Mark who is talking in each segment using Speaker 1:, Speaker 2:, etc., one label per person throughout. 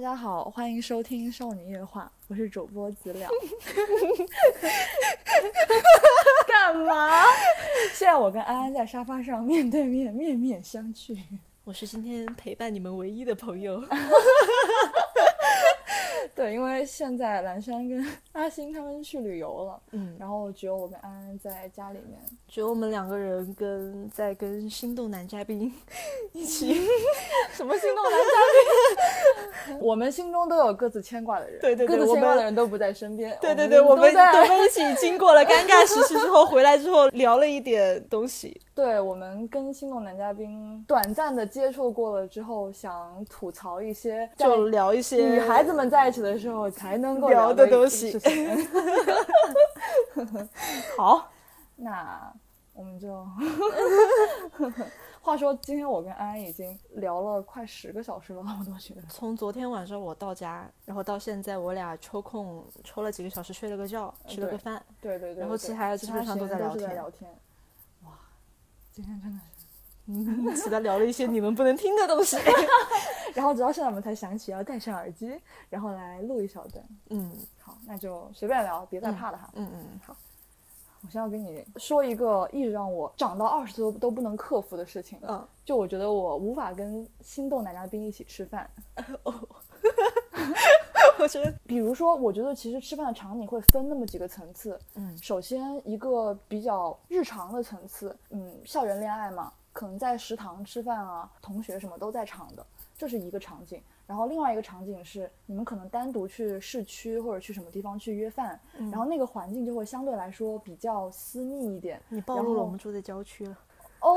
Speaker 1: 家好，欢迎收听《少女夜话》，我是主播子了。
Speaker 2: 干嘛？
Speaker 1: 现在我跟安安在沙发上面对面，面面相觑。
Speaker 2: 我是今天陪伴你们唯一的朋 友。
Speaker 1: 对，因为现在蓝山跟 阿星他们去旅游了，
Speaker 2: 嗯，
Speaker 1: 然后只有我跟安安在家里 面。
Speaker 2: 只有我们两个人跟在跟心动男嘉 宾一起，
Speaker 1: 什么心动男嘉 宾？我们心中都有各自牵挂的人，
Speaker 2: 对对对
Speaker 1: 各自牵挂
Speaker 2: 我
Speaker 1: 的
Speaker 2: 们
Speaker 1: 人都不在身边。
Speaker 2: 对对对，我们
Speaker 1: 都在
Speaker 2: 我们一起经过了尴尬时期之 后，回来之后聊了一点东西。
Speaker 1: 对我们跟心动男嘉宾短暂的接触过了之后，想吐槽一些在
Speaker 2: 就聊一些
Speaker 1: 女孩子们在一起的时候才能够
Speaker 2: 聊
Speaker 1: 的
Speaker 2: 的东
Speaker 1: 事
Speaker 2: 西
Speaker 1: 情
Speaker 2: 好，
Speaker 1: 那我们 就，话说今天我跟安安已经聊了快十个小时了，我都觉得。
Speaker 2: 从昨天晚上我到家，然后到现在我俩抽空抽了几个小时，睡了个觉，吃了
Speaker 1: 对
Speaker 2: 个饭。
Speaker 1: 对对对。
Speaker 2: 然后
Speaker 1: 对
Speaker 2: 其他
Speaker 1: 其
Speaker 2: 基本
Speaker 1: 时
Speaker 2: 上都
Speaker 1: 间
Speaker 2: 在
Speaker 1: 都
Speaker 2: 聊
Speaker 1: 是在
Speaker 2: 天
Speaker 1: 聊天。哇，今天真的是。
Speaker 2: 嗯，一起在聊了一些你们不能听的东 西。
Speaker 1: 然后直到现在我们才想起要戴上耳机，然后来录一小段。
Speaker 2: 嗯
Speaker 1: 好，那就随便聊，别再怕了哈。
Speaker 2: 嗯嗯，好，
Speaker 1: 我先要跟你说一个一直让我长到二十岁都不能克服的事情。
Speaker 2: 嗯，
Speaker 1: 就我觉得我无法跟心动男嘉宾一起吃饭。
Speaker 2: 嗯我觉得，
Speaker 1: 比如说，我觉得其实吃饭的场景会分那么几个层次。
Speaker 2: 嗯
Speaker 1: 首先，一个比较日常的层次，嗯，校园恋爱嘛，可能在食堂吃饭啊，同学什么都在场的，这是一个场景。然后另外一个场景是，你们可能单独去市区或者去什么地方去约饭，
Speaker 2: 嗯
Speaker 1: 然后那个环境就会相对来说比较私密一点。
Speaker 2: 你暴
Speaker 1: 然
Speaker 2: 露了
Speaker 1: 后
Speaker 2: 我们住在郊区了。
Speaker 1: 哦，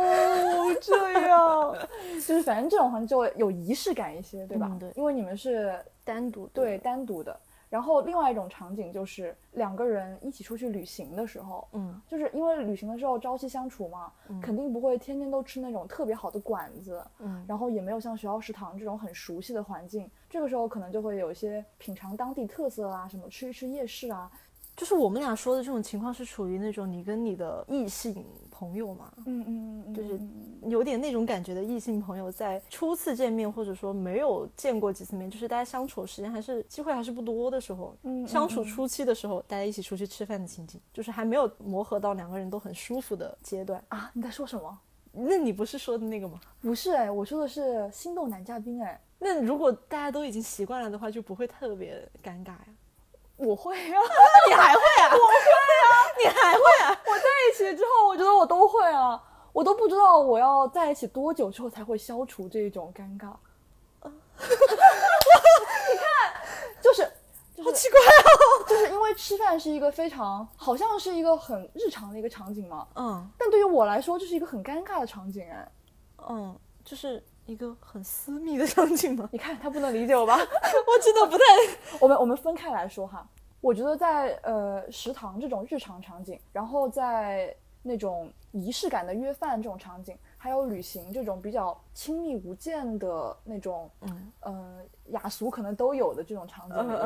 Speaker 1: 这样， 就是反正这种环境就会有仪式感一些，对吧？
Speaker 2: 嗯对
Speaker 1: 因为你们是
Speaker 2: 单独的
Speaker 1: 对，单独的。然后另外一种场景就是两个人一起出去旅行的时候，
Speaker 2: 嗯
Speaker 1: 就是因为旅行的时候朝夕相处嘛，
Speaker 2: 嗯
Speaker 1: 肯定不会天天都吃那种特别好的馆子，
Speaker 2: 嗯，
Speaker 1: 然后也没有像学校食堂这种很熟悉的环境，这个时候可能就会有一些品尝当地特色啊，什么吃一吃夜市啊，
Speaker 2: 就是我们俩说的这种情况是属于那种你跟你的异性朋友嘛，
Speaker 1: 嗯嗯嗯，
Speaker 2: 就是
Speaker 1: 嗯
Speaker 2: 有点那种感觉的异性朋友，在初次见面或者说没有见过几次面，就是大家相处时间还是机会还是不多的时候，
Speaker 1: 嗯嗯
Speaker 2: 相
Speaker 1: 嗯
Speaker 2: 处初期的时候，大家一起出去吃饭的情景，就是还没有磨合到两个人都很舒服的阶段。
Speaker 1: 啊，你在说什么？
Speaker 2: 那你不是说的那个吗？
Speaker 1: 不是哎，我说的是心动男嘉宾哎，
Speaker 2: 那如果大家都已经习惯了的话，就不会特别尴尬呀。
Speaker 1: 我会啊，
Speaker 2: 你还会啊？我会啊！你还会啊？
Speaker 1: 我在一起之后，我觉得我都会啊，我都不知道我要在一起多久之后才会消除这种尴尬。 你看，就是
Speaker 2: 好奇怪啊！
Speaker 1: 就是 因为吃饭是一个非常好像是一个很日常的一个场景嘛，
Speaker 2: 嗯
Speaker 1: 但对于我来说，这是一个很尴尬的场景哎。
Speaker 2: 嗯，就是一个很私密的场景吗？
Speaker 1: 你看他不能理解我吧？
Speaker 2: 我真的不太……
Speaker 1: 我们我们分开来说哈，我觉得在呃食堂这种日常场景，然后在那种仪式感的约饭这种场景，还有旅行这种比较亲密无间的那种，
Speaker 2: 嗯
Speaker 1: 呃雅俗可能都有的这种场景里面，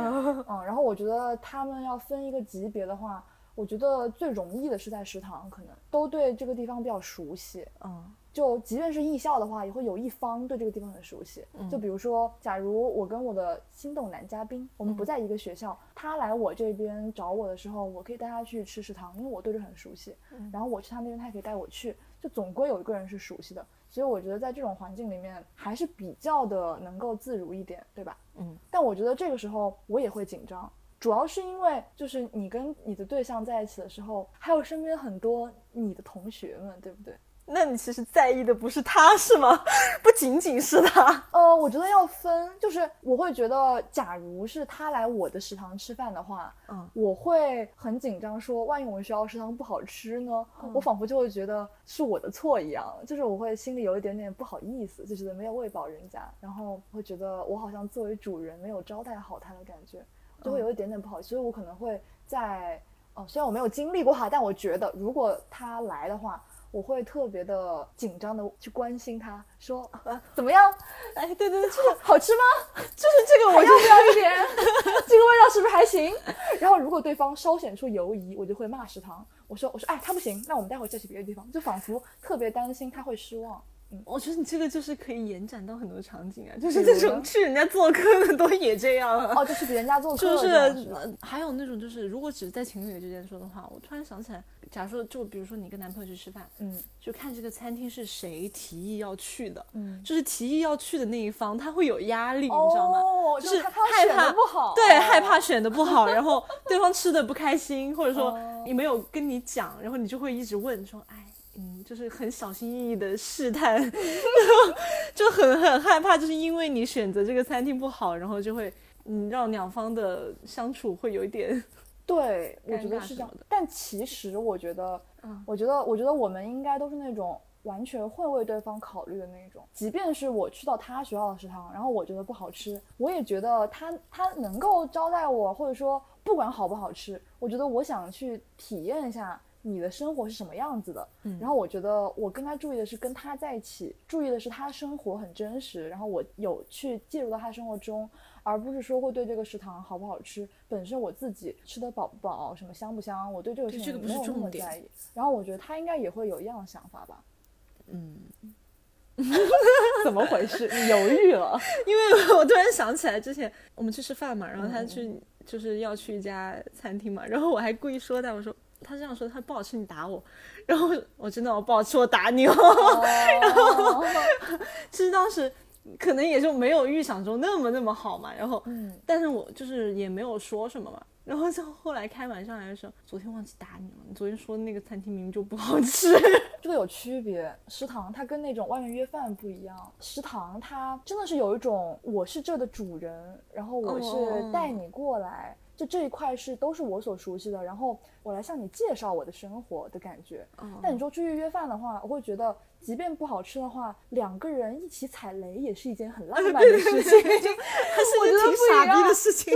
Speaker 1: 嗯，然后我觉得他们要分一个级别的话，我觉得最容易的是在食堂，可能都对这个地方比较熟悉，
Speaker 2: 嗯
Speaker 1: 就即便是艺校的话，也会有一方对这个地方很熟悉。
Speaker 2: 嗯
Speaker 1: 就比如说，假如我跟我的心动男嘉宾，我们
Speaker 2: 嗯
Speaker 1: 不在一个学校，他来我这边找我的时候，我可以带他去吃食堂，因为我对这很熟悉。
Speaker 2: 嗯
Speaker 1: 然后我去他那边，他也可以带我去，就总归有一个人是熟悉的。所以我觉得在这种环境里面，还是比较的能够自如一点，对吧？
Speaker 2: 嗯。
Speaker 1: 但我觉得这个时候我也会紧张，主要是因为就是你跟你的对象在一起的时候，还有身边很多你的同学们，对不对？
Speaker 2: 那你其实在意的不是他是吗？不仅仅是他。
Speaker 1: 呃，我觉得要分，就是我会觉得，假如是他来我的食堂吃饭的话，
Speaker 2: 嗯
Speaker 1: 我会很紧张说，万一我们学校食堂不好吃呢？我仿佛就会觉得是我的错一样，就是我会心里有一点点不好意思，就觉得没有喂饱人家，然后会觉得我好像作为主人没有招待好他的感觉，就会有一点点不好，所以我可能会在，哦，虽然我没有经历过哈，但我觉得如果他来的话。我会特别的紧张的去关心他，说、啊、怎么样，
Speaker 2: 哎，对对对，就是
Speaker 1: 好吃吗？
Speaker 2: 就是这个，
Speaker 1: 我
Speaker 2: 我
Speaker 1: 要
Speaker 2: 就
Speaker 1: 不要一点？ 这个味道是不是还行？然后如果对方稍显出犹疑，我就会 骂食堂。我说我说哎，他不行，那我们待会再去别的地方。就仿佛特别担心他会失望。
Speaker 2: 我觉得你这个就是可以延展到很多场景啊，就是那种去人家做客的都也这样啊。
Speaker 1: 哦，就是给人家做
Speaker 2: 就
Speaker 1: 客
Speaker 2: 是
Speaker 1: 这样吧
Speaker 2: 呃还有那种就是，如果只是在情侣之间说的话，我突然想起来，假如说就比如说你跟男朋友去吃饭，
Speaker 1: 嗯
Speaker 2: 就看这个餐厅是谁提议要去的，
Speaker 1: 嗯，
Speaker 2: 就是提议要去的那一方他会有压力，
Speaker 1: 哦
Speaker 2: 你知道吗？就
Speaker 1: 就是他怕选
Speaker 2: 害
Speaker 1: 的
Speaker 2: 怕
Speaker 1: 不好，
Speaker 2: 对，
Speaker 1: 哦
Speaker 2: 害怕选的不好，然后对方吃的不开心，或者说
Speaker 1: 哦
Speaker 2: 你没有跟你讲，然后你就会一直问说，哎。嗯，就是很小心翼翼的试探，然后就很很害怕，就是因为你选择这个餐厅不好，然后就会嗯让两方的相处会有一点
Speaker 1: 对，我
Speaker 2: 尴
Speaker 1: 觉得
Speaker 2: 尬
Speaker 1: 是
Speaker 2: 什
Speaker 1: 这样
Speaker 2: 么的。
Speaker 1: 但其实我觉得
Speaker 2: 嗯，
Speaker 1: 我觉得，我觉得我们应该都是那种完全会为对方考虑的那种。即便是我去到他学校的食堂，然后我觉得不好吃，我也觉得他他能够招待我，或者说不管好不好吃，我觉得我想去体验一下。你的生活是什么样子的？
Speaker 2: 嗯
Speaker 1: 然后我觉得我更加注意的是跟他在一起，注意的是他生活很真实，然后我有去介入到他生活中，而不是说会对这个食堂好不好吃，本身我自己吃的饱不饱，什么香不香，我对这个
Speaker 2: 对
Speaker 1: 事
Speaker 2: 这
Speaker 1: 情
Speaker 2: 个不
Speaker 1: 没
Speaker 2: 是
Speaker 1: 有那
Speaker 2: 重
Speaker 1: 么
Speaker 2: 点
Speaker 1: 在意。然后我觉得他应该也会有一样的想法吧？
Speaker 2: 嗯，
Speaker 1: 怎么回事？你犹豫了？
Speaker 2: 因为我突然想起来，之前我们去吃饭嘛，然后他去、就是要去一家餐厅嘛，然后我还故意说他，我说他这样说他不好吃，你打我，然后我我真的我不好吃，我打你哦。
Speaker 1: 哦、
Speaker 2: 其实当时可能也就没有预想中那么那么好嘛，然后
Speaker 1: 嗯，
Speaker 2: 但是我就是也没有说什么嘛。然后就后来开玩笑来说，昨天忘记打你了。你昨天说那个餐厅明明就不好吃，
Speaker 1: 这个有区别。食堂它跟那种外面约饭不一样，食堂它真的是有一种我是这的主人，然后我
Speaker 2: 哦
Speaker 1: 是带你过来。就这一块是都是我所熟悉的，然后我来向你介绍我的生活的感觉。但你说出去约饭的话，我会觉得，即便不好吃的话，两个人一起踩雷也是一件很浪漫的 事情。
Speaker 2: 还是
Speaker 1: 我
Speaker 2: 一
Speaker 1: 觉
Speaker 2: 个
Speaker 1: 得
Speaker 2: 挺
Speaker 1: 不一
Speaker 2: 傻逼的
Speaker 1: 样
Speaker 2: 事情。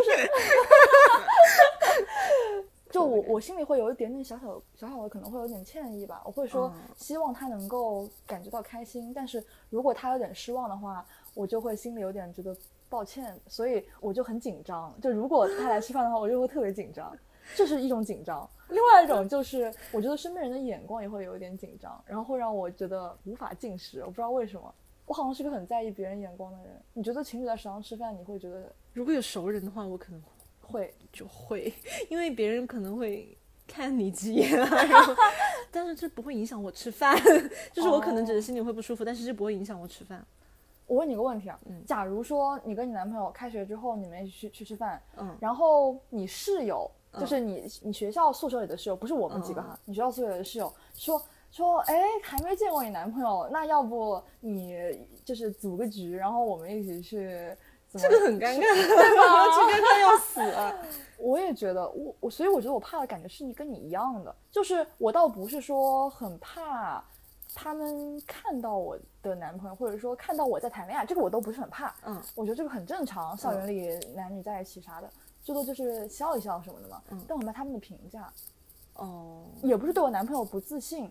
Speaker 1: 就我我心里会有一点点小小小小的，可能会有点歉意吧。我会说
Speaker 2: 嗯
Speaker 1: 希望他能够感觉到开心，但是如果他有点失望的话，我就会心里有点觉得抱歉，所以我就很紧张。就如果他来吃饭的话，我就会特别紧张，这是一种紧张。另外一种就是，我觉得身边人的眼光也会有一点紧张，然后会让我觉得无法进食。我不知道为什么，我好像是个很在意别人眼光的人。你觉得情侣在食堂吃饭，你会觉得
Speaker 2: 如果有熟人的话，我可能
Speaker 1: 会
Speaker 2: 就会，因为别人可能会看你几眼啊，然 后但是这不会影响我吃饭，就是我可能只是心里会不舒服，但是这不会影响我吃饭。
Speaker 1: 我问你个问题啊
Speaker 2: 嗯，
Speaker 1: 假如说你跟你男朋友开学之后，你们一起去去吃饭，
Speaker 2: 嗯，
Speaker 1: 然后你室友，就
Speaker 2: 嗯
Speaker 1: 是你你学校宿舍里的室友，不是我们几个
Speaker 2: 嗯
Speaker 1: 哈，你学校宿舍里的室友说说，哎，还没见过你男朋友，那要不你就是组个局，然后我们一起去。怎么
Speaker 2: 这个很尴尬，
Speaker 1: 对吧？
Speaker 2: 这尴尬要死。
Speaker 1: 我也觉得，我我所以我觉得我怕的感觉是你跟你一样的，就是我倒不是说很怕他们看到我的男朋友，或者说看到我在谈恋爱，这个我都不是很怕，
Speaker 2: 嗯
Speaker 1: 我觉得这个很正常，校园里男女在一起啥的，最多就是笑一笑什么的嘛。
Speaker 2: 嗯
Speaker 1: 但我怕他们的评价，
Speaker 2: 哦，
Speaker 1: 也不是对我男朋友不自信，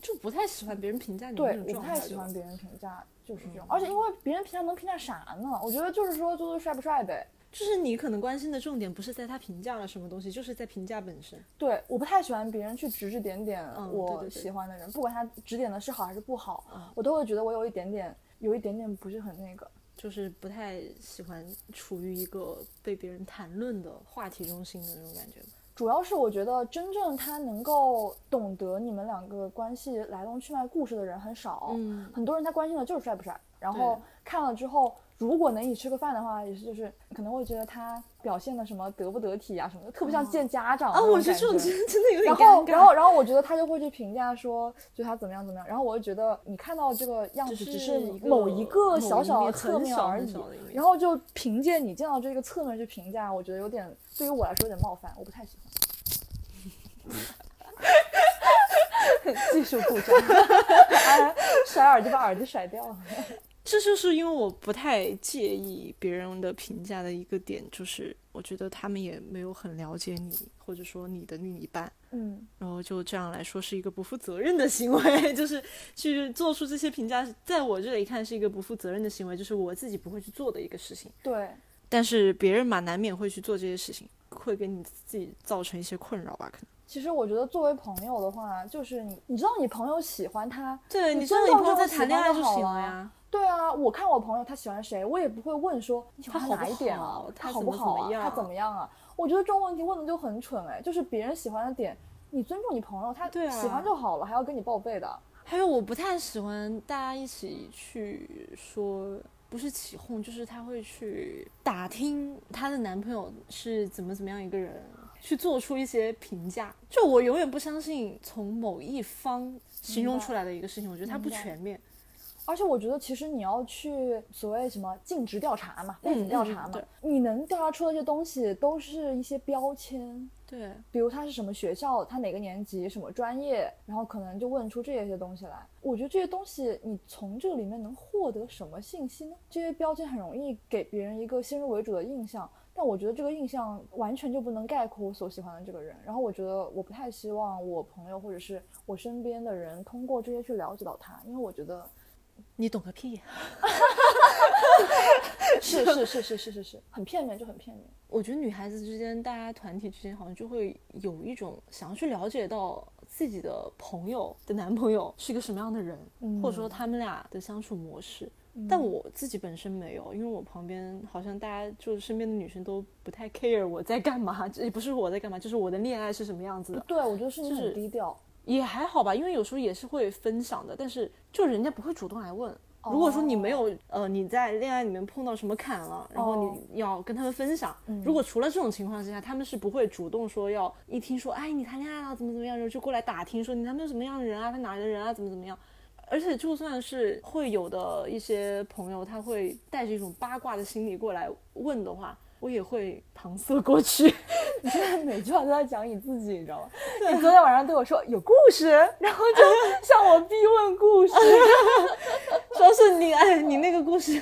Speaker 2: 就不太喜欢别人评价你的
Speaker 1: 对
Speaker 2: 那
Speaker 1: 我不
Speaker 2: 嗯种状态。
Speaker 1: 太喜欢
Speaker 2: 对吧。
Speaker 1: 别人评价，就是这种。
Speaker 2: 嗯
Speaker 1: 而且因为别人评价能评价啥呢？我觉得就是说做做帅不帅呗。
Speaker 2: 就是你可能关心的重点不是在他评价了什么东西，就是在评价本身。
Speaker 1: 对，我不太喜欢别人去指指点点
Speaker 2: 嗯对
Speaker 1: 我
Speaker 2: 对对
Speaker 1: 喜欢的人，不管他指点的是好还是不好，
Speaker 2: 嗯
Speaker 1: 我都会觉得我有一点点，有一点点不是很那个。
Speaker 2: 就是不太喜欢处于一个被别人谈论的话题中心的那种感觉吧。
Speaker 1: 主要是我觉得真正他能够懂得你们两个关系来龙去脉故事的人很少，
Speaker 2: 嗯
Speaker 1: 很多人他关心的就是帅不帅，然后
Speaker 2: 对
Speaker 1: 看了之后，如果能一起吃个饭的话，也是就是可能会觉得他表现的什么得不得体啊什么的，特别像见家长
Speaker 2: 啊，我觉
Speaker 1: 是
Speaker 2: 得这种真真的有点
Speaker 1: 然
Speaker 2: 尴
Speaker 1: 后，
Speaker 2: 尬。
Speaker 1: 然后，然后我觉得他就会去评价说，就他怎么样怎么样。然后我就觉得你看到这个样子，
Speaker 2: 只
Speaker 1: 只
Speaker 2: 是
Speaker 1: 是
Speaker 2: 一个
Speaker 1: 某一
Speaker 2: 某
Speaker 1: 个
Speaker 2: 一
Speaker 1: 小小
Speaker 2: 面
Speaker 1: 的
Speaker 2: 很
Speaker 1: 侧面
Speaker 2: 小
Speaker 1: 而
Speaker 2: 很
Speaker 1: 已
Speaker 2: 小的一面，
Speaker 1: 然后就凭借你见到这个侧面去评价，我觉得有点对于我来说有点冒犯，我不太喜 欢。技术故障，哎 甩耳机把耳机甩掉了。
Speaker 2: 这就是因为我不太介意别人的评价的一个点，就是我觉得他们也没有很了解你，或者说你的另一半，
Speaker 1: 嗯，
Speaker 2: 然后就这样来说是一个不负责任的行为， 就是去做出这些评价，在我这里看是一个不负责任的行为，就是我自己不会去做的一个事情。
Speaker 1: 对，
Speaker 2: 但是别人嘛，难免会去做这些事情，会给你自己造成一些困扰吧？可能
Speaker 1: 其实我觉得作为朋友的话，就是你你知道你朋友喜欢他，
Speaker 2: 对，
Speaker 1: 你
Speaker 2: 知道
Speaker 1: 尊
Speaker 2: 你
Speaker 1: 重
Speaker 2: 朋友
Speaker 1: 这
Speaker 2: 在
Speaker 1: 种
Speaker 2: 谈
Speaker 1: 喜
Speaker 2: 恋
Speaker 1: 欢
Speaker 2: 爱
Speaker 1: 就
Speaker 2: 就
Speaker 1: 好
Speaker 2: 行
Speaker 1: 啊
Speaker 2: 了呀。
Speaker 1: 对啊，我看我朋友他喜欢谁，我也不会问说你喜欢
Speaker 2: 他好
Speaker 1: 哪
Speaker 2: 不
Speaker 1: 一点啊
Speaker 2: 好，
Speaker 1: 他
Speaker 2: 他
Speaker 1: 好
Speaker 2: 怎
Speaker 1: 不
Speaker 2: 么怎
Speaker 1: 好
Speaker 2: 么
Speaker 1: 啊，他
Speaker 2: 样
Speaker 1: 怎么样啊？我觉得这种问题问的就很蠢哎，就是别人喜欢的点，你尊重你朋友，他
Speaker 2: 对
Speaker 1: 喜
Speaker 2: 啊
Speaker 1: 欢就好了，还要跟你报备的。
Speaker 2: 还有，我不太喜欢大家一起去说，不是起哄，就是她会去打听她的男朋友是怎么怎么样一个人，去做出一些评价。就我永远不相信从某一方形容出来的一个事情，我觉得它不
Speaker 1: 明白
Speaker 2: 全面。
Speaker 1: 而且我觉得，其实你要去所谓什么尽职调查嘛，背景调查
Speaker 2: 嗯
Speaker 1: 嘛
Speaker 2: 对，
Speaker 1: 你能调查出的这些东西都是一些标签，
Speaker 2: 对，
Speaker 1: 比如他是什么学校，他哪个年级，什么专业，然后可能就问出这些东西来。我觉得这些东西，你从这里面能获得什么信息呢？这些标签很容易给别人一个先入为主的印象，但我觉得这个印象完全就不能概括我所喜欢的这个人。然后我觉得我不太希望我朋友或者是我身边的人通过这些去了解到他，因为我觉得。
Speaker 2: 你懂个屁！啊
Speaker 1: 是是是是是是是，很片面就很片面。
Speaker 2: 我觉得女孩子之间，大家团体之间，好像就会有一种想要去了解到自己的朋友的男朋友是一个什么样的人，
Speaker 1: 嗯
Speaker 2: 或者说他们俩的相处模式。但我自己本身没有，因为我旁边好像大家就是身边的女生都不太 care 我在干嘛， 也不是我在干嘛，就是我的恋爱是什么样子的，
Speaker 1: 对，我觉得是你
Speaker 2: 就是
Speaker 1: 很低调。
Speaker 2: 也还好吧，因为有时候也是会分享的，但是就人家不会主动来问。如果说你没有呃你在恋爱里面碰到什么坎了，然后
Speaker 1: 哦
Speaker 2: 你要跟他们分享，如果除了这种情况之下，他们是不会主动说要一听说哎你谈恋爱了怎么怎么样，然后就过来打听说你男朋友什么样的人啊，他哪儿的人啊怎么怎么样。而且就算是会有的一些朋友，他会带着一种八卦的心理过来问的话，我也会搪塞过去。
Speaker 1: 你现在 每句话都在讲你自己，你知道吗？你昨天晚上对我说有故事，然后就向我逼问故事。
Speaker 2: 说是你哎你那个故事，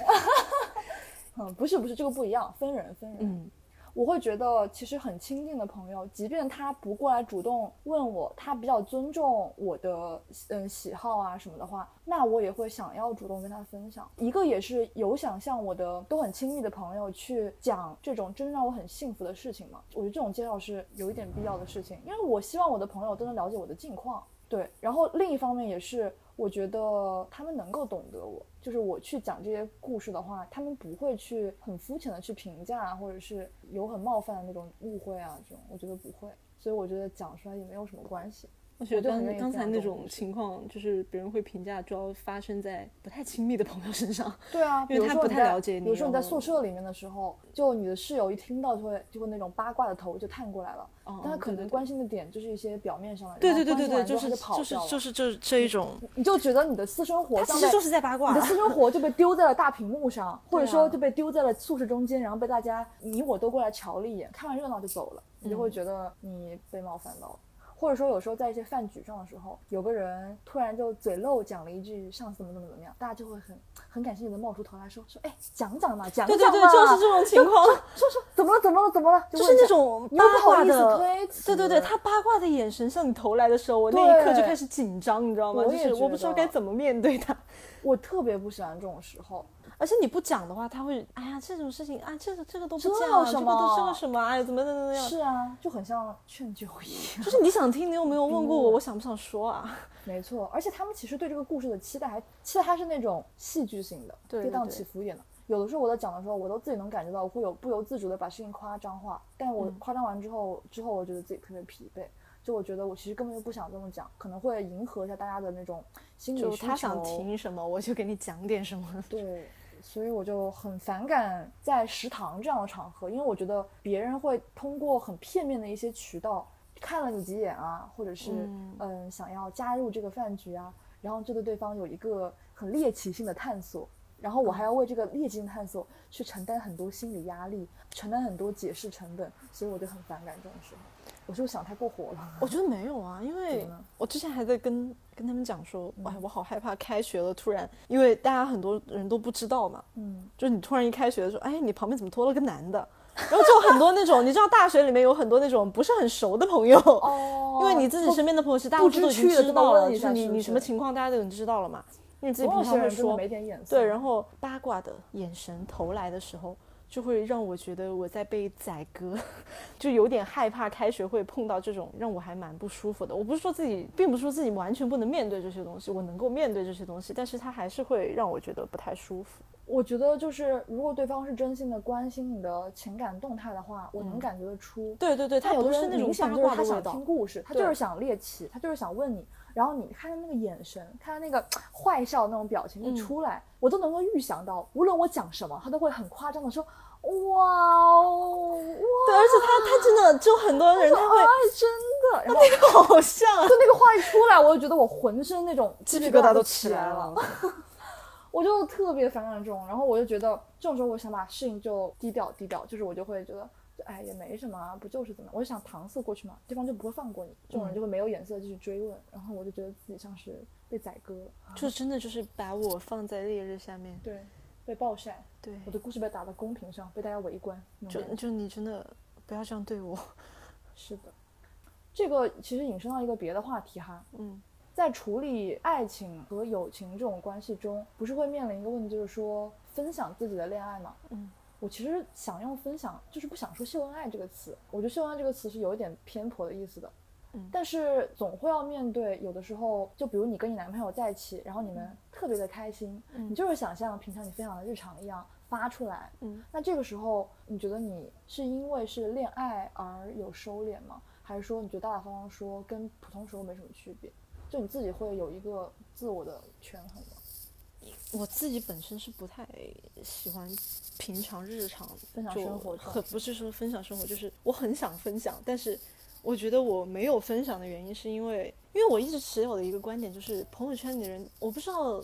Speaker 1: 嗯，不是不是，这个不一样，分人分人。
Speaker 2: 嗯，
Speaker 1: 我会觉得其实很亲近的朋友，即便他不过来主动问我，他比较尊重我的嗯喜好啊什么的话，那我也会想要主动跟他分享。一个也是有想向我的都很亲密的朋友去讲这种真让我很幸福的事情嘛，我觉得这种介绍是有一点必要的事情，因为我希望我的朋友都能了解我的近况。对，然后另一方面也是，我觉得他们能够懂得我，就是我去讲这些故事的话，他们不会去很肤浅的去评价啊，或者是有很冒犯的那种误会啊，这种我觉得不会，所以我觉得讲出来也没有什么关系。
Speaker 2: 我觉得
Speaker 1: 就很
Speaker 2: 刚
Speaker 1: 愿意
Speaker 2: 刚
Speaker 1: 这
Speaker 2: 才
Speaker 1: 样
Speaker 2: 那
Speaker 1: 做
Speaker 2: 种情况，就是别人会评价，主要发生在不太亲密的朋友 身上。
Speaker 1: 对啊，比
Speaker 2: 因为
Speaker 1: 如
Speaker 2: 他
Speaker 1: 说
Speaker 2: 不
Speaker 1: 你
Speaker 2: 太
Speaker 1: 在
Speaker 2: 了解
Speaker 1: 比如
Speaker 2: 你
Speaker 1: 说你在
Speaker 2: 然后
Speaker 1: 宿舍里面的时候，就你的室友一听到就会就会那种八卦的头就探过来了，
Speaker 2: 哦
Speaker 1: 但他
Speaker 2: 哦
Speaker 1: 可
Speaker 2: 对
Speaker 1: 能
Speaker 2: 对
Speaker 1: 关心的点就是一些表面上的，
Speaker 2: 对
Speaker 1: 然后
Speaker 2: 对对对对，
Speaker 1: 关心完之
Speaker 2: 就
Speaker 1: 后
Speaker 2: 是
Speaker 1: 他就跑
Speaker 2: 就是
Speaker 1: 掉了
Speaker 2: 就是这这一种，
Speaker 1: 你就觉得你的私生活
Speaker 2: 他
Speaker 1: 像
Speaker 2: 其
Speaker 1: 在
Speaker 2: 实就是在八卦
Speaker 1: 你的。私生活就被丢在了大屏幕上， 或者
Speaker 2: 对
Speaker 1: 说
Speaker 2: 啊
Speaker 1: 就被丢在了宿舍中间，然后被大家你我都过来瞧了一眼，看完热闹就走了，你就
Speaker 2: 嗯
Speaker 1: 会觉得你被冒犯到了。或者说，有时候在一些饭局上的时候，有个人突然就嘴漏讲了一句“上次怎么怎么怎么样”，大家就会很很感兴趣的冒出头来说说：“哎，讲讲嘛，讲
Speaker 2: 对
Speaker 1: 讲
Speaker 2: 对
Speaker 1: 嘛。
Speaker 2: 对，就是这种情况，
Speaker 1: 说说怎么了怎么了怎么了， 就
Speaker 2: 就是
Speaker 1: 问一
Speaker 2: 那
Speaker 1: 下
Speaker 2: 种
Speaker 1: 你
Speaker 2: 八
Speaker 1: 又不好
Speaker 2: 卦
Speaker 1: 意思
Speaker 2: 的
Speaker 1: 推。
Speaker 2: 对对对，
Speaker 1: 辞
Speaker 2: 他八卦的眼神向你投来的时候，我那一刻就
Speaker 1: 对
Speaker 2: 开始紧张，你知道吗？
Speaker 1: 我
Speaker 2: 就
Speaker 1: 也
Speaker 2: 是
Speaker 1: 觉
Speaker 2: 我不知道
Speaker 1: 得
Speaker 2: 该怎么面对他。
Speaker 1: 我特别不喜欢这种时候。
Speaker 2: 而且你不讲的话，他会哎呀这种事情啊，这个这个都不
Speaker 1: 这
Speaker 2: 讲，
Speaker 1: 有
Speaker 2: 这
Speaker 1: 什
Speaker 2: 个都这个
Speaker 1: 么
Speaker 2: 什么，哎怎么怎么怎么样？
Speaker 1: 是啊，就很像劝酒一样。
Speaker 2: 就是你想听，你有没有问过我，我想不想说啊？
Speaker 1: 没错，而且他们其实对这个故事的期待还期待它是那种戏剧性的、
Speaker 2: 对
Speaker 1: 跌
Speaker 2: 对
Speaker 1: 宕
Speaker 2: 对
Speaker 1: 起伏一点的。有的时候我在讲的时候，我都自己能感觉到，我会有不由自主的把事情夸张化。但我
Speaker 2: 嗯
Speaker 1: 夸张完之后，之后我觉得自己特别疲惫，就我觉得我其实根本就不想这么讲，可能会迎合一下大家的那种心理
Speaker 2: 就
Speaker 1: 需求。
Speaker 2: 他想听什么，我就给你讲点什么。
Speaker 1: 对，所以我就很反感在食堂这样的场合，因为我觉得别人会通过很片面的一些渠道看了你几眼啊，或者是
Speaker 2: 嗯
Speaker 1: 嗯、想要加入这个饭局啊，然后就对对方有一个很猎奇性的探索，然后我
Speaker 2: 嗯
Speaker 1: 还要为这个猎奇性的探索去承担很多心理压力，承担很多解释成本，所以我就很反感这种时候。我是不是想太过火了？
Speaker 2: 我觉得没有啊，因为
Speaker 1: 怎么了
Speaker 2: 我之前还在跟跟他们讲说，哎，我好害怕开学了，突然，因为大家很多人都不知道嘛，
Speaker 1: 嗯，
Speaker 2: 就是你突然一开学的时候，哎，你旁边怎么多了个男的？ 然后就很多那种，你知道大学里面有很多那种不是很熟的朋友，
Speaker 1: 哦
Speaker 2: 因为你自己身边的朋友是大家
Speaker 1: 不
Speaker 2: 都已
Speaker 1: 知
Speaker 2: 经
Speaker 1: 趣的
Speaker 2: 知
Speaker 1: 都
Speaker 2: 道
Speaker 1: 问
Speaker 2: 了，
Speaker 1: 一
Speaker 2: 就是
Speaker 1: 下
Speaker 2: 你
Speaker 1: 是不
Speaker 2: 你什么
Speaker 1: 是
Speaker 2: 情况大家都已经知道了嘛，因为自己
Speaker 1: 总
Speaker 2: 平
Speaker 1: 有些
Speaker 2: 常会
Speaker 1: 人真的
Speaker 2: 说
Speaker 1: 没点眼色。
Speaker 2: 对，然后八卦的眼神投来的时候，就会让我觉得我在被宰割， 就有点害怕开学会碰到这种让我还蛮不舒服的。我不是说自己，并不是说自己完全不能面对这些东西，我能够面对这些东西，但是它还是会让我觉得不太舒服。
Speaker 1: 我觉得就是，如果对方是真心的关心你的情感动态的话，我能感觉得出。
Speaker 2: 嗯对对对，它
Speaker 1: 但有
Speaker 2: 不
Speaker 1: 的
Speaker 2: 是
Speaker 1: 人
Speaker 2: 那
Speaker 1: 明
Speaker 2: 种八
Speaker 1: 显就是
Speaker 2: 卦
Speaker 1: 他
Speaker 2: 的味
Speaker 1: 想
Speaker 2: 道
Speaker 1: 听。故事，他
Speaker 2: 对
Speaker 1: 就是想猎奇，他就是想问你。然后你看他那个眼神，看他那个坏笑那种表情
Speaker 2: 嗯
Speaker 1: 一出来，我都能够预想到，无论我讲什么，他都会很夸张的说：“哇哦，哇，
Speaker 2: 对，而且它它真的就很多人 他
Speaker 1: 哎，
Speaker 2: 会
Speaker 1: 真的。”然后
Speaker 2: 好像啊
Speaker 1: 就那个话一出来，我就觉得我浑身那种
Speaker 2: 鸡
Speaker 1: 鸡
Speaker 2: 皮
Speaker 1: 皮
Speaker 2: 疙
Speaker 1: 疙
Speaker 2: 瘩
Speaker 1: 瘩
Speaker 2: 都
Speaker 1: 起
Speaker 2: 起来
Speaker 1: 来
Speaker 2: 了
Speaker 1: 了， 我就特别反感这种。然后我就觉得这种时候，我想把事情就低调低调，就是我就会觉得，就哎也没什么啊，不就是怎么样，我就想搪塞过去嘛，对方就不会放过你，这种人就会没有眼色地继续追问，然后我就觉得自己像是被宰割了，
Speaker 2: 就真的就是把我放在烈日下面，
Speaker 1: 对，被暴晒，
Speaker 2: 对，
Speaker 1: 我的故事被打到公屏上，被大家围观，那种
Speaker 2: 就
Speaker 1: 感觉
Speaker 2: 就你真的不要这样对我，
Speaker 1: 是的。这个其实引申到一个别的话题哈，
Speaker 2: 嗯
Speaker 1: 在处理爱情和友情这种关系中，不是会面临一个问题，就是说分享自己的恋爱吗？
Speaker 2: 嗯，
Speaker 1: 我其实想用分享，就是不想说秀恩爱这个词。我觉得秀恩爱这个词是有一点偏颇的意思的。
Speaker 2: 嗯
Speaker 1: 但是总会要面对，有的时候，就比如你跟你男朋友在一起，然后你们特别的开心，
Speaker 2: 嗯
Speaker 1: 你就是想像平常你分享的日常一样发出来。
Speaker 2: 嗯，
Speaker 1: 那这个时候，你觉得你是因为是恋爱而有收敛吗？还是说你觉得大大方方说跟普通时候没什么区别？就你自己会有一个自我的权衡吗？
Speaker 2: 我自己本身是不太喜欢平常日常
Speaker 1: 分享
Speaker 2: 就
Speaker 1: 生活这种
Speaker 2: 很不是说分享生活，就是我很想分享，但是我觉得我没有分享的原因是因为，因为我一直持有的一个观点就是朋友圈里的人，我不知道。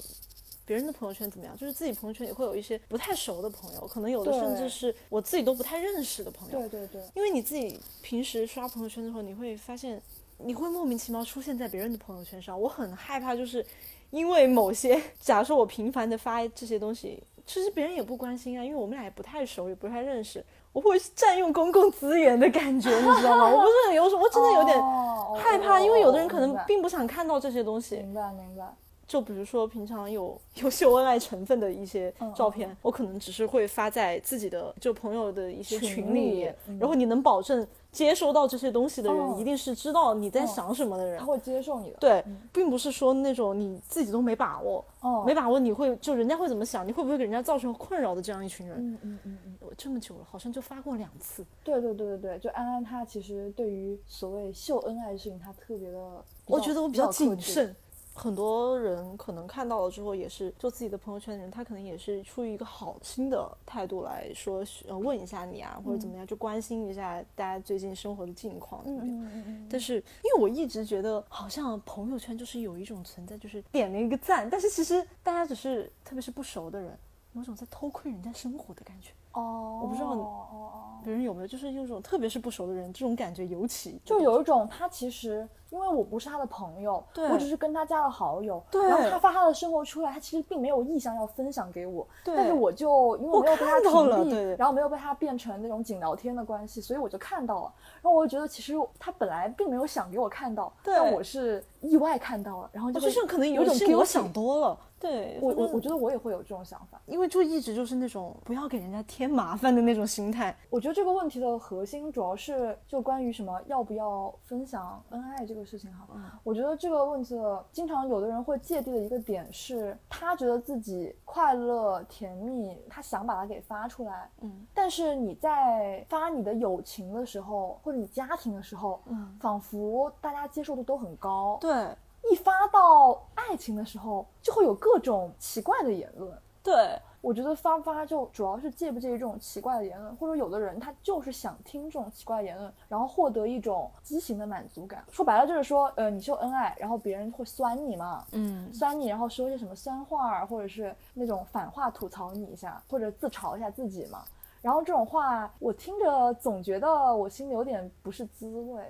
Speaker 2: 别人的朋友圈怎么样？就是自己朋友圈也会有一些不太熟的朋友，可能有的
Speaker 1: 对
Speaker 2: 甚至是我自己都不太认识的朋友。
Speaker 1: 对对对，
Speaker 2: 因为你自己平时刷朋友圈的时候，你会发现，你会莫名其妙出现在别人的朋友圈上。我很害怕，就是因为某些， 假如说我频繁的发这些东西，其实别人也不关心啊，因为我们俩也不太熟，也不太认识，我会占用公共资源的感觉，你知道吗？我不是很有，我真的有点
Speaker 1: 哦
Speaker 2: 害怕，因为有的人可能。
Speaker 1: 哦哦
Speaker 2: 并不想看到这些东西。
Speaker 1: 明白明白明白，
Speaker 2: 就比如说平常有有秀恩爱成分的一些
Speaker 1: 嗯
Speaker 2: 照片，我可能只是会发在自己的就朋友的一些
Speaker 1: 群
Speaker 2: 群里
Speaker 1: 里嗯
Speaker 2: 然后你能保证接收到这些东西的人，
Speaker 1: 哦
Speaker 2: 一定是知道你在
Speaker 1: 哦
Speaker 2: 想什么的人。
Speaker 1: 他会接受你的。，
Speaker 2: 对
Speaker 1: 嗯，
Speaker 2: 并不是说那种你自己都没把握，
Speaker 1: 哦，
Speaker 2: 没把握你会就人家会怎么想，你会不会给人家造成困扰的这样一群人。
Speaker 1: 嗯嗯嗯嗯，
Speaker 2: 我这么久了，好像就发过两次。
Speaker 1: 对对对对对，就安安她其实对于所谓秀恩爱的事情，她特别的，
Speaker 2: 我觉得我比较
Speaker 1: 克
Speaker 2: 谨
Speaker 1: 制。
Speaker 2: 慎。很多人可能看到了之后，也是做自己的朋友圈的人，他可能也是出于一个好心的态度来说，呃，问一下你啊，或者怎么样，就关心一下大家最近生活的近况怎
Speaker 1: 嗯
Speaker 2: 么样。
Speaker 1: 嗯嗯嗯
Speaker 2: 但是，因为我一直觉得，好像朋友圈就是有一种存在，就是点了一个赞，但是其实大家只是，特别是不熟的人，有种在偷窥人家生活的感觉。
Speaker 1: 嗯，哦，
Speaker 2: 我不知道你
Speaker 1: 哦哦哦，
Speaker 2: 别人有没有，就是有一种，特别是不熟的人，这种感觉尤其哦
Speaker 1: 就有一种她其实。因为我不是她的朋友，
Speaker 2: 对
Speaker 1: 我只是跟她加了好友，
Speaker 2: 对
Speaker 1: 然后她发她的生活出来，她其实并没有意向要分享给我，
Speaker 2: 对
Speaker 1: 但是我就因为我没有被她
Speaker 2: 看到了
Speaker 1: 屏蔽
Speaker 2: 对
Speaker 1: 然后没有被她变成那种仅聊天的关系，所以我就看到了，然后我就觉得其实她本来并没有想给我看到，
Speaker 2: 对
Speaker 1: 但我是意外看到了，然后
Speaker 2: 我
Speaker 1: 就
Speaker 2: 就
Speaker 1: 会
Speaker 2: 是可能
Speaker 1: 有
Speaker 2: 一
Speaker 1: 种
Speaker 2: 些
Speaker 1: guilty
Speaker 2: 我想嗯多了。对，
Speaker 1: 我我
Speaker 2: 反正
Speaker 1: 我觉得我也会有这种想法。
Speaker 2: 因为就一直就是那种不要给人家添麻烦的那种心态。
Speaker 1: 我觉得这个问题的核心主要是就关于什么要不要分享恩爱这个事情哈。
Speaker 2: 嗯
Speaker 1: 我觉得这个问题的经常有的人会芥蒂的一个点是，他觉得自己快乐甜蜜，他想把它给发出来，
Speaker 2: 嗯
Speaker 1: 但是你在发你的友情的时候，或者你家庭的时候，
Speaker 2: 嗯，
Speaker 1: 仿佛大家接受度都很高，
Speaker 2: 对
Speaker 1: 一发到爱情的时候，就会有各种奇怪的言论。
Speaker 2: 对
Speaker 1: 我觉得发不发就主要是介不介意这种奇怪的言论，或者有的人他就是想听这种奇怪的言论，然后获得一种畸形的满足感。说白了就是说，呃，你秀恩爱，然后别人会酸你嘛，
Speaker 2: 嗯
Speaker 1: 酸你，然后说一些什么酸话儿，或者是那种反话吐槽你一下，或者自嘲一下自己嘛。然后这种话我听着总觉得我心里有点不是滋味。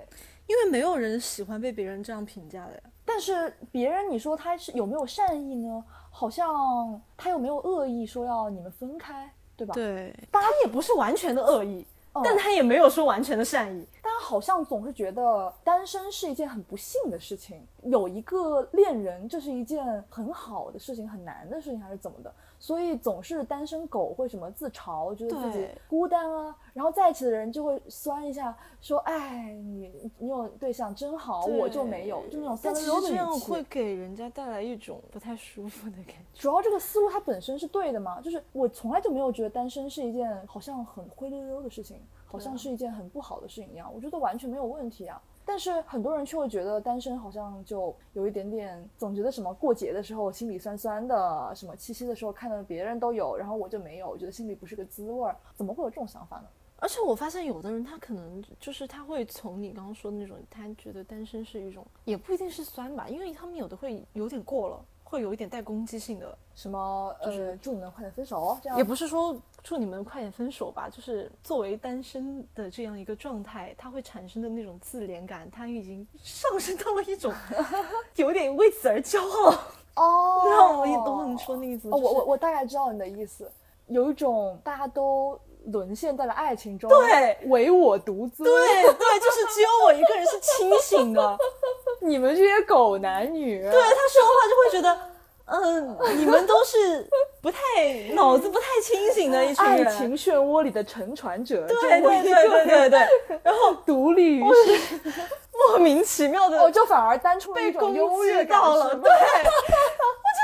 Speaker 2: 因为没有人喜欢被别人这样评价的呀。
Speaker 1: 但是别人你说他是有没有善意呢？好像他又没有恶意说要你们分开，对吧？
Speaker 2: 对，哦他也不是完全的恶意，
Speaker 1: 嗯
Speaker 2: 但他也没有说完全的善意。
Speaker 1: 大家好像总是觉得单身是一件很不幸的事情，有一个恋人这是一件很好的事情，很难的事情，还是怎么的？所以总是单身狗会什么自嘲，觉得自己
Speaker 2: 对
Speaker 1: 孤单啊，然后在一起的人就会酸一下，说哎，你你有对象真好，
Speaker 2: 哦
Speaker 1: 我就没有，就那种三
Speaker 2: 但
Speaker 1: 分
Speaker 2: 其实
Speaker 1: 钟的
Speaker 2: 这样
Speaker 1: 语气
Speaker 2: 会给人家带来一种不太舒服的感觉。
Speaker 1: 主要这个思路它本身是对的嘛，就是我从来就没有觉得单身是一件好像很灰溜溜的事情，好像是一件很不好的事情一样，我觉得完全没有问题啊。但是很多人却会觉得单身好像就有一点点，总觉得什么过节的时候心里酸酸的，什么七夕的时候看到别人都有，然后我就没有，我觉得心里不是个滋味儿，怎么会有这种想法呢？
Speaker 2: 而且我发现有的人他可能就是他会从你刚刚说的那种，他觉得单身是一种，也不一定是酸吧，因为他们有的会有点过了，会有一点带攻击性的，
Speaker 1: 什么
Speaker 2: 就是
Speaker 1: 呃，祝你们快点分手哦这样
Speaker 2: 也不是说祝你们快点分手吧，就是作为单身的这样一个状态，它会产生的那种自怜感，它已经上升到了一 种有点为此而骄傲。
Speaker 1: 哦，
Speaker 2: 你知道我也懂你说那个意思，
Speaker 1: 哦，
Speaker 2: 就是
Speaker 1: 我我我大概知道你的意思，有一种大家都沦陷在了爱情中，
Speaker 2: 对，
Speaker 1: 唯我独尊，
Speaker 2: 对对，就是只有我一个人是清醒 的。
Speaker 1: 你们这些狗男女，对
Speaker 2: 对他说话就会觉得，嗯，你们都是不太脑子不太清醒的一群
Speaker 1: 爱
Speaker 2: 人。
Speaker 1: 情漩涡里的沉船者，
Speaker 2: 对
Speaker 1: 就我
Speaker 2: 对
Speaker 1: 一个
Speaker 2: 对对对对，
Speaker 1: 然后独立于世，
Speaker 2: 莫名其妙的
Speaker 1: 我就反而单出了
Speaker 2: 被
Speaker 1: 一种
Speaker 2: 攻
Speaker 1: 优越
Speaker 2: 击
Speaker 1: 感
Speaker 2: 到了，
Speaker 1: 是吗
Speaker 2: 对，我就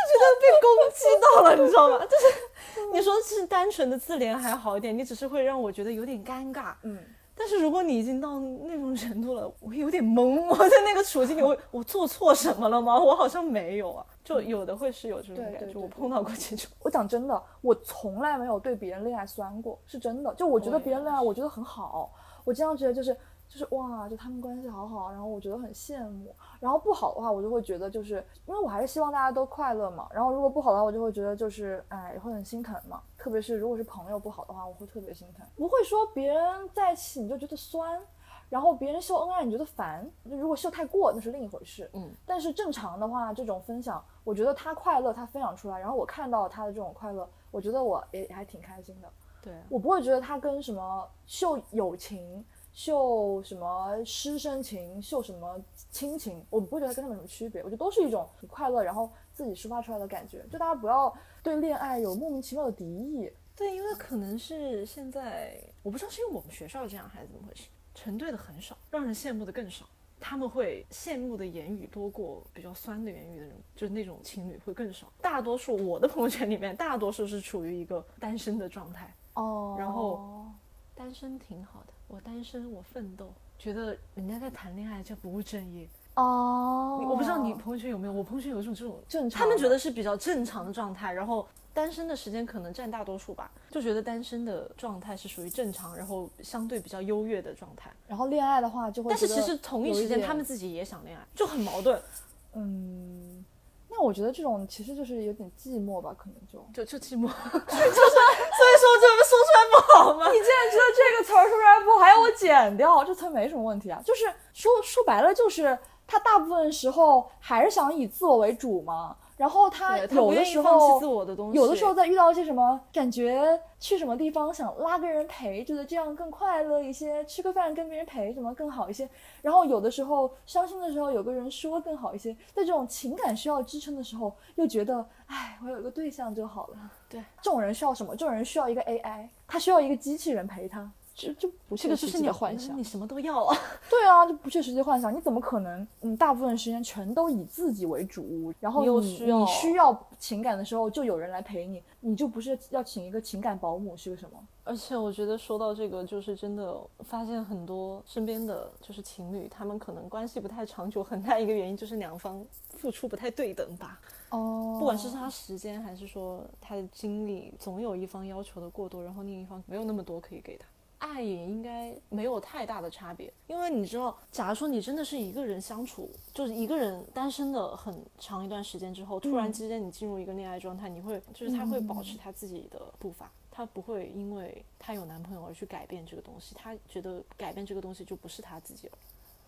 Speaker 2: 觉得被攻击到了，你知道吗？就是 你说是单纯的自怜还好一点，你只是会让我觉得有点尴尬。
Speaker 1: 嗯，
Speaker 2: 但是如果你已经到那种程度了，我有点懵，我在那个处境里，我 我做错什么了吗？我好像没有啊，就有的会是有这种
Speaker 1: 对
Speaker 2: 感
Speaker 1: 对
Speaker 2: 觉，
Speaker 1: 对
Speaker 2: 我
Speaker 1: 对
Speaker 2: 碰到过这种。
Speaker 1: 我讲真的，我从来没有对别人恋爱酸过，是真的。就我觉得
Speaker 2: 我也
Speaker 1: 别人恋爱，我觉得很好，我经常觉得就是就是哇，就他们关系好好，然后我觉得很羡慕。然后不好的话，我就会觉得就是因为我还是希望大家都快乐嘛。然后如果不好的话，我就会觉得就是哎，会很心疼嘛。特别是如果是朋友不好的话，我会特别心疼。不会说别人在一起你就觉得酸，然后别人秀恩爱你觉得烦。如果秀太过，那是另一回事。
Speaker 2: 嗯，
Speaker 1: 但是正常的话，这种分享，我觉得他快乐，他分享出来，然后我看到他的这种快乐，我觉得我也还挺开心的。
Speaker 2: 对，
Speaker 1: 我不会觉得他跟什么秀友情、秀什么师生情、秀什么亲情，我不会觉得跟他们有什么区别。我觉得都是一种很快乐，然后自己抒发出来的感觉。就大家不要对恋爱有莫名其妙的敌意。
Speaker 2: 对，因为可能是现在，我不知道是因为我们学校这样还是怎么回事，成对的很少，让人羡慕的更少。他们会羡慕的言语多过比较酸的言语的人，就是那种情侣会更少。大多数我的朋友圈里面，大多数是处于一个单身的状态，
Speaker 1: 哦，
Speaker 2: 然后单身挺好的，我单身我奋斗，觉得人家在谈恋爱就不务正业。
Speaker 1: 哦，
Speaker 2: 我不知道你朋友圈有没有，我朋友圈有一种这种
Speaker 1: 正常，
Speaker 2: 他们觉得是比较正常的状态，然后单身的时间可能占大多数吧，就觉得单身的状态是属于正常，然后相对比较优越的状态。
Speaker 1: 然后恋爱的话就会
Speaker 2: 但
Speaker 1: 觉
Speaker 2: 是
Speaker 1: 得，
Speaker 2: 其实同一时
Speaker 1: 有一
Speaker 2: 间
Speaker 1: 点
Speaker 2: 他们自己也想恋爱，就很矛盾，
Speaker 1: 嗯，那我觉得这种其实就是有点寂寞吧，可能就。
Speaker 2: 就就寂寞， 就是所以说这说出来不好吗？
Speaker 1: 你竟然知道这个词儿说出来不还要我剪掉，这词儿没什么问题啊。就是说说白了，就是他大部分时候还是想以自我为主嘛。然后他
Speaker 2: 对他不
Speaker 1: 有的
Speaker 2: 愿意
Speaker 1: 时
Speaker 2: 放弃自
Speaker 1: 候，
Speaker 2: 我的东西，
Speaker 1: 有的时候在遇到一些什么感觉去什么地方想拉个人陪，觉得这样更快乐一些，吃个饭跟别人陪什么更好一些。然后有的时候伤心的时候有个人说更好一些，在这种情感需要支撑的时候，又觉得哎，我有一个对象就好了。
Speaker 2: 对
Speaker 1: 这种人需要什么？这种人需要一个 AI，他需要一个机器人陪他。这这不
Speaker 2: 这
Speaker 1: 切
Speaker 2: 个就
Speaker 1: 实
Speaker 2: 是
Speaker 1: 际
Speaker 2: 你
Speaker 1: 的幻想
Speaker 2: 你，什么都要啊。
Speaker 1: 对啊，这不切实际的幻想，你怎么可能？嗯，大部分时间全都以自己为主，然后
Speaker 2: 你
Speaker 1: 你
Speaker 2: 又需要
Speaker 1: 你需要情感的时候，就有人来陪你，你就不是要请一个情感保姆是个什么？
Speaker 2: 而且我觉得说到这个，就是真的发现很多身边的就是情侣，他们可能关系不太长久，很大一个原因就是两方付出不太对等吧。
Speaker 1: 哦，
Speaker 2: 不管是他时间还是说他的精力，总有一方要求的过多，然后另一方没有那么多可以给他。爱也应该没有太大的差别，因为你知道，假如说你真的是一个人相处，就是一个人单身的很长一段时间之后，突然之间你进入一个恋爱状态，你会就是他会保持他自己的步伐，他不会因为他有男朋友而去改变这个东西，他觉得改变这个东西就不是他自己了。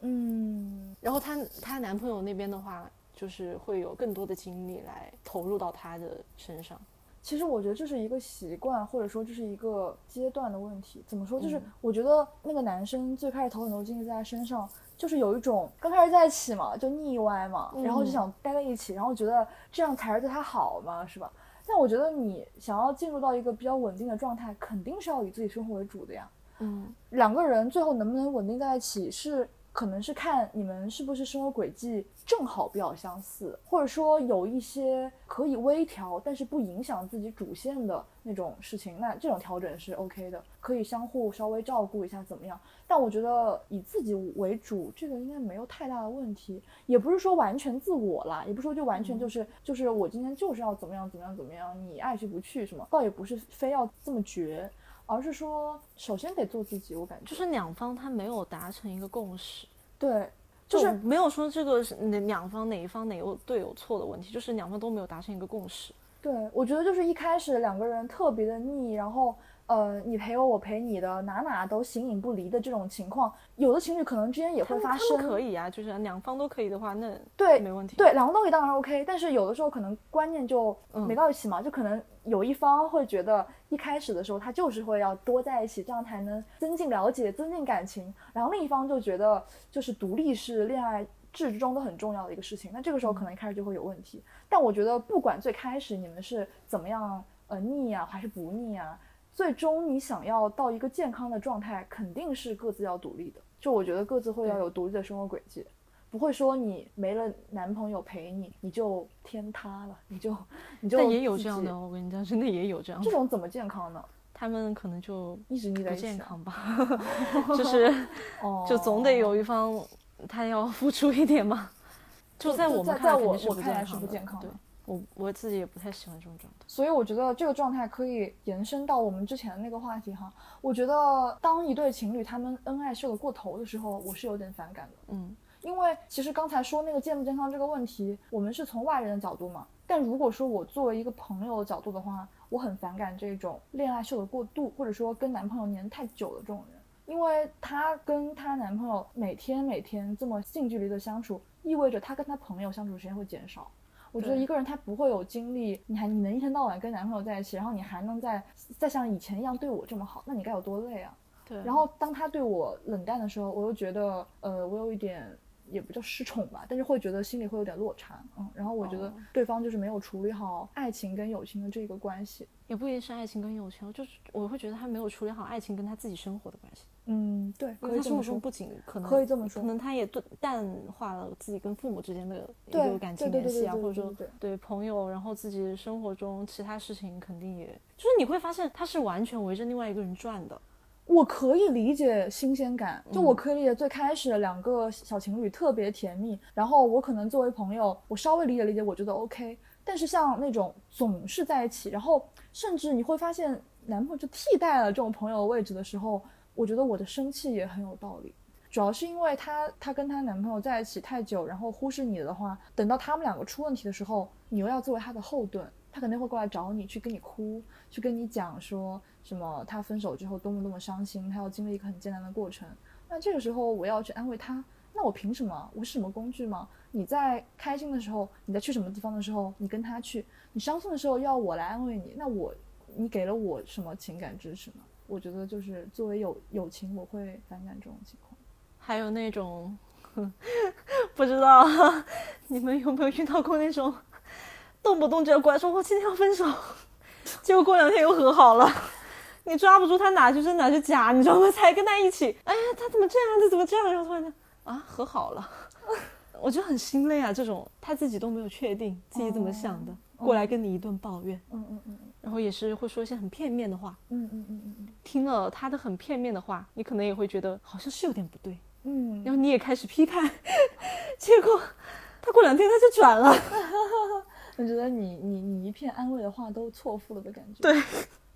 Speaker 1: 嗯，
Speaker 2: 然后她她男朋友那边的话，就是会有更多的精力来投入到她的身上。
Speaker 1: 其实我觉得这是一个习惯，或者说这是一个阶段的问题。怎么说？就是我觉得那个男生最开始投很多精力在他身上，就是有一种刚开始在一起嘛，就腻歪嘛，然后就
Speaker 2: 嗯
Speaker 1: 想待在一起，然后觉得这样才是对他好嘛，是吧？但我觉得你想要进入到一个比较稳定的状态，肯定是要以自己生活为主的呀。
Speaker 2: 嗯
Speaker 1: 两个人最后能不能稳定在一起是，可能是看你们是不是生活轨迹正好比较相似，或者说有一些可以微调，但是不影响自己主线的那种事情，那这种调整是 OK 的，可以相互稍微照顾一下怎么样？但我觉得以自己为主，这个应该没有太大的问题，也不是说完全自我啦，也不是说就完全
Speaker 2: 嗯
Speaker 1: 就是、就是我今天就是要怎么样怎么样怎么样，你爱去不去什么，倒也不是非要这么绝。而是说，首先得做自己，我感觉
Speaker 2: 就是两方他没有达成一个共识，
Speaker 1: 对，就是
Speaker 2: 没有说这个是哪两方哪一方哪有对有错的问题，就是两方都没有达成一个共识。
Speaker 1: 对，我觉得就是一开始两个人特别的腻，然后呃，你陪我，我陪你的，哪哪都形影不离的这种情况，有的情侣可能之间也
Speaker 2: 他
Speaker 1: 会
Speaker 2: 们
Speaker 1: 发
Speaker 2: 他
Speaker 1: 生。
Speaker 2: 们可以啊，就是两方都可以的话，那
Speaker 1: 对
Speaker 2: 没问题。
Speaker 1: 对，两个东西当然 OK，但是有的时候可能观念就
Speaker 2: 嗯
Speaker 1: 没到一起嘛，就可能有一方会觉得一开始的时候他就是会要多在一起，这样才能增进了解、增进感情，然后另一方就觉得就是独立是恋爱。至之中都很重要的一个事情，那这个时候
Speaker 2: 嗯
Speaker 1: 可能一开始就会有问题。但我觉得，不管最开始你们是怎么样，呃，腻啊还是不腻啊，最终你想要到一个健康的状态，肯定是各自要独立的。就我觉得各自会要
Speaker 2: 对
Speaker 1: 有独立的生活轨迹。不会说你没了男朋友陪你，你就天塌了，你 就你就
Speaker 2: 但也有
Speaker 1: 自
Speaker 2: 这样
Speaker 1: 己
Speaker 2: 的哦，我跟你讲，真的也有这样的
Speaker 1: 这，种怎么健康呢？
Speaker 2: 他们可能就
Speaker 1: 一直腻在
Speaker 2: 不
Speaker 1: 一起
Speaker 2: 健
Speaker 1: 啊，
Speaker 2: 康 吧，就是
Speaker 1: 哦，
Speaker 2: 就总得有一方他要付出一点嘛。就
Speaker 1: 就
Speaker 2: 在
Speaker 1: 就
Speaker 2: 我们
Speaker 1: 在
Speaker 2: 看来
Speaker 1: 在
Speaker 2: 肯
Speaker 1: 我
Speaker 2: 定是
Speaker 1: 我
Speaker 2: 不
Speaker 1: 看来
Speaker 2: 健
Speaker 1: 是
Speaker 2: 康
Speaker 1: 不
Speaker 2: 的，
Speaker 1: 健康的
Speaker 2: 对，我我自己也不太喜欢这种状态。
Speaker 1: 所以我觉得这个状态可以延伸到我们之前的那个话题哈。我觉得当一对情侣他们恩爱秀得过头的时候，我是有点反感的。
Speaker 2: 嗯，
Speaker 1: 因为其实刚才说那个健不健康这个问题，我们是从外人的角度嘛。但如果说我作为一个朋友的角度的话，我很反感这种恋爱秀的过度，或者说跟男朋友黏太久的这种人，因为她跟她男朋友每天每天这么近距离的相处，意味着她跟她朋友相处的时间会减少。我觉得
Speaker 2: 对
Speaker 1: 一个人他不会有精力，你还你能一天到晚跟男朋友在一起，然后你还能再再像以前一样对我这么好，那你该有多累啊！
Speaker 2: 对。
Speaker 1: 然后当他对我冷淡的时候，我又觉得，呃，我有一点也不叫失宠吧，但是会觉得心里会有点落差，嗯。然后我觉得
Speaker 2: 哦
Speaker 1: 对方就是没有处理好爱情跟友情的这个关系，
Speaker 2: 也不一定是爱情跟友情，就是我会觉得他没有处理好爱情跟他自己生活的关系。
Speaker 1: 嗯，对，
Speaker 2: 因
Speaker 1: 可
Speaker 2: 为
Speaker 1: 以
Speaker 2: 他
Speaker 1: 这
Speaker 2: 生
Speaker 1: 么
Speaker 2: 活中
Speaker 1: 说，
Speaker 2: 不仅可能
Speaker 1: 可以这么说
Speaker 2: 可能他也对淡化了自己跟父母之间的一
Speaker 1: 对
Speaker 2: 个感情
Speaker 1: 对对
Speaker 2: 联系啊，
Speaker 1: 对对
Speaker 2: 或者
Speaker 1: 对
Speaker 2: 说
Speaker 1: 对对
Speaker 2: 对朋友，然后自己生活中其他事情肯定也，就是你会发现他是完全围着另外一个人转的。
Speaker 1: 我可以理解新鲜感，就
Speaker 2: 嗯
Speaker 1: 我可以理解最开始两个小情侣特别甜蜜，然后我可能作为朋友，我稍微理解理解，我觉得 OK。但是像那种总是在一起，然后甚至你会发现男朋友就替代了这种朋友的位置的时候，我觉得我的生气也很有道理。主要是因为她她跟她男朋友在一起太久，然后忽视你的话，等到他们两个出问题的时候，你又要作为她的后盾，她肯定会过来找你，去跟你哭，去跟你讲说什么她分手之后多么多么伤心，她要经历一个很艰难的过程。那这个时候我要去安慰她，那我凭什么？我是什么工具吗？你在开心的时候，你在去什么地方的时候，你跟她去；你伤心的时候要我来安慰你，那我你给了我什么情感支持呢？我觉得就是作为友友情，我会反感这种情况。
Speaker 2: 还有那种 不知道 你们有没有遇到过那种动不动就要过来说我今天要分手，结果过两天又和好了。你抓不住他哪是真哪是假，你知道吗？才跟他一起，哎呀，他怎么这样？他怎么这样？然后突然间啊，和好了， 我觉得很心累啊。这种他自己都没有确定自己怎么想的，过来跟你一顿抱怨，
Speaker 1: 嗯嗯嗯
Speaker 2: 然后也是会说一些很片面的话。
Speaker 1: 嗯嗯嗯嗯
Speaker 2: 听了他的很片面的话，你可能也会觉得好像是有点不对，
Speaker 1: 嗯
Speaker 2: 然后你也开始批判， 结果他过两天他就 转了。
Speaker 1: 我觉得你你你一片安慰的话都错付了的感觉。
Speaker 2: 对，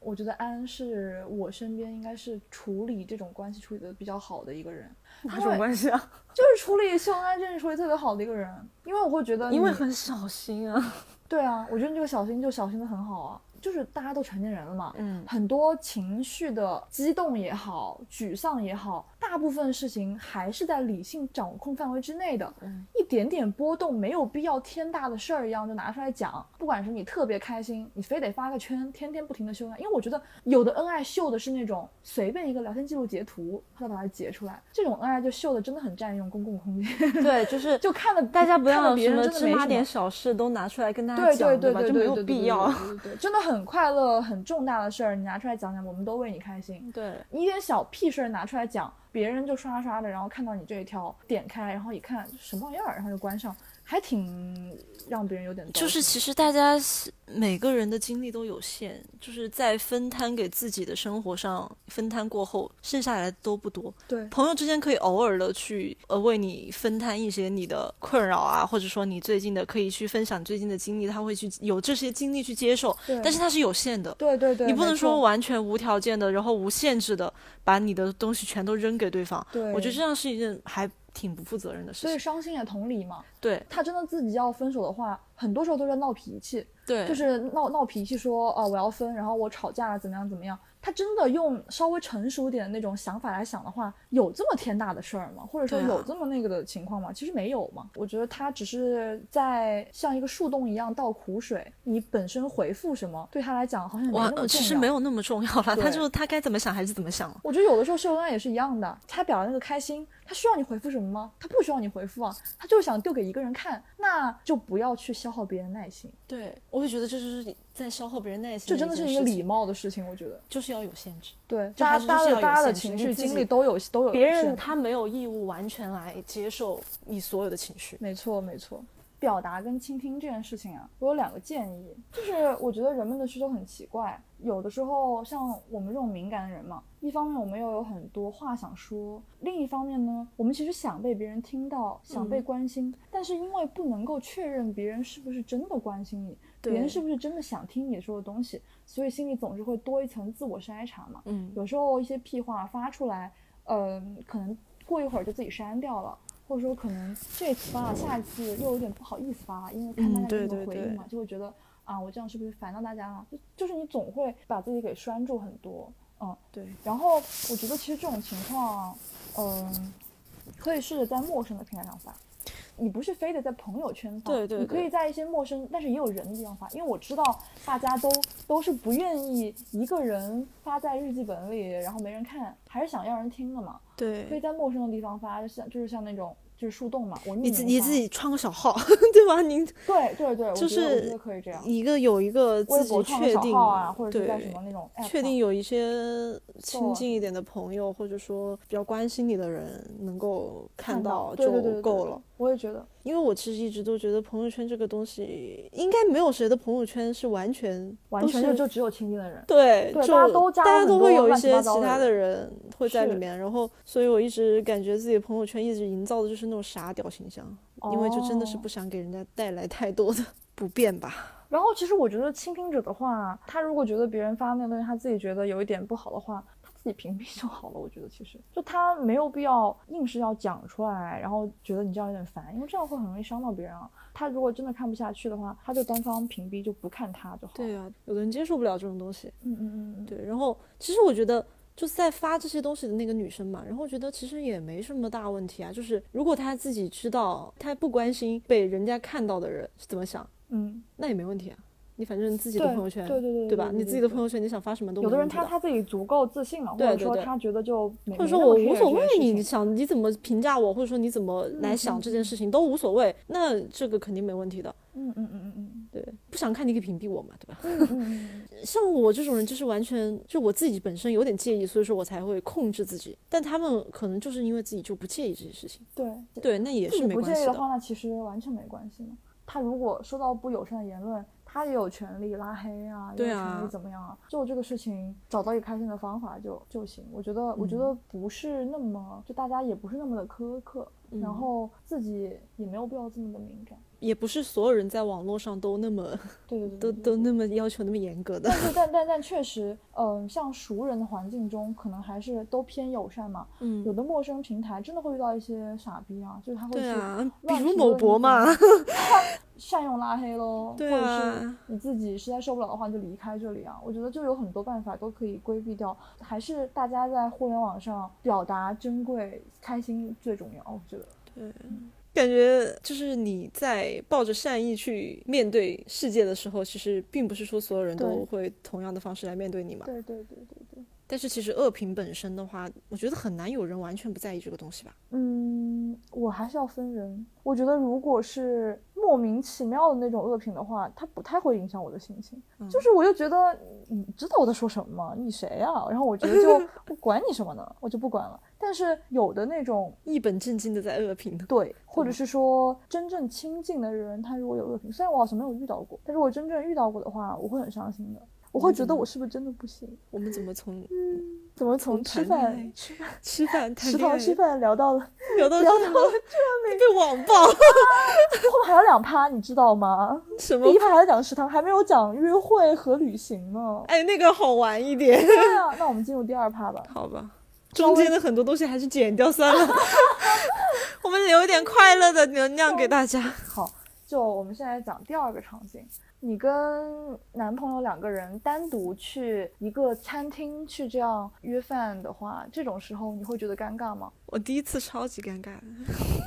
Speaker 1: 我觉得安是我身边应该是处理这种关系处理的比较好的一个人，
Speaker 2: 哪种关系啊？
Speaker 1: 就是处理秀恩爱这件事处理特别好的一个人，因为我会觉得你
Speaker 2: 因为很小心啊。
Speaker 1: 对啊，我觉得你这个小心就小心的很好啊。就是大家都成年人了嘛，
Speaker 2: 嗯
Speaker 1: 很多情绪的激动也好，沮丧也好，大部分事情还是在理性掌控范围之内的。
Speaker 2: 嗯
Speaker 1: 一点点波动没有必要天大的事儿一样就拿出来讲。不管是你特别开心，你非得发个圈，天天不停的秀恩爱，因为我觉得有的恩爱秀的是那种随便一个聊天记录截图，他就把它截出来，这种恩爱就秀的真的很占用公共空间，
Speaker 2: 对，就是
Speaker 1: 就看了
Speaker 2: 大家不
Speaker 1: 看
Speaker 2: 要
Speaker 1: 了别
Speaker 2: 什
Speaker 1: 人真的
Speaker 2: 芝
Speaker 1: 没
Speaker 2: 麻
Speaker 1: 什
Speaker 2: 点
Speaker 1: 么
Speaker 2: 小事都拿出来跟大家
Speaker 1: 对
Speaker 2: 讲，
Speaker 1: 对对
Speaker 2: 吧？
Speaker 1: 对，
Speaker 2: 就没有必要。
Speaker 1: 对，对对对真的很快乐、很重大的事儿，你拿出来讲讲，我们都为你开心。
Speaker 2: 对，
Speaker 1: 你一点小屁事儿拿出来讲，别人就刷刷的，然后看到你这一条，点开，然后一看什么玩意儿，然后就关上，还挺让别人有点糟
Speaker 3: 就是其实大家是每个人的精力都有限，就是在分摊给自己的生活上分摊过后，剩下来的都不多。
Speaker 1: 对
Speaker 3: 朋友之间可以偶尔的去呃为你分摊一些你的困扰啊，或者说你最近的可以去分享最近的经历，他会去有这些经历去接受，
Speaker 1: 对
Speaker 3: 但是它是有限的。
Speaker 1: 对对对，
Speaker 3: 你不
Speaker 1: 没
Speaker 3: 能说
Speaker 1: 错
Speaker 3: 完全无条件的，然后无限制的把你的东西全都扔给对方。
Speaker 1: 对，
Speaker 3: 我觉得这样是一件还挺不负责任的事
Speaker 1: 所以
Speaker 3: 情。
Speaker 1: 伤心也同理嘛。
Speaker 3: 对
Speaker 1: 他真的自己要分手的话，很多时候都在闹脾气，
Speaker 3: 对，
Speaker 1: 就是闹闹脾气说啊、我要分，然后我吵架了怎么样怎么样。他真的用稍微成熟点的那种想法来想的话，有这么天大的事儿吗？或者说
Speaker 3: 对啊
Speaker 1: 有这么那个的情况吗？其实没有嘛。我觉得他只是在像一个树洞一样倒苦水，你本身回复什么对他来讲好像也没
Speaker 3: 哇呃
Speaker 1: 那么重，要。
Speaker 3: 其实没有那么重要啦，
Speaker 1: 对
Speaker 3: 他就是他该怎么想还是怎么想了。
Speaker 1: 我觉得有的时候秀恩爱也是一样的，他表达那个开心，他需要你回复什么吗？他不需要你回复啊，他就是想丢给一个人看，那就不要去消耗别人耐心，
Speaker 3: 对，我也觉得这就是在消耗别人耐心。
Speaker 1: 这真的是一个礼
Speaker 3: 理，
Speaker 1: 貌的事情，我觉得。
Speaker 3: 就是要有限制。
Speaker 1: 对，
Speaker 3: 就
Speaker 1: 大
Speaker 3: 还
Speaker 1: 家
Speaker 3: 是需要
Speaker 1: 大家的
Speaker 3: 有
Speaker 1: 大家的
Speaker 3: 限制
Speaker 1: 情
Speaker 3: 你
Speaker 1: 绪
Speaker 3: 自
Speaker 1: 经
Speaker 3: 己
Speaker 1: 历都有都有
Speaker 2: 别
Speaker 1: 限
Speaker 2: 人他没有义务完全来接受你所有的情绪。
Speaker 1: 没错，没错。表达跟倾听这件事情啊，我有两个建议，就是我觉得人们的需求很奇怪，有的时候像我们这种敏感的人嘛，一方面我们又有很多话想说，另一方面呢，我们其实想被别人听到，想被
Speaker 2: 嗯
Speaker 1: 关心，但是因为不能够确认别人是不是真的关心你，别
Speaker 2: 对
Speaker 1: 人是不是真的想听你说的东西，所以心里总是会多一层自我筛查嘛。
Speaker 2: 嗯，
Speaker 1: 有时候一些屁话发出来，嗯、可能过一会儿就自己删掉了，或者说可能这次发了，下一次又有点不好意思发了，因为看大
Speaker 2: 嗯
Speaker 1: 家有
Speaker 2: 对
Speaker 1: 什么
Speaker 2: 对
Speaker 1: 回应嘛，就会觉得啊，我这样是不是烦到大家了？就就是你总会把自己给拴住很多，嗯，
Speaker 2: 对。
Speaker 1: 然后我觉得其实这种情况，嗯、可以试着在陌生的平台上发。你不是非得在朋友圈发，
Speaker 2: 对对
Speaker 1: 你可
Speaker 2: 对
Speaker 1: 以在一些陌生但是也有人的地方发，因为我知道大家都都是不愿意一个人发在日记本里，然后没人看，还是想要人听的嘛。可以
Speaker 2: 对，
Speaker 1: 在陌生的地方发，就像就是像那种就是树洞嘛，我匿
Speaker 2: 你自
Speaker 1: 名
Speaker 2: 你
Speaker 1: 发
Speaker 2: 自己创个小号， 对吧？您
Speaker 1: 对对对，我
Speaker 2: 就
Speaker 1: 觉得我觉
Speaker 2: 是
Speaker 1: 得可以这样，
Speaker 2: 一个有一个
Speaker 1: 微
Speaker 2: 自己
Speaker 1: 博创个
Speaker 2: 确
Speaker 1: 小
Speaker 2: 定
Speaker 1: 号啊，或者是在什
Speaker 2: 对
Speaker 1: 么那种 app 啊
Speaker 2: 确定
Speaker 1: 上
Speaker 2: 有一些亲近一点的朋友，或者说比较关心你的人能够看
Speaker 1: 看
Speaker 2: 到
Speaker 1: 对
Speaker 2: 就
Speaker 1: 对对对
Speaker 2: 够
Speaker 1: 对
Speaker 2: 了。
Speaker 1: 我也觉得，
Speaker 2: 因为我其实一直都觉得朋友圈这个东西，应该没有谁的朋友圈是完全
Speaker 1: 完
Speaker 2: 都
Speaker 1: 全
Speaker 2: 是
Speaker 1: 就就只有亲近的人，
Speaker 2: 对，
Speaker 1: 对
Speaker 2: 就
Speaker 1: 大家都加了
Speaker 2: 大家
Speaker 1: 很
Speaker 2: 都
Speaker 1: 多
Speaker 2: 会有一
Speaker 1: 乱七
Speaker 2: 些
Speaker 1: 八
Speaker 2: 其
Speaker 1: 糟的
Speaker 2: 他的人会在里
Speaker 1: 是
Speaker 2: 面，然后，所以我一直感觉自己朋友圈一直营造的就是那种傻屌形象，因为就真的是
Speaker 1: 哦
Speaker 2: 不想给人家带来太多的 不便吧。
Speaker 1: 然后，其实我觉得倾听者的话，他如果觉得别人发那个东西，他自己觉得有一点不好的话，他自己屏蔽就好了。我觉得其实就他没有必要硬是要讲出来，然后觉得你这样有点烦，因为这样会很容易伤到别人啊。他如果真的看不下去的话，他就单方屏蔽，就不看他就好。
Speaker 2: 对啊，有的人接受不了这种东西。
Speaker 1: 嗯嗯嗯嗯，
Speaker 2: 对，然后其实我觉得就是在发这些东西的那个女生嘛，然后我觉得其实也没什么大问题啊，就是如果她自己知道她不关心被人家看到的人是怎么想，
Speaker 1: 嗯，
Speaker 2: 那也没问题啊。你反正自己的
Speaker 1: 对
Speaker 2: 朋友圈，
Speaker 1: 对对对
Speaker 2: 吧？你自己的朋
Speaker 1: 友，
Speaker 2: 友圈，你想发什么都没
Speaker 1: 有的人
Speaker 2: 问题
Speaker 1: 他他自己足够自信嘛，或
Speaker 2: 对
Speaker 1: 者
Speaker 2: 对
Speaker 1: 说
Speaker 2: 对
Speaker 1: 他觉得就没
Speaker 2: 或者说
Speaker 1: 没那么
Speaker 2: 我
Speaker 1: care
Speaker 2: 无所
Speaker 1: 这件
Speaker 2: 谓，
Speaker 1: 事
Speaker 2: 你
Speaker 1: 情嗯
Speaker 2: 想你怎么评价我，或者说你怎么来想这件事情都无所谓，那这个肯定没问题的。
Speaker 1: 嗯嗯嗯嗯
Speaker 2: 对，不想看你可以屏蔽我嘛，对吧？
Speaker 1: 嗯嗯嗯嗯，
Speaker 2: 像我这种人，就是完全就我自己本身有点介意，所以说我才会控制自己。但他们可能就是因为自己就不介意这些事情，
Speaker 1: 对。
Speaker 2: 对，那也
Speaker 1: 自
Speaker 2: 是
Speaker 1: 己
Speaker 2: 没
Speaker 1: 不
Speaker 2: 关
Speaker 1: 介
Speaker 2: 系
Speaker 1: 意的
Speaker 2: 的。
Speaker 1: 话，那其实完全没关系嘛。他如果受到不友善的言论，他也有权利拉黑啊，也
Speaker 2: 对
Speaker 1: 有
Speaker 2: 啊
Speaker 1: 权利怎么样啊？就这个事情，找到一个开心的方法就就行。我觉得，我觉得不是那么，就大家也不是那么的苛刻，
Speaker 2: 嗯
Speaker 1: 然后自己也没有必要这么的敏感。
Speaker 2: 也不是所有人在网络上都那么
Speaker 1: 对对对
Speaker 2: 都
Speaker 1: 对
Speaker 2: 都那么要求那么严格的
Speaker 1: 但。是但但但确实，嗯、像熟人的环境中，可能还是都偏友善嘛。有
Speaker 2: 嗯，
Speaker 1: 的陌生平台真的会遇到一些傻逼啊，就是他会
Speaker 2: 对
Speaker 1: 去
Speaker 2: 啊，比
Speaker 1: 乱
Speaker 2: 如
Speaker 1: 评
Speaker 2: 某
Speaker 1: 论
Speaker 2: 博
Speaker 1: 你
Speaker 2: 嘛，
Speaker 1: 善用拉黑喽，
Speaker 4: 对
Speaker 1: 或者是
Speaker 4: 啊
Speaker 1: 你自己实在受不了的话，你就离开这里啊。我觉得就有很多办法都可以规避掉，还是大家在互联网上表达珍贵、开心最重要。我觉得，
Speaker 2: 感觉就是你在抱着善意去面对世界的时候，其实并不是说所有人
Speaker 1: 对
Speaker 2: 都会同样的方式来面对你嘛。
Speaker 1: 对对对对对，
Speaker 2: 但是其实恶评本身的话，我觉得很难有人完全不在意这个东西吧。
Speaker 1: 嗯，我还是要分人。我觉得如果是莫名其妙的那种恶评的话，它不太会影响我的心情。就是我就觉得嗯你知道我在说什么吗？你谁呀、然后我觉得就我管你什么呢，我就不管了。但是有的那种
Speaker 2: 一本正经的在恶评的，
Speaker 1: 对，或者
Speaker 2: 嗯
Speaker 1: 是说真正亲近的人，他如果有恶评，虽然我好像没有遇到过，但是我真正遇到过的话，我会很伤心的。我会觉得我是不是真的不行？
Speaker 2: 我们怎么从
Speaker 1: 怎么从吃
Speaker 2: 嗯从谈恋
Speaker 1: 饭
Speaker 2: 爱、 吃饭、谈
Speaker 1: 嗯食
Speaker 2: 恋
Speaker 1: 堂
Speaker 2: 爱
Speaker 1: 吃饭聊到了，
Speaker 2: 聊到
Speaker 1: 聊
Speaker 2: 这
Speaker 1: 到
Speaker 2: 么被网暴？
Speaker 1: 后面还有两趴，你知道吗？
Speaker 2: 什么。
Speaker 1: 第一？趴还在讲食堂，还没有讲约会和旅行呢
Speaker 2: 哎，那个好玩一点，
Speaker 1: 对啊，那我们进入第二趴吧。
Speaker 2: 好吧。中间的很多东西还是剪掉 算了，我们留一点快乐的能量给大家。
Speaker 1: 好，就我们现在讲第二个场景，你跟男朋友两个人单独去一个餐厅去这样约饭的话，这种时候你会觉得尴尬吗？
Speaker 2: 我第一次超级尴尬，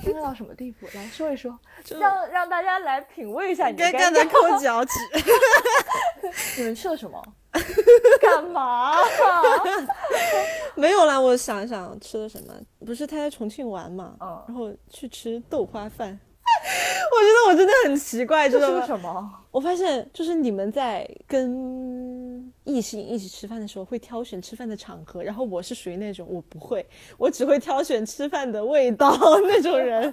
Speaker 1: 尴尬到什么地步？来说一说，
Speaker 2: 就
Speaker 1: 让让大家来品味一下你的
Speaker 2: 尴
Speaker 1: 尴
Speaker 2: 尬的抠 脚趾。
Speaker 1: 你们吃了什 么？干嘛？啊
Speaker 2: 没有啦，我想一想吃了什么，不是他在重庆玩嘛，
Speaker 1: 嗯
Speaker 2: 然后去吃豆花饭。 我觉得我真的很奇怪，知
Speaker 1: 这
Speaker 2: 道
Speaker 1: 是
Speaker 2: 吗？
Speaker 1: 什么？
Speaker 2: 我发现就是你们在跟异性一起吃饭的时候，会挑选吃饭的场合，然后我是属于那种我不会，我只会挑选吃饭的味道 那种人，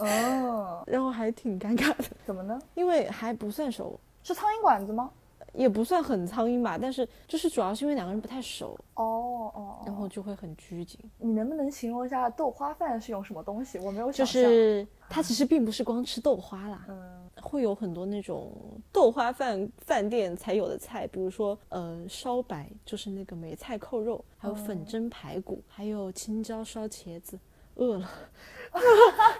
Speaker 1: 嗯，
Speaker 2: 然后还挺尴尬的，
Speaker 1: 怎么呢？
Speaker 2: 因为还不算熟，
Speaker 1: 是苍蝇馆子吗？
Speaker 2: 也不算很苍蝇吧，但是就是主要是因为两个人不太熟，
Speaker 1: 哦哦，
Speaker 2: 然后就会很拘谨。
Speaker 1: 你能不能形容一下豆花饭是用什么东西？我没有
Speaker 2: 就
Speaker 1: 想象。
Speaker 2: 是它其实并不是光吃豆花啦，
Speaker 1: 嗯，
Speaker 2: 会有很多那种豆花饭饭店才有的菜，比如说呃烧白，就是那个梅菜扣肉，还有粉蒸排骨，还有青椒烧茄子。饿了，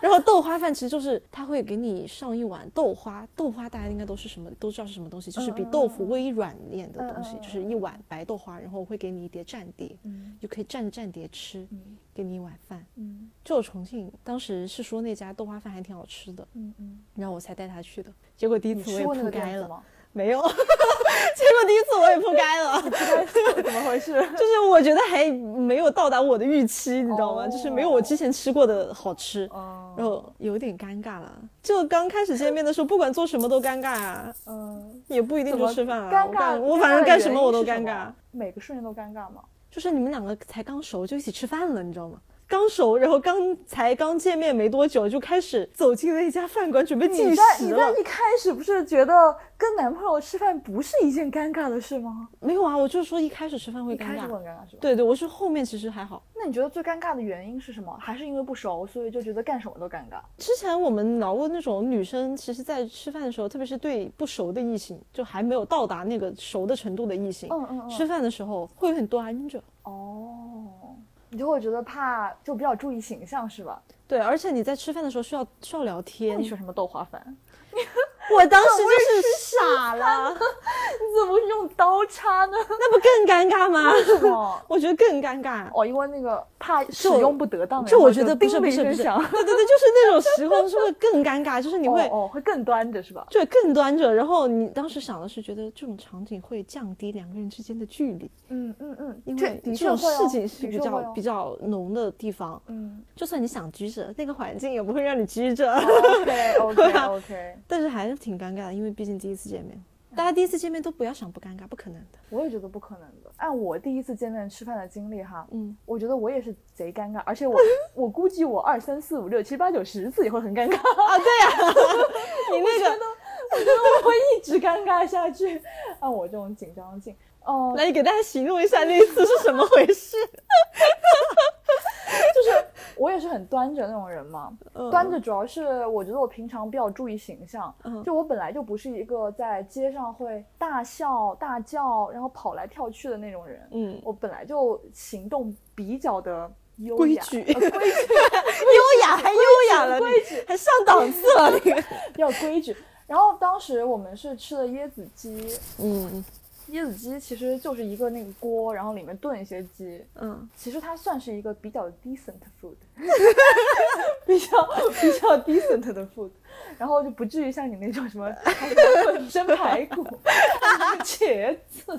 Speaker 2: 然后豆花饭其实就是它会给你上一碗豆花，豆花大家应该都是什么都知道是什么东西，就是比
Speaker 1: 嗯嗯
Speaker 2: 豆腐微软一点的
Speaker 1: 嗯
Speaker 2: 东西，
Speaker 1: 嗯
Speaker 2: 就是一碗白豆花，然后会给你一碟蘸碟，
Speaker 1: 嗯
Speaker 2: 就可以蘸着蘸碟吃，
Speaker 1: 嗯
Speaker 2: 给你一碗饭。
Speaker 1: 嗯
Speaker 2: 就重庆当时是说那家豆花饭还挺好吃的，
Speaker 1: 嗯嗯，
Speaker 2: 然后我才带他去的。结果第一
Speaker 1: 你
Speaker 2: 次我
Speaker 1: 吃
Speaker 2: 也
Speaker 1: 过那
Speaker 2: 扑
Speaker 1: 个店
Speaker 2: 街
Speaker 1: 子
Speaker 2: 了，
Speaker 1: 吗？
Speaker 2: 没有。结果第一次我也扑街了，
Speaker 1: 怎么回事？
Speaker 2: 就是我觉得还没有到达我的预期，你知道吗？
Speaker 1: 哦
Speaker 2: 就是没有我之前吃过的好吃，然
Speaker 1: 嗯
Speaker 2: 后有点尴尬了。就刚开始见面的时候，不管做什么都尴尬啊，
Speaker 1: 嗯，
Speaker 2: 也不一定
Speaker 1: 怎
Speaker 2: 就
Speaker 1: 么
Speaker 2: 吃饭啊。
Speaker 1: 尴
Speaker 2: 我
Speaker 1: 尬？
Speaker 2: 干我反正
Speaker 1: 的
Speaker 2: 干
Speaker 1: 原
Speaker 2: 什么
Speaker 1: 因
Speaker 2: 我都
Speaker 1: 是什
Speaker 2: 尴
Speaker 1: 么啊
Speaker 2: 尬。，
Speaker 1: 每个瞬间都尴尬吗？
Speaker 2: 就是你们两个才刚熟就一起吃饭了，你知道吗？刚熟，然后刚才刚见面没多久就开始走进了一家饭馆，准备进
Speaker 1: 你在你
Speaker 2: 食
Speaker 1: 在
Speaker 2: 了。
Speaker 1: 一开始不是觉得跟男朋友吃饭不是一件尴尬的事吗？
Speaker 2: 没有啊，我就说一开始吃饭会
Speaker 1: 一
Speaker 2: 尴
Speaker 1: 开始
Speaker 2: 尬
Speaker 1: 会。很尴尬是吧？
Speaker 2: 对对，我是后面其实还好。
Speaker 1: 那你觉得最尴尬的原因是什么？还是因为不熟，所以就觉得干什么都尴尬？
Speaker 2: 之前我们聊过那种女生，其实在吃饭的时候，特别是对不熟的异性，就还没有到达那个熟的程度的异性，
Speaker 1: 嗯嗯嗯。
Speaker 2: 吃饭的时候会很端着。
Speaker 1: 哦，你就会觉得怕，就比较注意形象是吧？
Speaker 2: 对，而且你在吃饭的时候需要需要聊天。
Speaker 1: 你说什么豆花饭？
Speaker 2: 我当时就是傻了，
Speaker 1: 你怎么用刀叉呢？
Speaker 2: 那不更尴尬吗？
Speaker 1: 什么？
Speaker 2: 我觉得更尴尬。
Speaker 1: 哦，因为那个怕使
Speaker 2: 就
Speaker 1: 用不得当，
Speaker 2: 就
Speaker 1: 然
Speaker 2: 我
Speaker 1: 后
Speaker 2: 觉得不
Speaker 1: 叮
Speaker 2: 是
Speaker 1: 的
Speaker 2: 不
Speaker 1: 一
Speaker 2: 是不
Speaker 1: 声
Speaker 2: 是，对
Speaker 1: 响，
Speaker 2: 对对，就是那种时候是会更尴尬，就是你会
Speaker 1: 哦哦会更端着是吧？
Speaker 2: 对更端着，然后你当时想的是觉得这种场景会降低两个人之间的距离，
Speaker 1: 嗯嗯嗯，
Speaker 2: 因
Speaker 1: 这
Speaker 2: 为
Speaker 1: 的
Speaker 2: 这
Speaker 1: 确
Speaker 2: 种
Speaker 1: 会哦
Speaker 2: 事情是
Speaker 1: 的
Speaker 2: 比
Speaker 1: 确
Speaker 2: 较
Speaker 1: 会哦
Speaker 2: 比较浓的地方，
Speaker 1: 嗯
Speaker 2: 就算你想拘着，那个环境也不会让你拘着，
Speaker 1: ，OK OK
Speaker 2: 啊
Speaker 1: OK，
Speaker 2: 但是还是挺尴尬的，因为毕竟第一次见面，大家第一次见面都不要想不尴尬，不可能的。
Speaker 1: 我也觉得不可能的。按我第一次见面吃饭的经历哈，
Speaker 2: 嗯，
Speaker 1: 我觉得我也是贼尴尬，而 且我我估计我二三四五六七八九十次也会很尴尬
Speaker 2: 哦
Speaker 1: 啊。对呀、你那个，我觉得我会一直尴尬下去。按我这种紧张劲，哦、
Speaker 2: 来，你给大家形容一下那一次是什么回事？
Speaker 1: 我也是很端着那种人嘛，
Speaker 2: 嗯
Speaker 1: 端着主要是我觉得我平常比较注意形象，
Speaker 2: 嗯
Speaker 1: 就我本来就不是一个在街上会大笑大叫，然后跑来跳去的那种人，
Speaker 2: 嗯
Speaker 1: 我本来就行动比较的优
Speaker 2: 哦规
Speaker 1: 雅
Speaker 2: 矩
Speaker 1: 呃规 矩
Speaker 2: 优雅还优雅了，
Speaker 1: 规
Speaker 2: 你还上档次了，你。
Speaker 1: 要规矩。 然后当时我们是吃了椰子鸡，
Speaker 2: 嗯，
Speaker 1: 椰子鸡其实就是一个那个锅，然后里面炖一些鸡。
Speaker 5: 嗯，
Speaker 1: 其实它算是一个比较 decent food，比较比较 decent 的 food，然后就不至于像你那种什么粉蒸 排骨、茄子。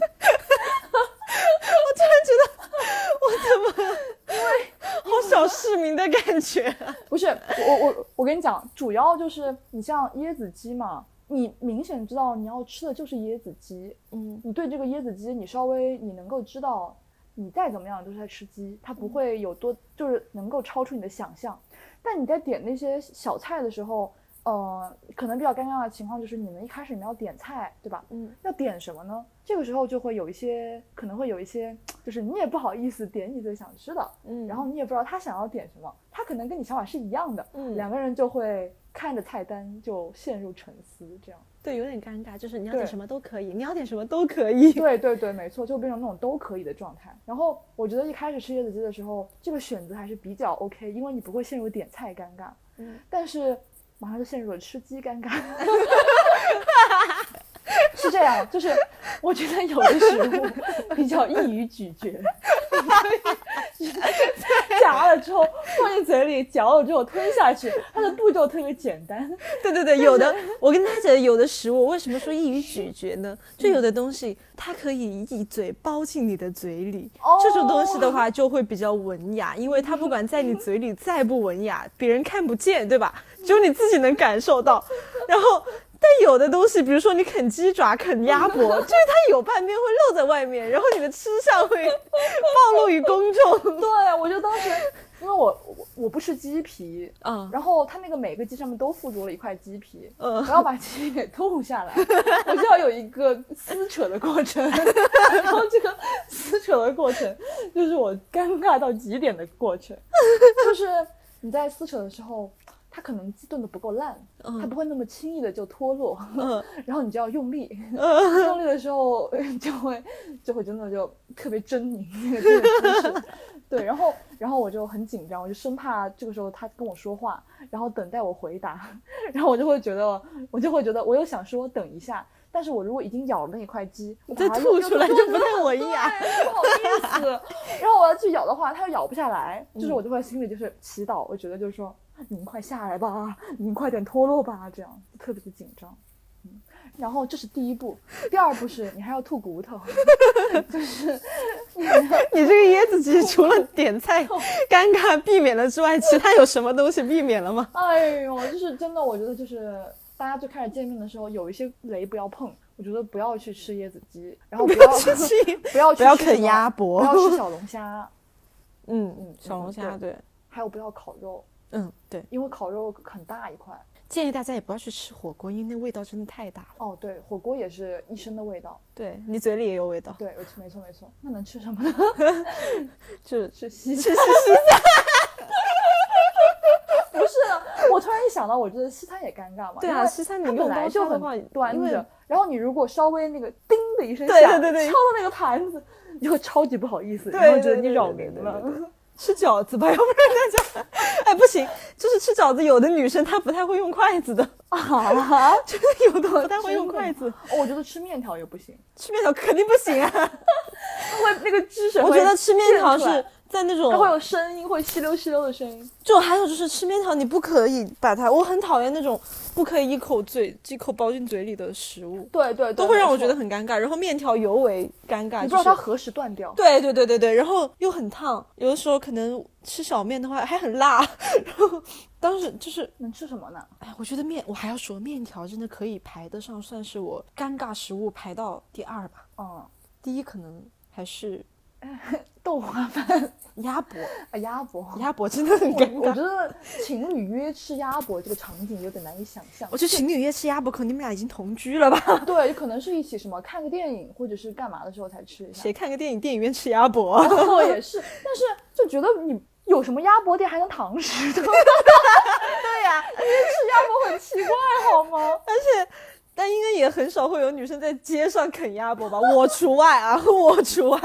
Speaker 2: 好小市民的感觉啊。
Speaker 1: 不是我我我跟你讲，主要就是你像椰子鸡嘛，你明显知道你要吃的就是椰子鸡，
Speaker 2: 嗯
Speaker 1: 你对这个椰子鸡，你稍微你能够知道，你再怎么样都是在吃鸡，它
Speaker 2: 嗯
Speaker 1: 不会有多，就是能够超出你的想象。但你在点那些小菜的时候，呃，可能比较尴尬的情况就是你们一开始你们要点菜，对吧？
Speaker 2: 嗯，
Speaker 1: 要点什么呢？这个时候就会有一些，可能会有一些，就是你也不好意思点你最想吃的，
Speaker 2: 嗯
Speaker 1: 然后你也不知道他想要点什么，他可能跟你想法是一样的，
Speaker 2: 嗯
Speaker 1: 两个人就会看着菜单就陷入沉思，这样。
Speaker 2: 对，有点尴尬，就是你要
Speaker 1: 对
Speaker 2: 点什么都可以，你要点什么都可以。
Speaker 1: 对对对，没错，就变成那种都可以的状态。然后我觉得一开始吃椰子鸡的时候，这个选择还是比较 OK，因为你不会陷入点菜尴尬，
Speaker 2: 嗯
Speaker 1: 但是马上就陷入了吃鸡尴尬。是这样，就是我觉得有的食物比较易于咀嚼，夹了之后放进嘴里，嚼了之后吞下去，它的步骤特别简单。
Speaker 2: 对对对，有的，我跟大家讲，有的食物为什么说易于咀嚼呢？
Speaker 1: 嗯
Speaker 2: 就有的东西它可以一嘴包进你的嘴里，
Speaker 1: 哦
Speaker 2: 这种东西的话就会比较文雅，因为它不管在你嘴里再不文雅，别人看不见，对吧？
Speaker 1: 嗯
Speaker 2: 只有你自己能感受 到。然后，但有的东西，比如说你啃鸡爪、啃鸭 脖，就是它有半边会露在外面，然后你的吃相会暴露于公 众。
Speaker 1: 对，我就当时，因为我我我不吃鸡皮，
Speaker 2: 啊，
Speaker 1: 然后它那个每个鸡上面都附着了一块鸡皮，
Speaker 2: 嗯
Speaker 1: 我要把鸡皮给吐下来，我就要有一个撕扯的过程， 然后这个撕扯的过程就是我尴尬到极点的过程，就是你在撕扯的时候。它可能鸡炖的不够烂，它不会那么轻易的就脱落，然后你就要用 力，用力的时候就会就会真的就特别狰狞 那个那个姿势，对，然后然后我就很紧张，我就生怕这个时候他跟我说话，然后等待我回答，然后我就会觉得我就会觉得我又想说等一下，但是我如果已经咬了那一块鸡，我
Speaker 2: 再
Speaker 1: 把它
Speaker 2: 吐
Speaker 1: 又
Speaker 2: 出来
Speaker 1: 又
Speaker 2: 就不太文雅。
Speaker 1: 对哎不好意思。然后我要去咬的话，它又咬不下来，
Speaker 2: 嗯
Speaker 1: 就是我就会心里就是祈祷，我觉得就是说，你们快下来吧，你们快点脱落吧，这样特别的紧张。嗯，然后这是第一步，第二步是你还要吐骨头， 就是
Speaker 2: 你这个椰子鸡除了点菜尴尬避免了之外，其他有什么东西避免了吗？
Speaker 1: 哎呦，就是真的，我觉得就是大家最开始见面的时候，有一些雷不要碰。我觉得不要去吃椰子鸡，然后不 要
Speaker 2: 吃鸡，
Speaker 1: 不要去
Speaker 2: 不要
Speaker 1: 吃
Speaker 2: 啃
Speaker 1: 什么
Speaker 2: 鸭脖
Speaker 1: 不要吃 小龙虾，
Speaker 2: 嗯
Speaker 1: 嗯
Speaker 2: 小龙虾对，
Speaker 1: 还有不要烤肉，
Speaker 2: 嗯对，
Speaker 1: 因为烤肉很大一块。
Speaker 2: 建议大家也不要去吃火锅，因为那味道真的太大了。
Speaker 1: 哦，对，火锅也是一身的味道。
Speaker 2: 对你嘴里也有味道，
Speaker 1: 对，没错，没错，没错。那能吃什么呢？
Speaker 2: 就是
Speaker 1: 吃西
Speaker 2: 是是是，
Speaker 1: 不是，啊我突然一想到，我觉得西餐也尴尬嘛。
Speaker 2: 对
Speaker 1: 因
Speaker 2: 啊，
Speaker 1: 为
Speaker 2: 西餐你
Speaker 1: 它
Speaker 2: 用
Speaker 1: 本来
Speaker 2: 刀
Speaker 1: 就
Speaker 2: 削的话
Speaker 1: 很，端
Speaker 2: 因为
Speaker 1: 着，然后你如果稍微那个叮的一声
Speaker 2: 对
Speaker 1: 响
Speaker 2: 对对对
Speaker 1: 敲到那个盘子，你就超级不好意思，
Speaker 2: 对
Speaker 1: 然后觉得
Speaker 2: 对
Speaker 1: 你
Speaker 2: 对
Speaker 1: 扰
Speaker 2: 对
Speaker 1: 民
Speaker 2: 对
Speaker 1: 了。
Speaker 2: 对吃饺子吧，要不然大家，哎不行，就是吃饺子，有的女生她不太会用筷子的，
Speaker 1: 啊！
Speaker 2: 真的有的不太会用筷子，
Speaker 1: 哦我觉得吃面条也不 行，
Speaker 2: 吃面条肯定不 行啊。
Speaker 1: 它会那个汁水
Speaker 2: 我
Speaker 1: 会溅出来，
Speaker 2: 觉得吃面条是在那种
Speaker 1: 它会有声音，会吸溜吸溜的声音。
Speaker 2: 就还有就是吃面条，你不可以把它，我很讨厌那种不可以一口嘴几口包进嘴里的食物，
Speaker 1: 对对对，
Speaker 2: 都会让
Speaker 1: 没
Speaker 2: 我觉
Speaker 1: 错
Speaker 2: 得很尴尬。然后面条尤为尴尬，
Speaker 1: 你不
Speaker 2: 就
Speaker 1: 知道
Speaker 2: 是
Speaker 1: 它何时断掉。
Speaker 2: 对对对对对，然后又很烫，有的时候可能吃小面的话还很辣， 然后当时就是
Speaker 1: 能吃什么呢？
Speaker 2: 哎，我觉得面我还要说面条真的可以排得上，算是我尴尬食物排到第二吧，
Speaker 1: 嗯，
Speaker 2: 第一可能还是
Speaker 1: 豆花 饭、
Speaker 2: 鸭脖，
Speaker 1: 啊鸭脖。
Speaker 2: 鸭脖真的很尴
Speaker 1: 我我
Speaker 2: 尬。
Speaker 1: 觉得情侣约吃鸭脖这个场景有点难以想象
Speaker 2: 我。觉得情侣约吃鸭脖，可能你们俩已经同居了吧？
Speaker 1: 对，可能是一起什么看个电影或者是干嘛的时候才吃一下
Speaker 2: 谁。看个电影，电影院吃鸭脖？
Speaker 1: 然后也是，但是就觉得你有什么鸭脖店还能堂食 的？对呀、因为吃鸭脖很奇怪好吗？
Speaker 2: 但应该也 很少会有女生在街上啃鸭脖吧？我除外啊，我除外。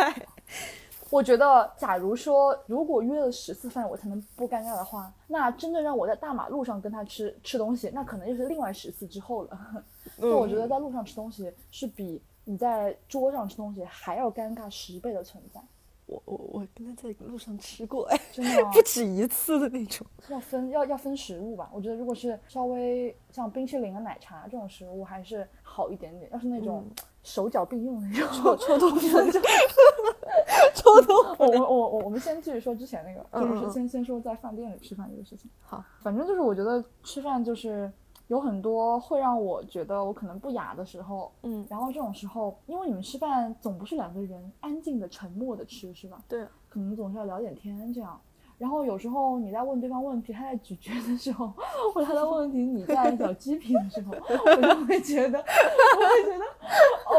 Speaker 1: 我觉得，假如说如果约了十次饭我才能不尴尬的话，那真的让我在大马路上跟他吃吃东西，那可能又是另外十次之后了。所以我觉
Speaker 2: 嗯
Speaker 1: 得在路上吃东西是比你在桌上吃东西还要尴尬十倍的存在，
Speaker 2: 我我我跟他在路上吃过，哎，
Speaker 1: 真的、啊。
Speaker 2: 不止一次的那 种。
Speaker 1: 要分要要分食物吧，我觉得如果是稍微像冰淇淋啊、奶茶这种食物还是好一点点，要是那种手脚并用的那种臭豆腐，
Speaker 2: 臭豆
Speaker 1: 我我我我我们先继续说之前那个，就
Speaker 2: 嗯嗯
Speaker 1: 是
Speaker 2: 嗯
Speaker 1: 先先说在饭店里吃饭这个事情。
Speaker 2: 好，
Speaker 1: 反正就是我觉得吃饭就是有很多会让我觉得我可能不雅的时候，
Speaker 2: 嗯，
Speaker 1: 然后这种时候，因为你们吃饭总不是两个人安静的、沉默的吃，是吧？
Speaker 2: 对，
Speaker 1: 可能总是要聊点天这样。然后有时候你在问对方问题，他在咀嚼的时候， 或者他在问问题，你在咬鸡皮的时候，我就会觉得，我会觉得，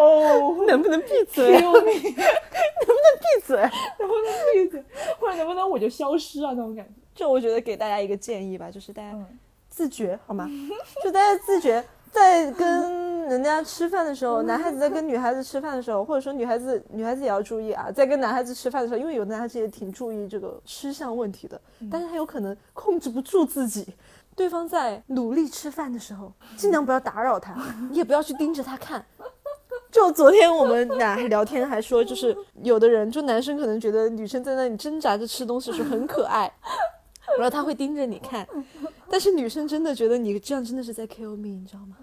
Speaker 1: 哦，
Speaker 2: 能不能闭嘴？
Speaker 1: 救命！
Speaker 2: 闭嘴！
Speaker 1: 能不 能闭嘴？或者能不能我就消失啊？那种感觉。
Speaker 2: 就我觉得给大家一个建议吧，就是大家
Speaker 1: 嗯，
Speaker 2: 自觉好吗？ 就大家自觉，在跟人家吃饭的时候，男孩子在跟女孩子吃饭的时候，或者说女孩子女孩子也要注意啊，在跟男孩子吃饭的时候，因为有的男孩子也挺注意这个吃相问题的，但是他有可能控制不住自己。对方在努力吃饭的时候，尽量不要打扰他， 你也不要去盯着他看。就昨天我们俩还聊天还说，就是有的人，就男生可能觉得女生在那里挣扎着吃东西的时候很可爱，然后他会盯着你看，但是女生真的觉得你这样真的是在 kill me，你知道吗？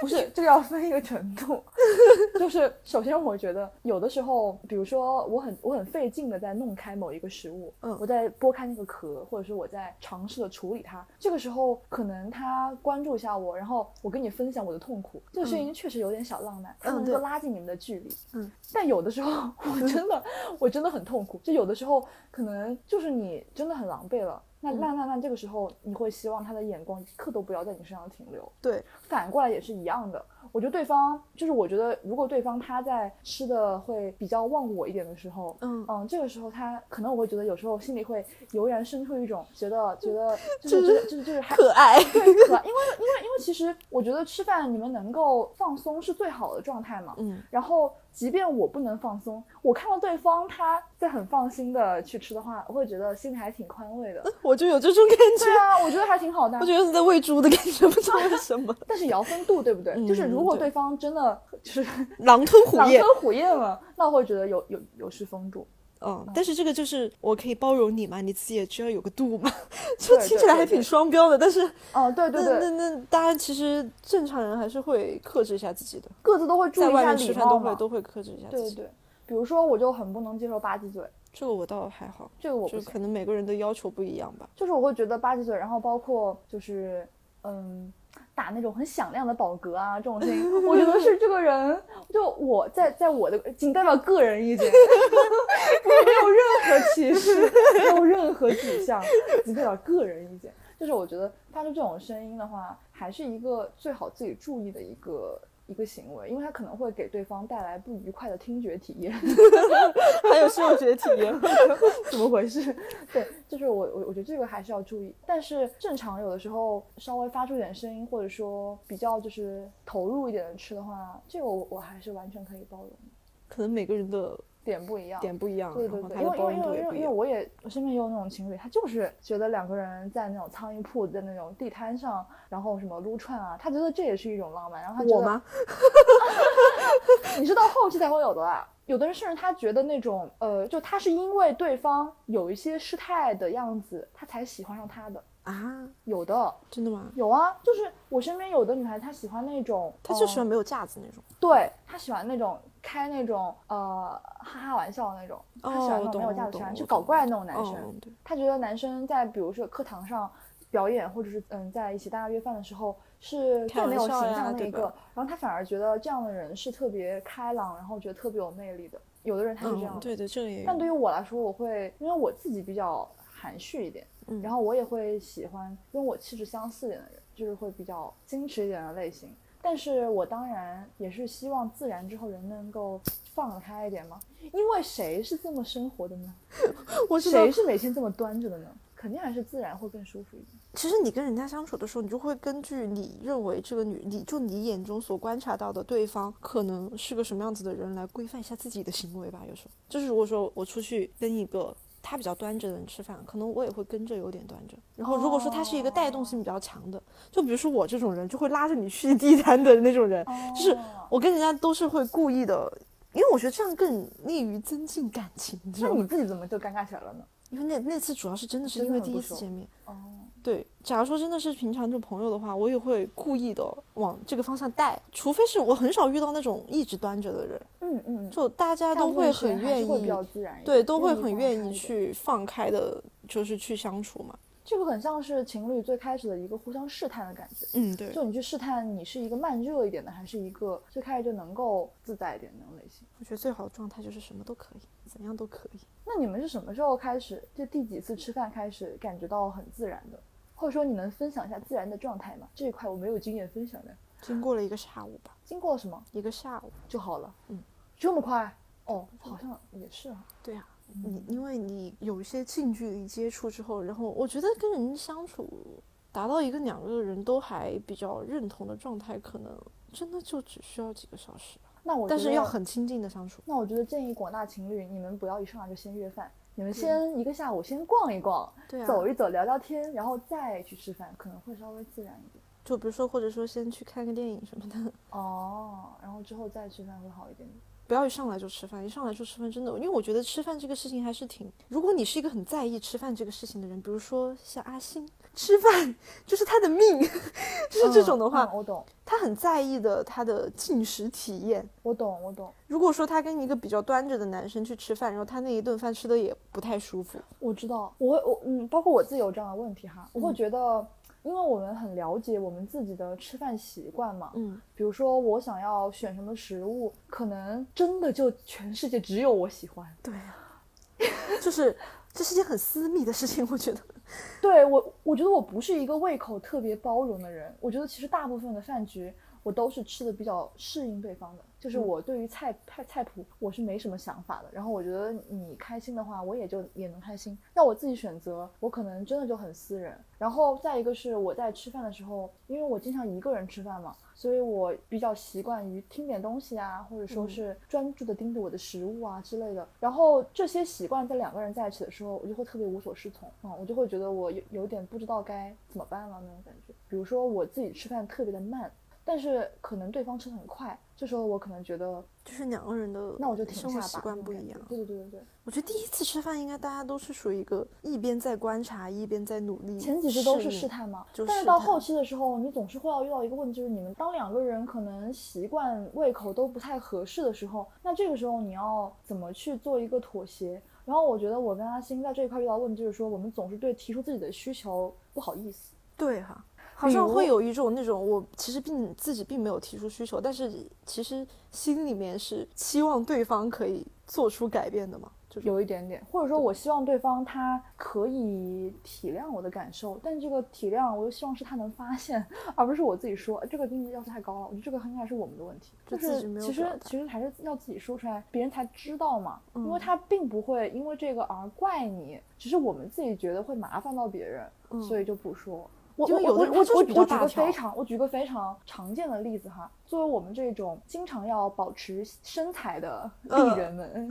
Speaker 1: 不是，这个要分一个程度。 就是首先，我觉得有的时候，比如说我很我很费劲的在弄开某一个食物，
Speaker 2: 嗯
Speaker 1: 我在剥开那个壳，或者是我在尝试的处理它。这个时候，可能他关注一下我，然后我跟你分享我的痛苦，这个事情确实有点小浪漫，它
Speaker 2: 嗯
Speaker 1: 能够
Speaker 2: 对
Speaker 1: 拉近你们的距离。
Speaker 2: 嗯，
Speaker 1: 但有的时候 我真的我真的很痛苦，就有的时候可能就是你真的很狼狈了。那
Speaker 2: 嗯
Speaker 1: 那那那，这个时候你会希望他的眼光一刻都不要在你身上停留，
Speaker 2: 对，
Speaker 1: 反过来也是一样的。我觉得对方就是，我觉得如果对方他在吃的会比较忘我一点的时候，
Speaker 2: 嗯，
Speaker 1: 嗯，这个时候他可能我会觉得有时候心里会油然生出一种觉得觉 得就是觉得就是就是还
Speaker 2: 可爱，
Speaker 1: 对可爱，因为因为因为其实我觉得吃饭你们能够放松是最好的状态嘛，
Speaker 2: 嗯，
Speaker 1: 然后即便我不能放松，我看到对方他在很放心的去吃的话，我会觉得心里还挺宽慰的。
Speaker 2: 我就有这种感觉，
Speaker 1: 对啊，我觉得还挺好的啊。
Speaker 2: 呃我觉得是在喂猪的感觉，不知道为什么，
Speaker 1: 但是也要分度，对不对？就是
Speaker 2: 嗯
Speaker 1: 如果
Speaker 2: 对
Speaker 1: 对方真的就是
Speaker 2: 狼吞 虎
Speaker 1: 狼
Speaker 2: 咽
Speaker 1: 吞，虎咽了，那我会觉得有有有失风度。
Speaker 2: 嗯，但是这个就是我可以包容你嘛，你自己也知道有个度嘛，就
Speaker 1: 对
Speaker 2: 听起来还
Speaker 1: 对对
Speaker 2: 挺双标的，但是
Speaker 1: 哦，对
Speaker 2: 那
Speaker 1: 对
Speaker 2: 那
Speaker 1: 对，
Speaker 2: 那大家其实正常人还是会克制一下自己的，
Speaker 1: 各自都会注意
Speaker 2: 在
Speaker 1: 一
Speaker 2: 外
Speaker 1: 下
Speaker 2: 面吃
Speaker 1: 礼
Speaker 2: 饭都
Speaker 1: 貌
Speaker 2: 会
Speaker 1: 嘛。
Speaker 2: 都会克制一下
Speaker 1: 对对
Speaker 2: 自己，
Speaker 1: 对，比如说我就很不能接受吧唧嘴，
Speaker 2: 这个我倒还好，
Speaker 1: 这个我不
Speaker 2: 就
Speaker 1: 行，
Speaker 2: 可能每个人的要求不一 样吧，
Speaker 1: 就是我会觉得吧唧嘴，然后包括就是嗯。打那种很响亮的饱嗝啊，这种声音，我觉得是这个人，就我在在我的仅代表个人意见，没有任何歧视，没有任何指向，仅代表个人意见。就是我觉得发出这种声音的话，还是一个最好自己注意的一个一个行为，因为它可能会给对方带来不愉快的听觉体验。
Speaker 2: 还有嗅觉体验，
Speaker 1: 怎么回事？对，就是我我我觉得这个还是要注意，但是正常有的时候稍微发出点声音，或者说比较就是投入一点的吃的话，这个我我还是完全可以包容的，
Speaker 2: 可能每个人的
Speaker 1: 点不一样。
Speaker 2: 点不一样，
Speaker 1: 对对
Speaker 2: 然后
Speaker 1: 对，
Speaker 2: 他
Speaker 1: 因为
Speaker 2: 的
Speaker 1: 因
Speaker 2: 包
Speaker 1: 为
Speaker 2: 容
Speaker 1: 因
Speaker 2: 度
Speaker 1: 为
Speaker 2: 也
Speaker 1: 因
Speaker 2: 不
Speaker 1: 为
Speaker 2: 一
Speaker 1: 因为
Speaker 2: 样。
Speaker 1: 我也我身边也有那种情侣，他就是觉得两个人在那种苍蝇铺的那种地摊上，然后什么撸串啊，他觉得这也是一种浪漫，然后他觉
Speaker 2: 我
Speaker 1: 得
Speaker 2: 吗？
Speaker 1: 你是到后期才会有的啦。有的人甚至他觉得那种，呃，就他是因为对方有一些失态的样子，他才喜欢上他的。
Speaker 2: 啊，
Speaker 1: 有的
Speaker 2: 真的吗？
Speaker 1: 有啊，就是我身边有的女孩，她喜欢那种，
Speaker 2: 他就
Speaker 1: 呃
Speaker 2: 喜欢没有架子那种。
Speaker 1: 对她喜欢那种开那种呃哈哈玩笑的那种，她喜欢那
Speaker 2: 哦我
Speaker 1: 种
Speaker 2: 懂
Speaker 1: 没有
Speaker 2: 我
Speaker 1: 架子
Speaker 2: 懂
Speaker 1: 喜欢
Speaker 2: 我
Speaker 1: 去
Speaker 2: 懂
Speaker 1: 搞怪那种男生。
Speaker 2: 哦，对，
Speaker 1: 他觉得男生在比如说课堂上表演，或者是嗯在一起大家约饭的时候是
Speaker 2: 开
Speaker 1: 最没有
Speaker 2: 玩
Speaker 1: 形
Speaker 2: 笑呀
Speaker 1: 象的那一
Speaker 2: 对吧
Speaker 1: 个，然后他反而觉得这样的人是特别开朗，然后觉得特别有魅力的。有的人他是这样
Speaker 2: 嗯，
Speaker 1: 的，
Speaker 2: 对对，这个也有。
Speaker 1: 但对于我来说，我会因为我自己比较含蓄一点，
Speaker 2: 嗯
Speaker 1: 然后我也会喜欢跟我气质相似一点的人，就是会比较矜持一点的类型。但是我当然也是希望自然之后人能够放得开一点嘛，因为谁是这 么生活的呢？
Speaker 2: 我知道
Speaker 1: 谁，是每天这么端着的呢？肯定还是自然会更舒服一点。
Speaker 6: 其实你跟人家相处的时候，你就会根据你认为这个女，你就你眼中所观察到的对方可能是个什么样子的人来规范一下自己的行为吧。有时候，就是如果说我出去跟一个他比较端着的人吃饭，可能我也会跟着有点端着。然后，如果说他是一个带动性比
Speaker 1: 哦
Speaker 6: 较强的，就比如说我这种人，就会拉着你去地摊的那种人，就是我跟人家都是会故意的，因为我觉得这样更利于增进感情，你知
Speaker 1: 那
Speaker 6: 道
Speaker 1: 你
Speaker 6: 吗？
Speaker 1: 自己怎么就尴尬起来了呢？
Speaker 6: 因为那那次主要是真的是
Speaker 1: 真
Speaker 6: 因
Speaker 1: 的
Speaker 6: 为
Speaker 1: 很
Speaker 6: 第
Speaker 1: 不
Speaker 6: 一次
Speaker 1: 熟
Speaker 6: 见面。
Speaker 1: 哦，
Speaker 6: 对，假如说真的是平常这种朋友的话，我也会故意的往这个方向带，除非是我很少遇到那种一直端着的人，
Speaker 1: 嗯嗯，
Speaker 6: 就大家
Speaker 1: 大
Speaker 6: 都
Speaker 1: 部分
Speaker 6: 会
Speaker 1: 时间
Speaker 6: 很
Speaker 1: 还是
Speaker 6: 愿
Speaker 1: 会比
Speaker 6: 意，
Speaker 1: 较自然一点，
Speaker 6: 对，都会
Speaker 1: 意
Speaker 6: 很
Speaker 1: 放
Speaker 6: 愿
Speaker 1: 开
Speaker 6: 意
Speaker 1: 一点。
Speaker 6: 去放开的，就是去相处嘛。
Speaker 1: 这个很像是情侣最开始的一个互相试探的感觉。
Speaker 6: 嗯，对，
Speaker 1: 就你去试探，你是一个慢热一点的，还是一个最开始就能够自在一点的那种类型？
Speaker 6: 我觉得最好的状态就是什么都可以，怎样都可以。
Speaker 1: 那你们是什么时候开始，就第几次吃饭开始感觉到很自然的？或者说你能分享一下自然的状态吗？这一块我没有经验分享的。
Speaker 6: 经过了一个下午吧，
Speaker 1: 经过了什么
Speaker 6: 一个下午。
Speaker 1: 就好了？
Speaker 6: 嗯，
Speaker 1: 这么快？哦，好像也是啊。
Speaker 6: 对啊，你因为你有一些近距离接触之后，然后我觉得跟人相处达到一个两个人都还比较认同的状态，可能真的就只需要几个小时，
Speaker 1: 那我
Speaker 6: 但
Speaker 1: 觉
Speaker 6: 是
Speaker 1: 得
Speaker 6: 要很亲近的相处。
Speaker 1: 那我觉得建议广大情侣，你们不要一上来就先约饭，你
Speaker 6: 嗯
Speaker 1: 们先一个下午先逛一逛，
Speaker 6: 对啊，
Speaker 1: 走一走，聊聊天，然后再去吃饭，可能会稍微自然一点。
Speaker 6: 就比如说，或者说先去看个电影什么的，
Speaker 1: 哦，然后之后再吃饭会好一点。
Speaker 6: 不要一上来就吃饭，一上来就吃饭真的，因为我觉得吃饭这个事情还是挺，如果你是一个很在意吃饭这个事情的人，比如说像阿星，吃饭就是他的命， 就是这种的话，
Speaker 1: 嗯嗯我懂，
Speaker 6: 他很在意的他的进食体验。
Speaker 1: 我懂，我懂。
Speaker 6: 如果说他跟一个比较端着的男生去吃饭，然后他那一顿饭吃的也不太舒服，
Speaker 1: 我知道，我会我嗯，包括我自己有这样的问题哈，我会
Speaker 6: 嗯
Speaker 1: 觉得，因为我们很了解我们自己的吃饭习惯嘛，
Speaker 6: 嗯，
Speaker 1: 比如说我想要选什么食物，可能真的就全世界只有我喜欢。
Speaker 6: 对啊 呀、就是这是件很私密的事情，我觉得，
Speaker 1: 对我，我觉得我不是一个胃口特别包容的人，我觉得其实大部分的饭局我都是吃的比较适应对方的，就是
Speaker 6: 嗯
Speaker 1: 我对于菜菜菜谱我是没什么想法的，然后我觉得你开心的话，我也就也能开心。要我自己选择，我可能真的就很私人。然后再一个是我在吃饭的时候，因为我经常一个人吃饭嘛，所以我比较习惯于听点东西啊，或者说
Speaker 6: 嗯
Speaker 1: 是专注的盯着我的食物啊之类的。然后这些习惯在两个人在一起的时候，我就会特别无所适从啊、嗯我就会觉得我有有点不知道该怎么办了那种感觉。比如说我自己吃饭特别的慢，但是可能对方吃的很快，这时候我可能觉得
Speaker 6: 就是两个人的
Speaker 1: 那我就停
Speaker 6: 呃生
Speaker 1: 下
Speaker 6: 活
Speaker 1: 吧，
Speaker 6: 习惯不一
Speaker 1: 那种
Speaker 6: 样
Speaker 1: 感觉。对对对对对。
Speaker 6: 我觉得第一次吃饭应该大家都是属于一个一边在观察，一边在努力适应。
Speaker 1: 前几次都是试探嘛，
Speaker 6: 嗯就
Speaker 1: 但是
Speaker 6: 试
Speaker 1: 到
Speaker 6: 探
Speaker 1: 后期的时候，你总是会要遇到一个问题，就是你们当两个人可能习惯胃口都不太合适的时候，那这个时候你要怎么去做一个妥协？然后我觉得我跟阿星在这一块遇到的问题就是说，我们总是对提出自己的需求不好意思。
Speaker 6: 对哈、好
Speaker 1: 比
Speaker 6: 像会
Speaker 1: 如
Speaker 6: 有一种那种我其实并自己并没有提出需求，但是其实心里面是期望对方可以做出改变的嘛。这种
Speaker 1: 有一点点，或者说我希望对方他可以体谅我的感受，但这个体谅我又希望是他能发现，而不是我自己说哎这个真的要求太高了。我觉得这个应该是我们的问题，
Speaker 6: 就
Speaker 1: 就
Speaker 6: 自己
Speaker 1: 是
Speaker 6: 没有
Speaker 1: 其
Speaker 6: 表
Speaker 1: 实
Speaker 6: 达
Speaker 1: 其实还是要自己说出来，别人才知道嘛，因为
Speaker 6: 嗯
Speaker 1: 他并不会因为这个而怪你，只是我们自己觉得会麻烦到别人，
Speaker 6: 嗯
Speaker 1: 所以就不说。我
Speaker 6: 因
Speaker 1: 我
Speaker 6: 为有的
Speaker 1: 我
Speaker 6: 人
Speaker 1: 我
Speaker 6: 他就是
Speaker 1: 我
Speaker 6: 比
Speaker 1: 我
Speaker 6: 较
Speaker 1: 举
Speaker 6: 大
Speaker 1: 个
Speaker 6: 条
Speaker 1: 非常我举个非常常见的例子哈，作为我们这种经常要保持身材的
Speaker 6: 嗯
Speaker 1: 艺人们，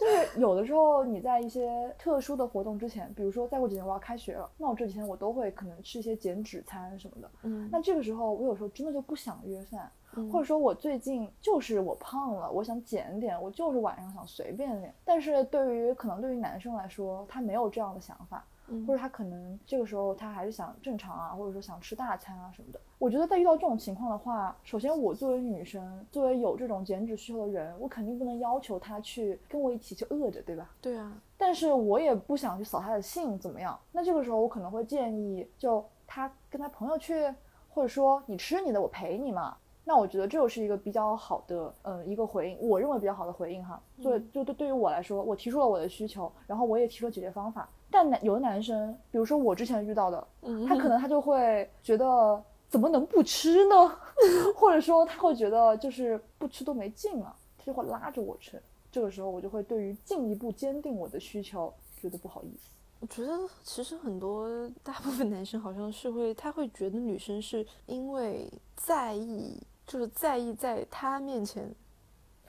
Speaker 1: 就是有的时候你在一些特殊的活动之前，比如说再过几天我要开学了，那我这几天我都会可能吃一些减脂餐什么的。
Speaker 6: 嗯，
Speaker 1: 那这个时候我有时候真的就不想约饭，
Speaker 6: 嗯
Speaker 1: 或者说我最近就是我胖了，我想减点，我就是晚上想随便点。但是对于可能对于男生来说，他没有这样的想法，
Speaker 6: 嗯
Speaker 1: 或者他可能这个时候他还是想正常啊，或者说想吃大餐啊什么的。我觉得在遇到这种情况的话，首先我作为女生，作为有这种减脂需求的人，我肯定不能要求他去跟我一起去饿着，对吧？
Speaker 6: 对啊，
Speaker 1: 但是我也不想去扫他的兴，怎么样？那这个时候我可能会建议，就他跟他朋友去，或者说你吃你的，我陪你嘛。那我觉得这就是一个比较好的，嗯，一个回应，我认为比较好的回应哈。就就对对于我来说，我提出了我的需求，然后我也提出了解决方法。但男有的男生，比如说我之前遇到的，
Speaker 6: 嗯
Speaker 1: 他可能他就会觉得怎么能不吃呢？ 或者说他会觉得就是不吃都没劲了，他就会拉着我吃。这个时候我就会对于进一步坚定我的需求觉得不好意思。
Speaker 6: 我觉得其实很多大部分男生好像是会，他会觉得女生是因为在意，就是在意在他面前，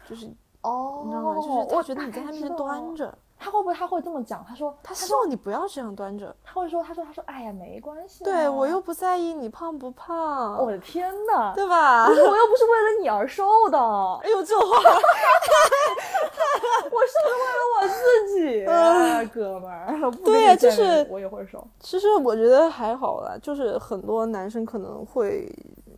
Speaker 6: 就是你
Speaker 1: 哦，
Speaker 6: 知道吗？就是他
Speaker 1: 我
Speaker 6: 觉得你在
Speaker 1: 大概
Speaker 6: 他面
Speaker 1: 知
Speaker 6: 前
Speaker 1: 道
Speaker 6: 端
Speaker 1: 了。
Speaker 6: 着，
Speaker 1: 他会不会他会这么讲？他说他
Speaker 6: 他希望你不要这样端着。
Speaker 1: 他会说他说他说哎呀没关系啦，
Speaker 6: 对我又不在意你胖不胖，
Speaker 1: 我的天哪，
Speaker 6: 对吧
Speaker 1: 不？是我又不是为了你而瘦的，我
Speaker 6: 哎呦，这话
Speaker 1: 瘦是 为了我自己，啊哥们儿。不跟
Speaker 6: 嗯对呀
Speaker 1: 你见
Speaker 6: 就是
Speaker 1: 面我也会瘦。
Speaker 6: 其实我觉得还好啦，就是很多男生可能会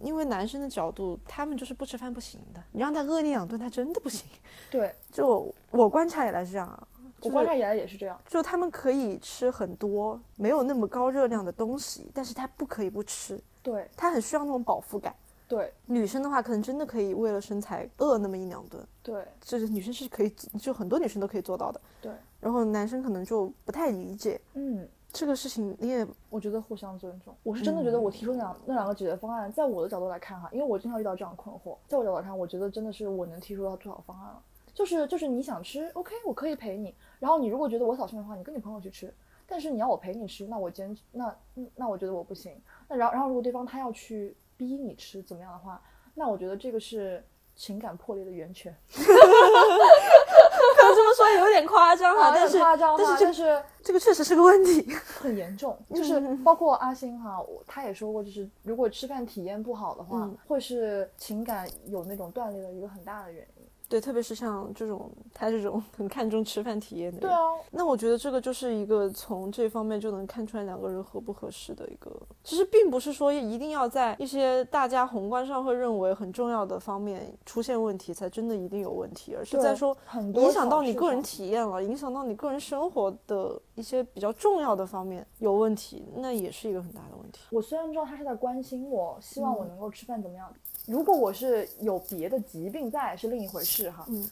Speaker 6: 因为男生的角度，他们就是不吃饭不行的， 你让他饿你两顿，他真的不行。
Speaker 1: 对
Speaker 6: 就我观察以来是这样啊，
Speaker 1: 我
Speaker 6: 就是
Speaker 1: 观察以来也是这样。
Speaker 6: 就他们可以吃很多没有那么高热量的东西，但是他不可以不吃，
Speaker 1: 对
Speaker 6: 他很需要那种饱腹感。
Speaker 1: 对
Speaker 6: 女生的话，可能真的可以为了身材饿那么一两顿，
Speaker 1: 对
Speaker 6: 就是女生是可以，就很多女生都可以做到的。
Speaker 1: 对，
Speaker 6: 然后男生可能就不太理解
Speaker 1: 嗯，
Speaker 6: 这个事情，你也
Speaker 1: 我觉得互相尊重。我是真的觉得
Speaker 6: 嗯
Speaker 1: 我提出那两、那两个解决方案，在我的角度来看哈，因为我经常遇到这样的困惑，在我角度来看，我觉得真的是我能提出到最好方案了。就是就是你想吃，OK，我可以陪你。然后你如果觉得我扫兴的话，你跟你朋友去吃。但是你要我陪你吃，那我坚那嗯那我觉得我不行。那然后然后如果对方他要去逼你吃怎么样的话，那我觉得这个是情感破裂的源泉。
Speaker 6: 可能这么说有点夸张
Speaker 1: 啊，
Speaker 6: 啊，但是
Speaker 1: 夸张哈，
Speaker 6: 但是这
Speaker 1: 但是
Speaker 6: 这个确实是个问题。
Speaker 1: 很严重，就是
Speaker 6: 嗯
Speaker 1: 包括阿星哈，我他也说过，就是如果吃饭体验不好的话，
Speaker 6: 嗯
Speaker 1: 会是情感有那种断裂的一个很大的原因。
Speaker 6: 对，特别是像这种他这种 很看重吃饭体验的人，
Speaker 1: 对啊，
Speaker 6: 那我觉得这个就是一个从这方面就能看出来两个人合不合适的一个，其实并不是说一定要在一些大家宏观上会认为很重要的方面出现问题才真的一定有问题，而是
Speaker 1: 对
Speaker 6: 在说
Speaker 1: 很多
Speaker 6: 影响到
Speaker 1: 小
Speaker 6: 你
Speaker 1: 事
Speaker 6: 个人
Speaker 1: 上
Speaker 6: 体验了，影响到你个人生活的一些比较重要的方面有问题，那也是一个很大的问题。
Speaker 1: 我虽然知道他是在关心我，希望我
Speaker 6: 嗯
Speaker 1: 能够吃饭怎么样。如果我是有别的疾病在，是另一回事哈。
Speaker 6: 嗯。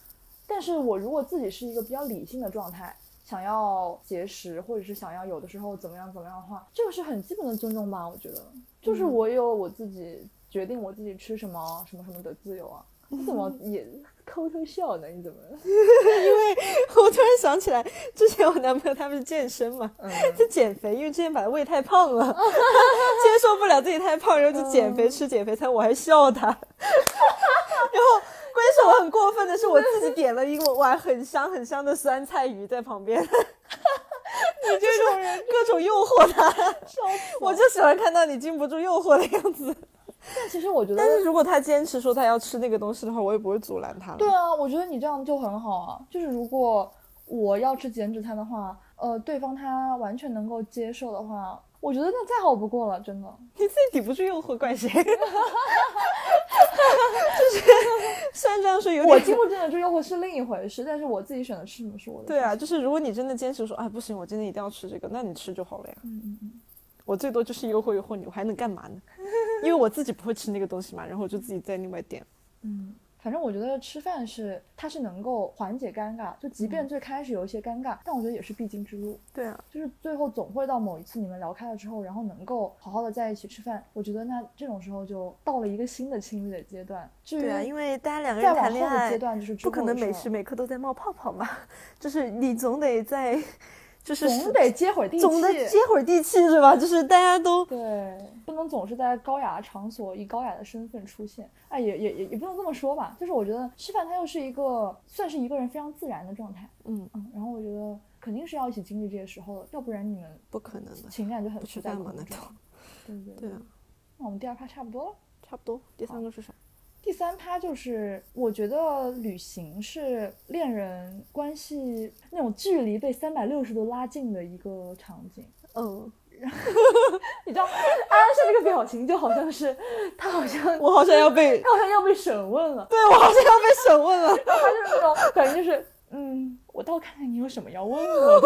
Speaker 1: 但是我如果自己是一个比较理性的状态，想要节食，或者是想要有的时候怎么样怎么样的话，这个是很基本的尊重吧？我觉得，就是
Speaker 6: 嗯
Speaker 1: 我有我自己决定我自己吃什么什么什么的自由啊。你怎 么也偷偷笑呢？你怎么？
Speaker 6: 我突然想起来，之前我男朋友他不是健身嘛，
Speaker 1: 嗯，
Speaker 6: 就减肥，因为之前把他喂太胖了， 接受不了自己太胖，然后就减肥吃减肥餐，我还笑他。 然后关键是我很过分的是，我自己点了一碗很香很香的酸菜鱼在旁边。你这种人 各种诱惑他，我就喜欢看到你禁不住诱惑的样子。
Speaker 1: 但其实我觉得
Speaker 6: 但，是如果他坚持说他要吃那个东西的话，我也不会阻拦他了。
Speaker 1: 对啊，我觉得你这样就很好啊。就是如果我要吃减脂餐的话，呃，对方他完全能够接受的话，我觉得那再好不过了，真的。
Speaker 6: 你自己抵不住诱惑，怪谁？ 就是虽然这样说有点，
Speaker 1: 我经不经得住诱惑是另一回事，但是我自己选择吃什么是我的。
Speaker 6: 对，啊，就是如果你真的坚持说，哎，不行，我今天一定要吃这个，那你吃就好了呀。
Speaker 1: 嗯嗯嗯，
Speaker 6: 我最多就是诱惑诱惑你，我还能干嘛呢？因为我自己不会吃那个东西嘛，然后我就自己在另外点。
Speaker 1: 嗯，反正我觉得吃饭是它是能够缓解尴尬，就即便最开始有一些尴尬，但我觉得也是必经之路。
Speaker 6: 嗯对啊，
Speaker 1: 就是最后总会到某一次你们聊开了之后，然后能够好好的在一起吃饭，我觉得那这种时候就到了一个新的亲密的阶段。至于
Speaker 6: 啊为大家两
Speaker 1: 再 往后的阶段，就是之
Speaker 6: 不可
Speaker 1: 后的
Speaker 6: 能每
Speaker 1: 事儿
Speaker 6: 时每刻都在冒泡泡嘛， 就是你总得在，就是
Speaker 1: 总得接会儿地气，
Speaker 6: 总得接会儿地气是吧？就是大家都
Speaker 1: 对，不能总是在高雅的场所以高雅的身份出现。哎，也也也也不能这么说吧，就是我觉得吃饭它又是一个算是一个人非常自然的状态，
Speaker 6: 嗯，
Speaker 1: 嗯，然后我觉得肯定是要一起经历这些时候的，要不然你们
Speaker 6: 不可能的，
Speaker 1: 情感就很
Speaker 6: 不
Speaker 1: 浮
Speaker 6: 吃
Speaker 1: 在
Speaker 6: 饭吗？
Speaker 1: 空
Speaker 6: 难
Speaker 1: 中
Speaker 6: 道？
Speaker 1: 对对
Speaker 6: 对啊，
Speaker 1: 那我们第二趴差不多了。
Speaker 6: 差不多。第三个是啥？
Speaker 1: 第三趴就是，我觉得旅行是恋人关系那种距离被三百六十度拉近的一个场景。
Speaker 6: 嗯，
Speaker 1: 你知道，安是那个表情就好像是他好像
Speaker 6: 我好像要被，，
Speaker 1: 他好像要被审问了
Speaker 6: 对我好像要被审问了。
Speaker 1: 他就是那种感觉就是，嗯，我倒看看你有什么要问我的。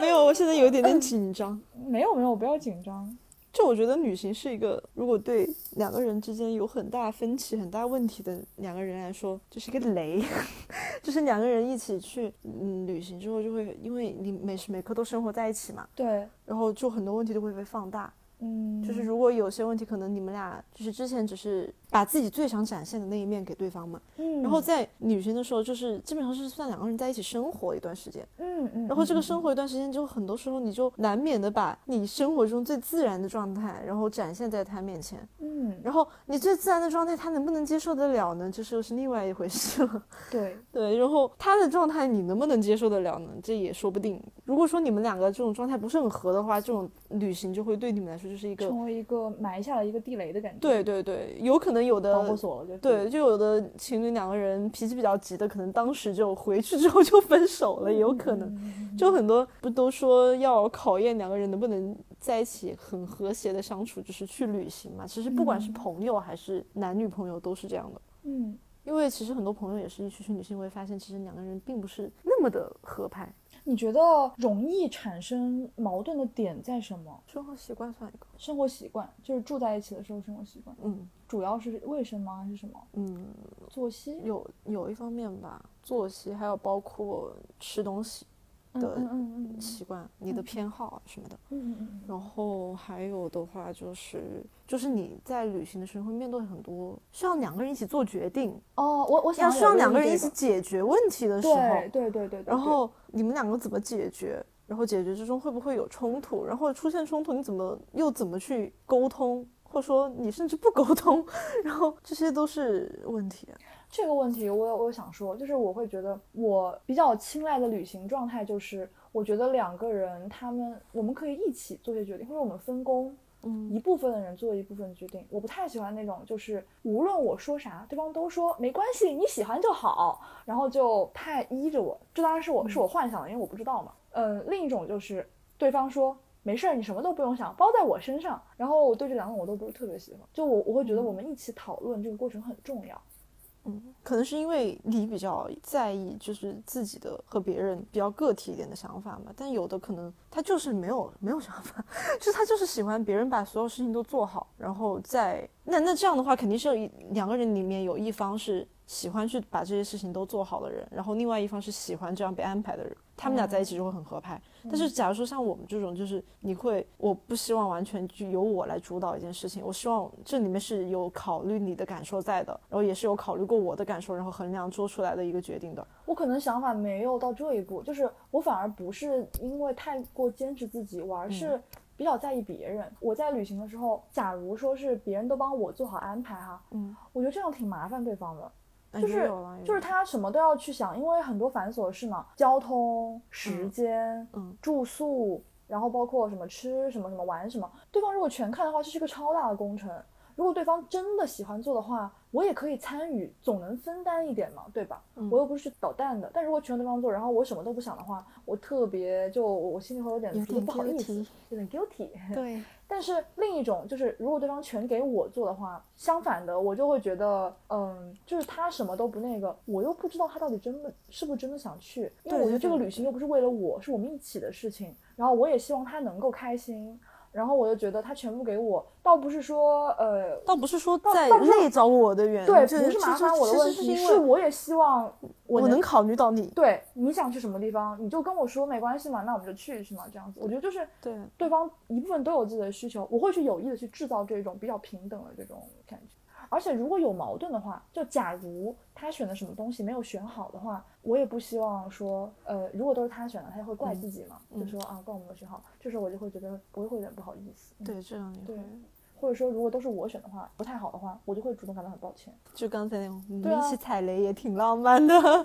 Speaker 6: 没有，我现在有一点点紧张。
Speaker 1: 没有没有，不要紧张。
Speaker 6: 就我觉得旅行是一个，如果对两个人之间有很大分歧、很大问题的两个人来说，就是一个雷， 就是两个人一起去嗯旅行之后，就会因为你每时每刻都生活在一起嘛，
Speaker 1: 对，
Speaker 6: 然后就很多问题都会被放大。
Speaker 1: 嗯，
Speaker 6: 就是如果有些问题，可能你们俩就是之前只是把自己最想展现的那一面给对方嘛，
Speaker 1: 嗯，
Speaker 6: 然后在女生的时候，就是基本上是算两个人在一起生活一段时间，
Speaker 1: 嗯嗯，
Speaker 6: 然后这个生活一段时间之后，很多时候你就难免的把你生活中最自然的状态，然后展现在他面前，
Speaker 1: 嗯，
Speaker 6: 然后你最自然的状态，他能不能接受得了呢？这就是另外一回事了。
Speaker 1: 对，
Speaker 6: 对，然后他的状态你能不能接受得了呢？这也说不定。如果说你们两个这种状态不是很合的话，这种旅行就会对你们来说就是一个，
Speaker 1: 成为一个埋下了一个地雷的感觉，
Speaker 6: 对，对对，有可能有
Speaker 1: 导火
Speaker 6: 的。
Speaker 1: 索了，就是
Speaker 6: 对，，就有的情侣两个人脾气比较急的，可能当时就回去之后就分手了，也有可
Speaker 1: 嗯
Speaker 6: 能。
Speaker 1: 能
Speaker 6: 就很多不都说要考验两个人能不能在一起很和谐的相处，就是去旅行嘛。其实不管是
Speaker 1: 嗯
Speaker 6: 朋友还是男女朋友都是这样的，
Speaker 1: 嗯，
Speaker 6: 因为其实很多朋友也是一起去旅行，会发现其实两个人并不是那么的合 拍。
Speaker 1: 你觉得容易产生矛盾的点在什么？
Speaker 6: 生活习惯算一个，
Speaker 1: 生活习惯，就是住在一起的时候生活习惯，
Speaker 6: 嗯
Speaker 1: 主要是卫生吗？还是什么
Speaker 6: 嗯，
Speaker 1: 作息
Speaker 6: 有有一方面吧，作息还有包括吃东西
Speaker 1: 嗯
Speaker 6: 的
Speaker 1: 嗯嗯嗯
Speaker 6: 习惯、你的
Speaker 1: 嗯
Speaker 6: 偏好啊什么的。
Speaker 1: 嗯嗯嗯
Speaker 6: 然后还有的话就是，就是你在旅行的时候会面对很多需要两个人一起做决定，
Speaker 1: 哦，我我
Speaker 6: 要
Speaker 1: 想
Speaker 6: 需要
Speaker 1: 有
Speaker 6: 两
Speaker 1: 这
Speaker 6: 个人一
Speaker 1: 个
Speaker 6: 起解决问题的时候，
Speaker 1: 对对对对，对
Speaker 6: 然后你们两个怎么解决？然后解决之中会不会有冲突？然后出现冲突，你怎么又怎么去沟通？或者说你甚至不沟通， 然后这些都是问题。啊
Speaker 1: 这个问题我有我有想说，就是我会觉得我比较青睐的旅行状态就是，我觉得两个人他们我们可以一起做些决定，或者我们分工，
Speaker 6: 嗯
Speaker 1: 一部分的人做一部分决定。我不太喜欢那种就是无论我说啥，对方都说没关系，你喜欢就好，然后就太依着我。这当然是我是我幻想的，因为我不知道嘛。嗯，另一种就是对方说。没事儿，你什么都不用想，包在我身上。然后我对这两种我都不是特别喜欢，就我我会觉得我们一起讨论这个过程很重要。
Speaker 6: 嗯，可能是因为你比较在意就是自己的和别人比较个体一点的想法嘛，但有的可能他就是没有没有想法， 就是他就是喜欢别人把所有事情都做好，然后再那那这样的话肯定是有一两个人里面有一方是喜欢去把这些事情都做好的人，然后另外一方是喜欢这样被安排的人，他们俩在一起就会很合拍。
Speaker 1: 嗯
Speaker 6: 但是假如说像我们这种，就是你会，我不希望完全就由我来主导一件事情，我希望这里面是有考虑你的感受在的，然后也是有考虑过我的感受，然后衡量做出来的一个决定的。
Speaker 1: 我可能想法没有到这一步，就是我反而不是因为太过坚持自己，我而是比较在意别人。我在旅行的时候，假如说是别人都帮我做好安排哈，
Speaker 6: 嗯，
Speaker 1: 我觉得这样挺麻烦对方的，
Speaker 6: 哎
Speaker 1: 就
Speaker 6: 也
Speaker 1: 是
Speaker 6: 有了也
Speaker 1: 就是
Speaker 6: 有
Speaker 1: 他什么都要去想，因为很多繁琐的事嘛，交通、时间、
Speaker 6: 嗯
Speaker 1: 住宿，然后包括什么吃什么什么玩什么，对方如果全看的话，这是个超大的工程。如果对方真的喜欢做的话，我也可以参与，总能分担一点嘛，对吧？
Speaker 6: 嗯
Speaker 1: 我又不是去捣蛋的。但如果全对方做，然后我什么都不想的话，我特别就我心里会有点
Speaker 6: 有
Speaker 1: 觉得
Speaker 6: 点
Speaker 1: 不好意思
Speaker 6: guilty，
Speaker 1: 有点 guilty。
Speaker 6: 对，
Speaker 1: 但是另一种就是，如果对方全给我做的话，相反的，我就会觉得，嗯，就是他什么都不那个，我又不知道他到底真的是不是真的想去，因为
Speaker 6: 对
Speaker 1: 我觉得
Speaker 6: 对
Speaker 1: 这个
Speaker 6: 对
Speaker 1: 旅行又不是为了我，是我们一起的事情，然后我也希望他能够开心，然后我就觉得他全部给我，倒不是说，呃，
Speaker 6: 倒不是说
Speaker 1: 倒
Speaker 6: 在
Speaker 1: 倒不是
Speaker 6: 累着我的原因，
Speaker 1: 对，
Speaker 6: 这
Speaker 1: 不是麻
Speaker 6: 这
Speaker 1: 烦我的
Speaker 6: 其
Speaker 1: 问
Speaker 6: 实是
Speaker 1: 题，
Speaker 6: 因
Speaker 1: 是
Speaker 6: 为
Speaker 1: 我也希望我
Speaker 6: 我能考虑到你。
Speaker 1: 对你想去什么地方，你就跟我说没关系嘛，那我们就去是吗？这样子，我觉得就是
Speaker 6: 对，
Speaker 1: 对方一部分都有自己的需求，我会去有意的去制造这种比较平等的这种感觉。而且如果有矛盾的话，就假如他选的什么东西没有选好的话，我也不希望说，呃，如果都是他选的，他就会怪自己嘛，
Speaker 6: 嗯
Speaker 1: 就说啊，怪我没有选好。这时候我就会觉得我也会有点不好意思。嗯，
Speaker 6: 对，这样也
Speaker 1: 对
Speaker 6: 会。
Speaker 1: 或者说如果都是我选的话，不太好的话，我就会主动感到很抱歉。
Speaker 6: 就刚才那种，我
Speaker 1: 对
Speaker 6: 们
Speaker 1: 啊
Speaker 6: 一起踩雷也挺浪漫的。
Speaker 1: 不浪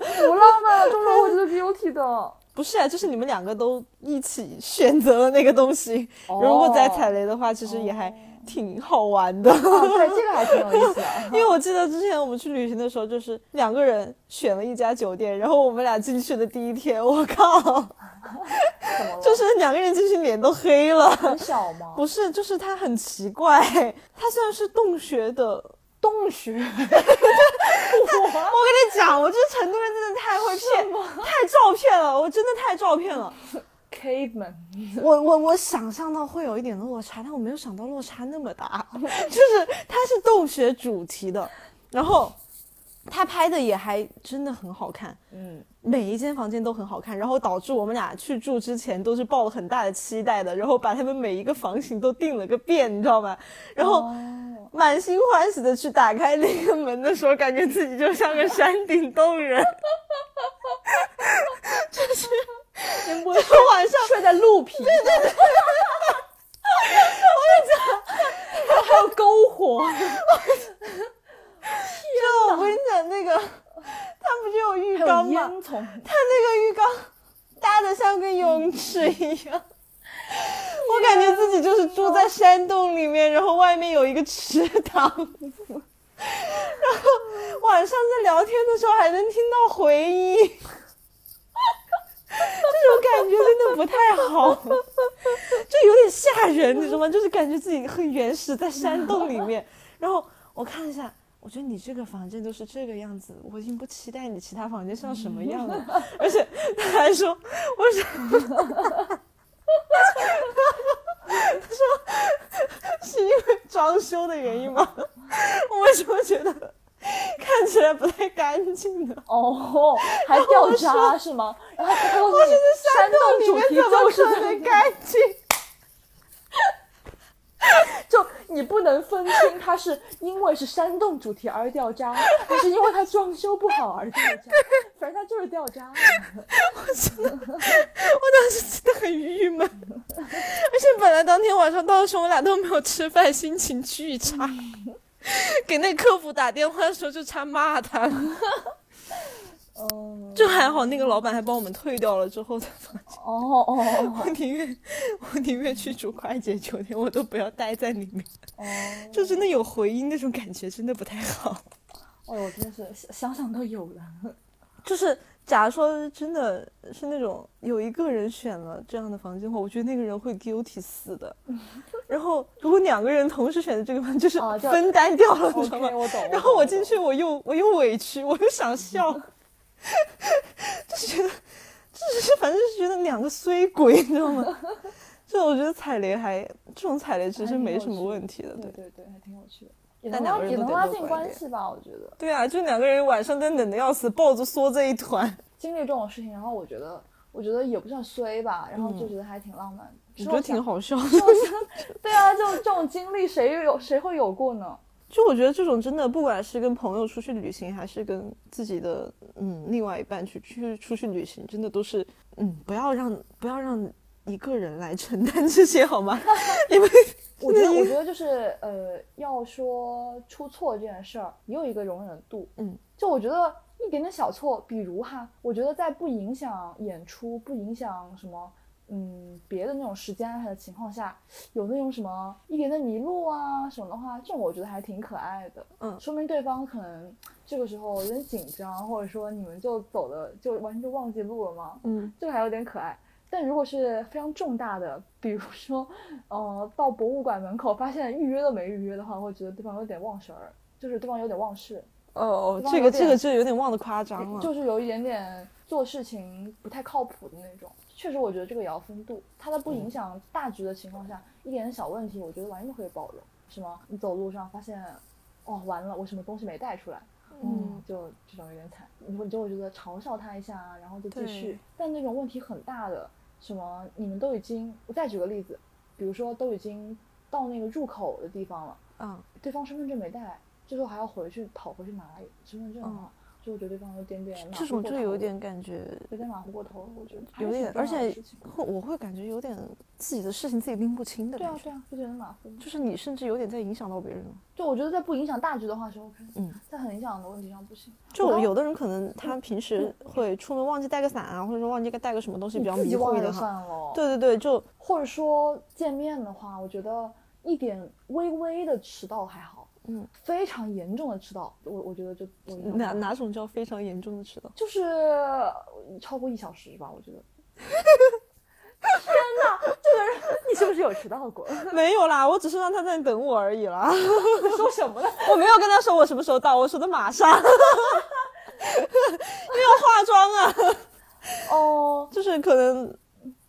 Speaker 1: 漫，中国我觉得 beauty 的。
Speaker 6: 不是啊，就是你们两个都一起选择了那个东西。 如果再踩雷的话，其实也还
Speaker 1: 哦
Speaker 6: 挺好玩的。
Speaker 1: 哦，对，这个还挺有意思的。
Speaker 6: 因为我记得之前我们去旅行的时候，就是两个人选了一家酒店，然后我们俩进去的第一天，我靠，
Speaker 1: 怎么了？
Speaker 6: 就是两个人进去脸都黑了。
Speaker 1: 很小吗？
Speaker 6: 不是，就是它很奇怪，它虽然是洞穴的。
Speaker 1: 洞 穴。
Speaker 6: 我跟你讲，我这成都人真的太会骗，太照骗了，我真的太照骗了。
Speaker 1: caveman，
Speaker 6: 我我我想象到会有一点落差，但我没有想到 落差那么大，就是它是洞穴主题的，然后他拍的也还真的很好看，
Speaker 1: 嗯，
Speaker 6: 每一间房间都很好看，然后导致我们俩去住之前都是抱了很大的期待的，然后把他们每一个房型都定了个遍，你知道吗？然后
Speaker 1: 哦
Speaker 6: 满心欢喜的去打开那个门的时候，感觉自己就像个山顶洞人，
Speaker 1: 宁波
Speaker 6: 就晚上
Speaker 1: 睡在鹿皮，对对对，我跟你讲，还有篝火，
Speaker 6: 就我跟你讲那个，它不是有浴
Speaker 1: 还有
Speaker 6: 缸吗？
Speaker 1: 烟囱，
Speaker 6: 它那个浴缸搭的像个泳池一样。 我感觉自己就是住在山洞里面，然后外面有一个池塘，然后晚上在聊天的时候还能听到回音，这种感觉真的不太好，就有点吓人，你知道吗？就是感觉自己很原始，在山洞里面。然后我看了一下，我觉得你这个房间就是这个样子，我已经不期待你其他房间像什么样了。而且他还说，我想。是因为装修的原因吗？我为什么觉得看起来不太干净呢？
Speaker 1: 哦，还掉渣是吗？然后他告诉你，山洞
Speaker 6: 里
Speaker 1: 主
Speaker 6: 面
Speaker 1: 题
Speaker 6: 怎么
Speaker 1: 就是
Speaker 6: 可能干净？
Speaker 1: 就你不能分清它是因为是山洞主题而掉渣，还是因为它装修不好而掉渣，反正它就是掉渣。
Speaker 6: 我当时真的很郁闷， 而且本来当天晚上到时候我俩都没有吃饭，心情巨差。给那客服打电话的时候就差骂他了，
Speaker 1: 嗯，
Speaker 6: 就还好那个老板还帮我们退掉了之后的房间。
Speaker 1: 哦哦哦
Speaker 6: 我宁愿 我宁愿去住快捷酒店，我都不要待在里面，
Speaker 1: 哦，
Speaker 6: 就真的有回音那种感觉，真的不太好。
Speaker 1: 哎呦，我真的是想想想都有了。
Speaker 6: 就是假如说真的是那种有一个人选了这样的房间的话，我觉得那个人会 guilty 死的。然后如果两个人同时选择这个房，就是
Speaker 1: 啊就
Speaker 6: 分担掉了，你知道
Speaker 1: OK，
Speaker 6: 吗？
Speaker 1: 我懂。
Speaker 6: 然后我进
Speaker 1: 懂，
Speaker 6: 去，我又我又委屈，我又想笑， 就是觉得，就是反正就是觉得两个衰鬼，你知道吗？ 就我觉得踩雷还这种踩雷其实没什么问题的，
Speaker 1: 懂
Speaker 6: 对
Speaker 1: 对对对，还挺有趣的，也能
Speaker 6: 但两
Speaker 1: 拉
Speaker 6: 个人
Speaker 1: 也
Speaker 6: 都
Speaker 1: 能
Speaker 6: 得
Speaker 1: 拉
Speaker 6: 乐
Speaker 1: 近
Speaker 6: 观
Speaker 1: 关
Speaker 6: 一点
Speaker 1: 系吧，我觉得。
Speaker 6: 对啊，就两个人晚上都冷的要死，抱着缩在一团，
Speaker 1: 经历这种事情，然后我觉得，我觉得也不算衰吧，然后就觉得还挺浪漫的。
Speaker 6: 嗯我
Speaker 1: 是
Speaker 6: 觉
Speaker 1: 我
Speaker 6: 得挺
Speaker 1: 想，
Speaker 6: 好笑的。
Speaker 1: 对啊，就这种经历谁有谁会有过呢？
Speaker 6: 就我觉得这种真的，不管是跟朋友出去旅行，还是跟自己的嗯另外一半去去出去旅行，真的都是嗯不要让不要让一个人来承担这些好吗？你们
Speaker 1: 我觉得，我觉得就是呃，要说出错这件事儿，也有一个容忍的度。
Speaker 6: 嗯，
Speaker 1: 就我觉得一点点小错，比如哈，我觉得在不影响演出、不影响什么嗯别的那种时间安排的情况下，有那种什么一点点迷路啊什么的话，这种我觉得还挺可爱的。
Speaker 6: 嗯
Speaker 1: 说明对方可能这个时候有点紧张，或者说你们就走的就完全就忘记路了吗？
Speaker 6: 嗯
Speaker 1: 这个还有点可爱。但如果是非常重大的，比如说，呃，到博物馆门口发现预约都没预约的话，会觉得对方有点忘神儿，就是对方有点忘事，
Speaker 6: 哦
Speaker 1: 对吧
Speaker 6: 这
Speaker 1: 有
Speaker 6: 个
Speaker 1: 点
Speaker 6: 这个就有点忘的夸张了，
Speaker 1: 就是有一点点做事情不太靠谱的那种。确实，我觉得这个也要分度，它在不影响大局的情况下，一点点小问题，我觉得完全可以包容。什么，你走路上发现，哦，完了，我什么东西没带出来，嗯，就这种有点惨。你会就会觉得嘲笑他一下啊，然后就继续
Speaker 6: 对。
Speaker 1: 但那种问题很大的，什么你们都已经，我再举个例子，比如说都已经到那个入口的地方了，
Speaker 6: 啊
Speaker 1: 对方身份证没带，这时候还要回去跑回去拿身份证的话，就会觉得对方有点点马
Speaker 6: 嗯这
Speaker 1: 虎过
Speaker 6: 种
Speaker 1: 头
Speaker 6: 就有点感觉
Speaker 1: 有点马虎过头了，我觉得还
Speaker 6: 有
Speaker 1: 是
Speaker 6: 点
Speaker 1: 挺，重要
Speaker 6: 而
Speaker 1: 的
Speaker 6: 且
Speaker 1: 事情
Speaker 6: 会我会感觉有点自己的事情自己拎不清的
Speaker 1: 对
Speaker 6: 感
Speaker 1: 啊
Speaker 6: 觉，
Speaker 1: 对啊，就觉得马虎。
Speaker 6: 就是你甚至有点在影响到别人了。
Speaker 1: 就我觉得在不影响大局的话是 OK，
Speaker 6: 嗯，
Speaker 1: 在很影响的问题上不行。我
Speaker 6: 就
Speaker 1: 刚嗯
Speaker 6: 有的人可能他平时会出门忘记带个伞啊，或者说忘记带个什么东西比
Speaker 1: 你
Speaker 6: 较
Speaker 1: 自
Speaker 6: 迷
Speaker 1: 己
Speaker 6: 糊
Speaker 1: 忘
Speaker 6: 一点
Speaker 1: 了
Speaker 6: 哈。
Speaker 1: 算了，哦
Speaker 6: 对对对，就
Speaker 1: 或者说见面的话，我觉得一点微微的迟到还好，
Speaker 6: 嗯，
Speaker 1: 非常严重的迟到，我我觉得就我一定
Speaker 6: 哪哪种叫非常严重 的迟到？
Speaker 1: 就是超过一小时吧，我 觉得。天哪，这个人，你是不是有迟到过？
Speaker 6: 没有啦，我只是让他在等我而已啦。
Speaker 1: 说什么呢？
Speaker 6: 我没有跟他说我什么时候到，我说的马上，因 为要化妆啊，
Speaker 1: 哦，
Speaker 6: 就是可能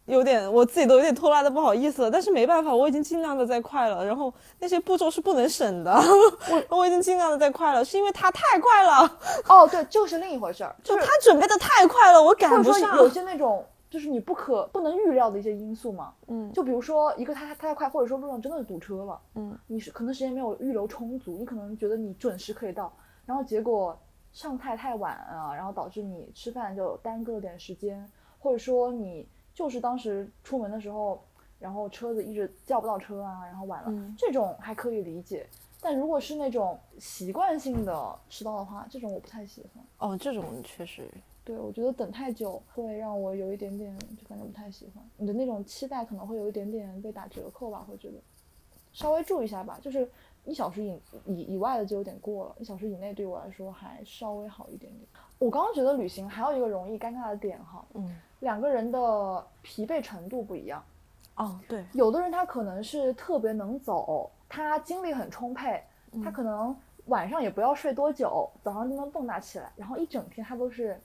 Speaker 6: 有点我自己都有点拖拉的不好意思了，但是没办法，我已经尽量的在快了，然后那些步骤是不能省的，我 我已经尽量的在快了，是因为他太快了，
Speaker 1: 哦，对，就是另一回事儿，
Speaker 6: 就
Speaker 1: 就是
Speaker 6: 他准备的太快了，我赶
Speaker 1: 或者
Speaker 6: 不
Speaker 1: 说
Speaker 6: 上。
Speaker 1: 有些那种就是你不可不能预料的一些因素嘛，
Speaker 6: 嗯
Speaker 1: 就比如说一个他他太快，或者说路上真的堵车了，
Speaker 6: 嗯，
Speaker 1: 你是可能时间没有预留充足，你可能觉得你准时可以到，然后结果上菜太晚啊，然后导致你吃饭就耽搁了点时间，或者说你就是当时出门的时候，然后车子一直叫不到车啊，然后晚了，
Speaker 6: 嗯
Speaker 1: 这种还可以理解。但如果是那种习惯性的迟到的话，这种我不太喜欢。
Speaker 6: 哦，这种确实
Speaker 1: 对，我觉得等太久会让我有一点点就感觉不太喜欢你的那种期待，可能会有一点点被打折扣吧。会觉得稍微注意一下吧，就是一小时以以以外的就有点过了，一小时以内对我来说还稍微好一点点。我刚刚觉得旅行还有一个容易尴尬的点哈，
Speaker 6: 嗯，
Speaker 1: 两个人的疲惫程度不一样，
Speaker 6: 哦对，
Speaker 1: 有的人他可能是特别能走，他精力很充沛，
Speaker 6: 嗯
Speaker 1: 他可能晚上也不要睡多久，早上就能蹦跶起来，然后一整天他都是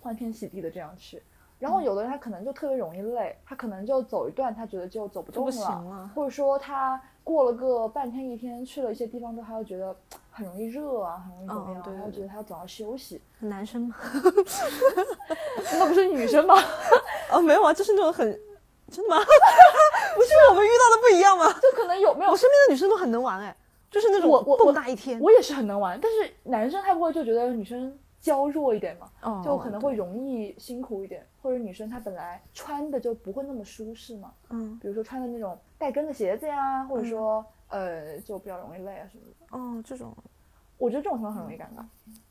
Speaker 1: 欢天喜地的这样去。然
Speaker 6: 嗯
Speaker 1: 后有的人他可能就特别容易累，他可能就走一段他觉得就走不动
Speaker 6: 不
Speaker 1: 了，
Speaker 6: 行了
Speaker 1: 或者说他过了个半天一天去了一些地方之后，他又觉得很容易热啊，很容易怎么
Speaker 6: 嗯
Speaker 1: 样，
Speaker 6: 对
Speaker 1: 然后
Speaker 6: 对
Speaker 1: 觉得他要早上休息。
Speaker 6: 男生嘛，
Speaker 1: 那不是女生吗？
Speaker 6: 哦没有啊，就是那种很真的吗？不是我们遇到的不一样吗？
Speaker 1: 就可能有没有
Speaker 6: 我身边的女生都很能玩哎，就是那种
Speaker 1: 我我
Speaker 6: 蹦跶一天，
Speaker 1: 我也是很能玩，但是男生他不会就觉得女生娇弱一点嘛，
Speaker 6: 哦
Speaker 1: 就可能会容易辛苦一点，或者女生她本来穿的就不会那么舒适嘛，
Speaker 6: 嗯
Speaker 1: 比如说穿的那种带跟的鞋子呀，或者说、呃就比较容易累啊什么的。
Speaker 6: 哦这种
Speaker 1: 我觉得这种情况很容易尴尬。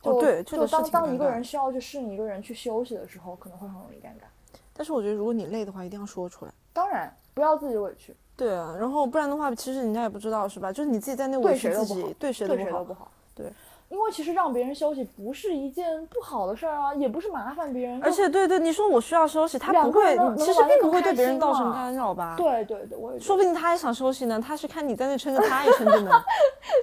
Speaker 1: 就、
Speaker 6: 哦对这
Speaker 1: 就
Speaker 6: 个是
Speaker 1: 当
Speaker 6: 挺
Speaker 1: 当一
Speaker 6: 尴
Speaker 1: 个
Speaker 6: 尬
Speaker 1: 人需要去适应一个人去休息的时候，可能会很容易尴尬。
Speaker 6: 但是我觉得，如果你累的话，一定要说出来。
Speaker 1: 当然，不要自己委屈，
Speaker 6: 对啊，然后不然的话，其实人家也不知道是吧？就是你自己在那
Speaker 1: 对
Speaker 6: 委屈
Speaker 1: 谁都
Speaker 6: 自
Speaker 1: 不好
Speaker 6: 己，对谁
Speaker 1: 对
Speaker 6: 都
Speaker 1: 谁
Speaker 6: 不
Speaker 1: 都
Speaker 6: 好
Speaker 1: 不。好。
Speaker 6: 对，
Speaker 1: 因为其实让别人休息不是一件不好的事儿啊，也不是麻烦别人，
Speaker 6: 而
Speaker 1: 就
Speaker 6: 且对对，你说我需要休息，他
Speaker 1: 两
Speaker 6: 不
Speaker 1: 个
Speaker 6: 会
Speaker 1: 人能，
Speaker 6: 其
Speaker 1: 能
Speaker 6: 实
Speaker 1: 玩得
Speaker 6: 并
Speaker 1: 更
Speaker 6: 不会对
Speaker 1: 开
Speaker 6: 别人
Speaker 1: 心
Speaker 6: 造成
Speaker 1: 嘛
Speaker 6: 干扰吧？，
Speaker 1: 对对对，我也觉
Speaker 6: 说
Speaker 1: 得
Speaker 6: 不定他也想休息呢，他是看你在那撑着，他也撑着呢。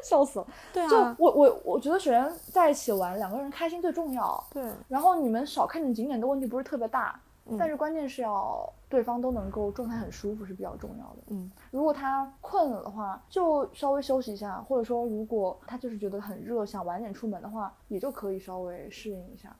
Speaker 1: 笑死了。
Speaker 6: 对
Speaker 1: 就
Speaker 6: 啊，
Speaker 1: 我我我觉得首先在一起玩，两个人开心最重要。
Speaker 6: 对，
Speaker 1: 然后你们少看点景点的问题不是特别大，但是关键是要对方都能够状态很舒服是比较重要的。
Speaker 6: 嗯，
Speaker 1: 如果他困了的话，就稍微休息一下，或者说如果他就是觉得很热，想晚点出门的话，也就可以稍微适应一下。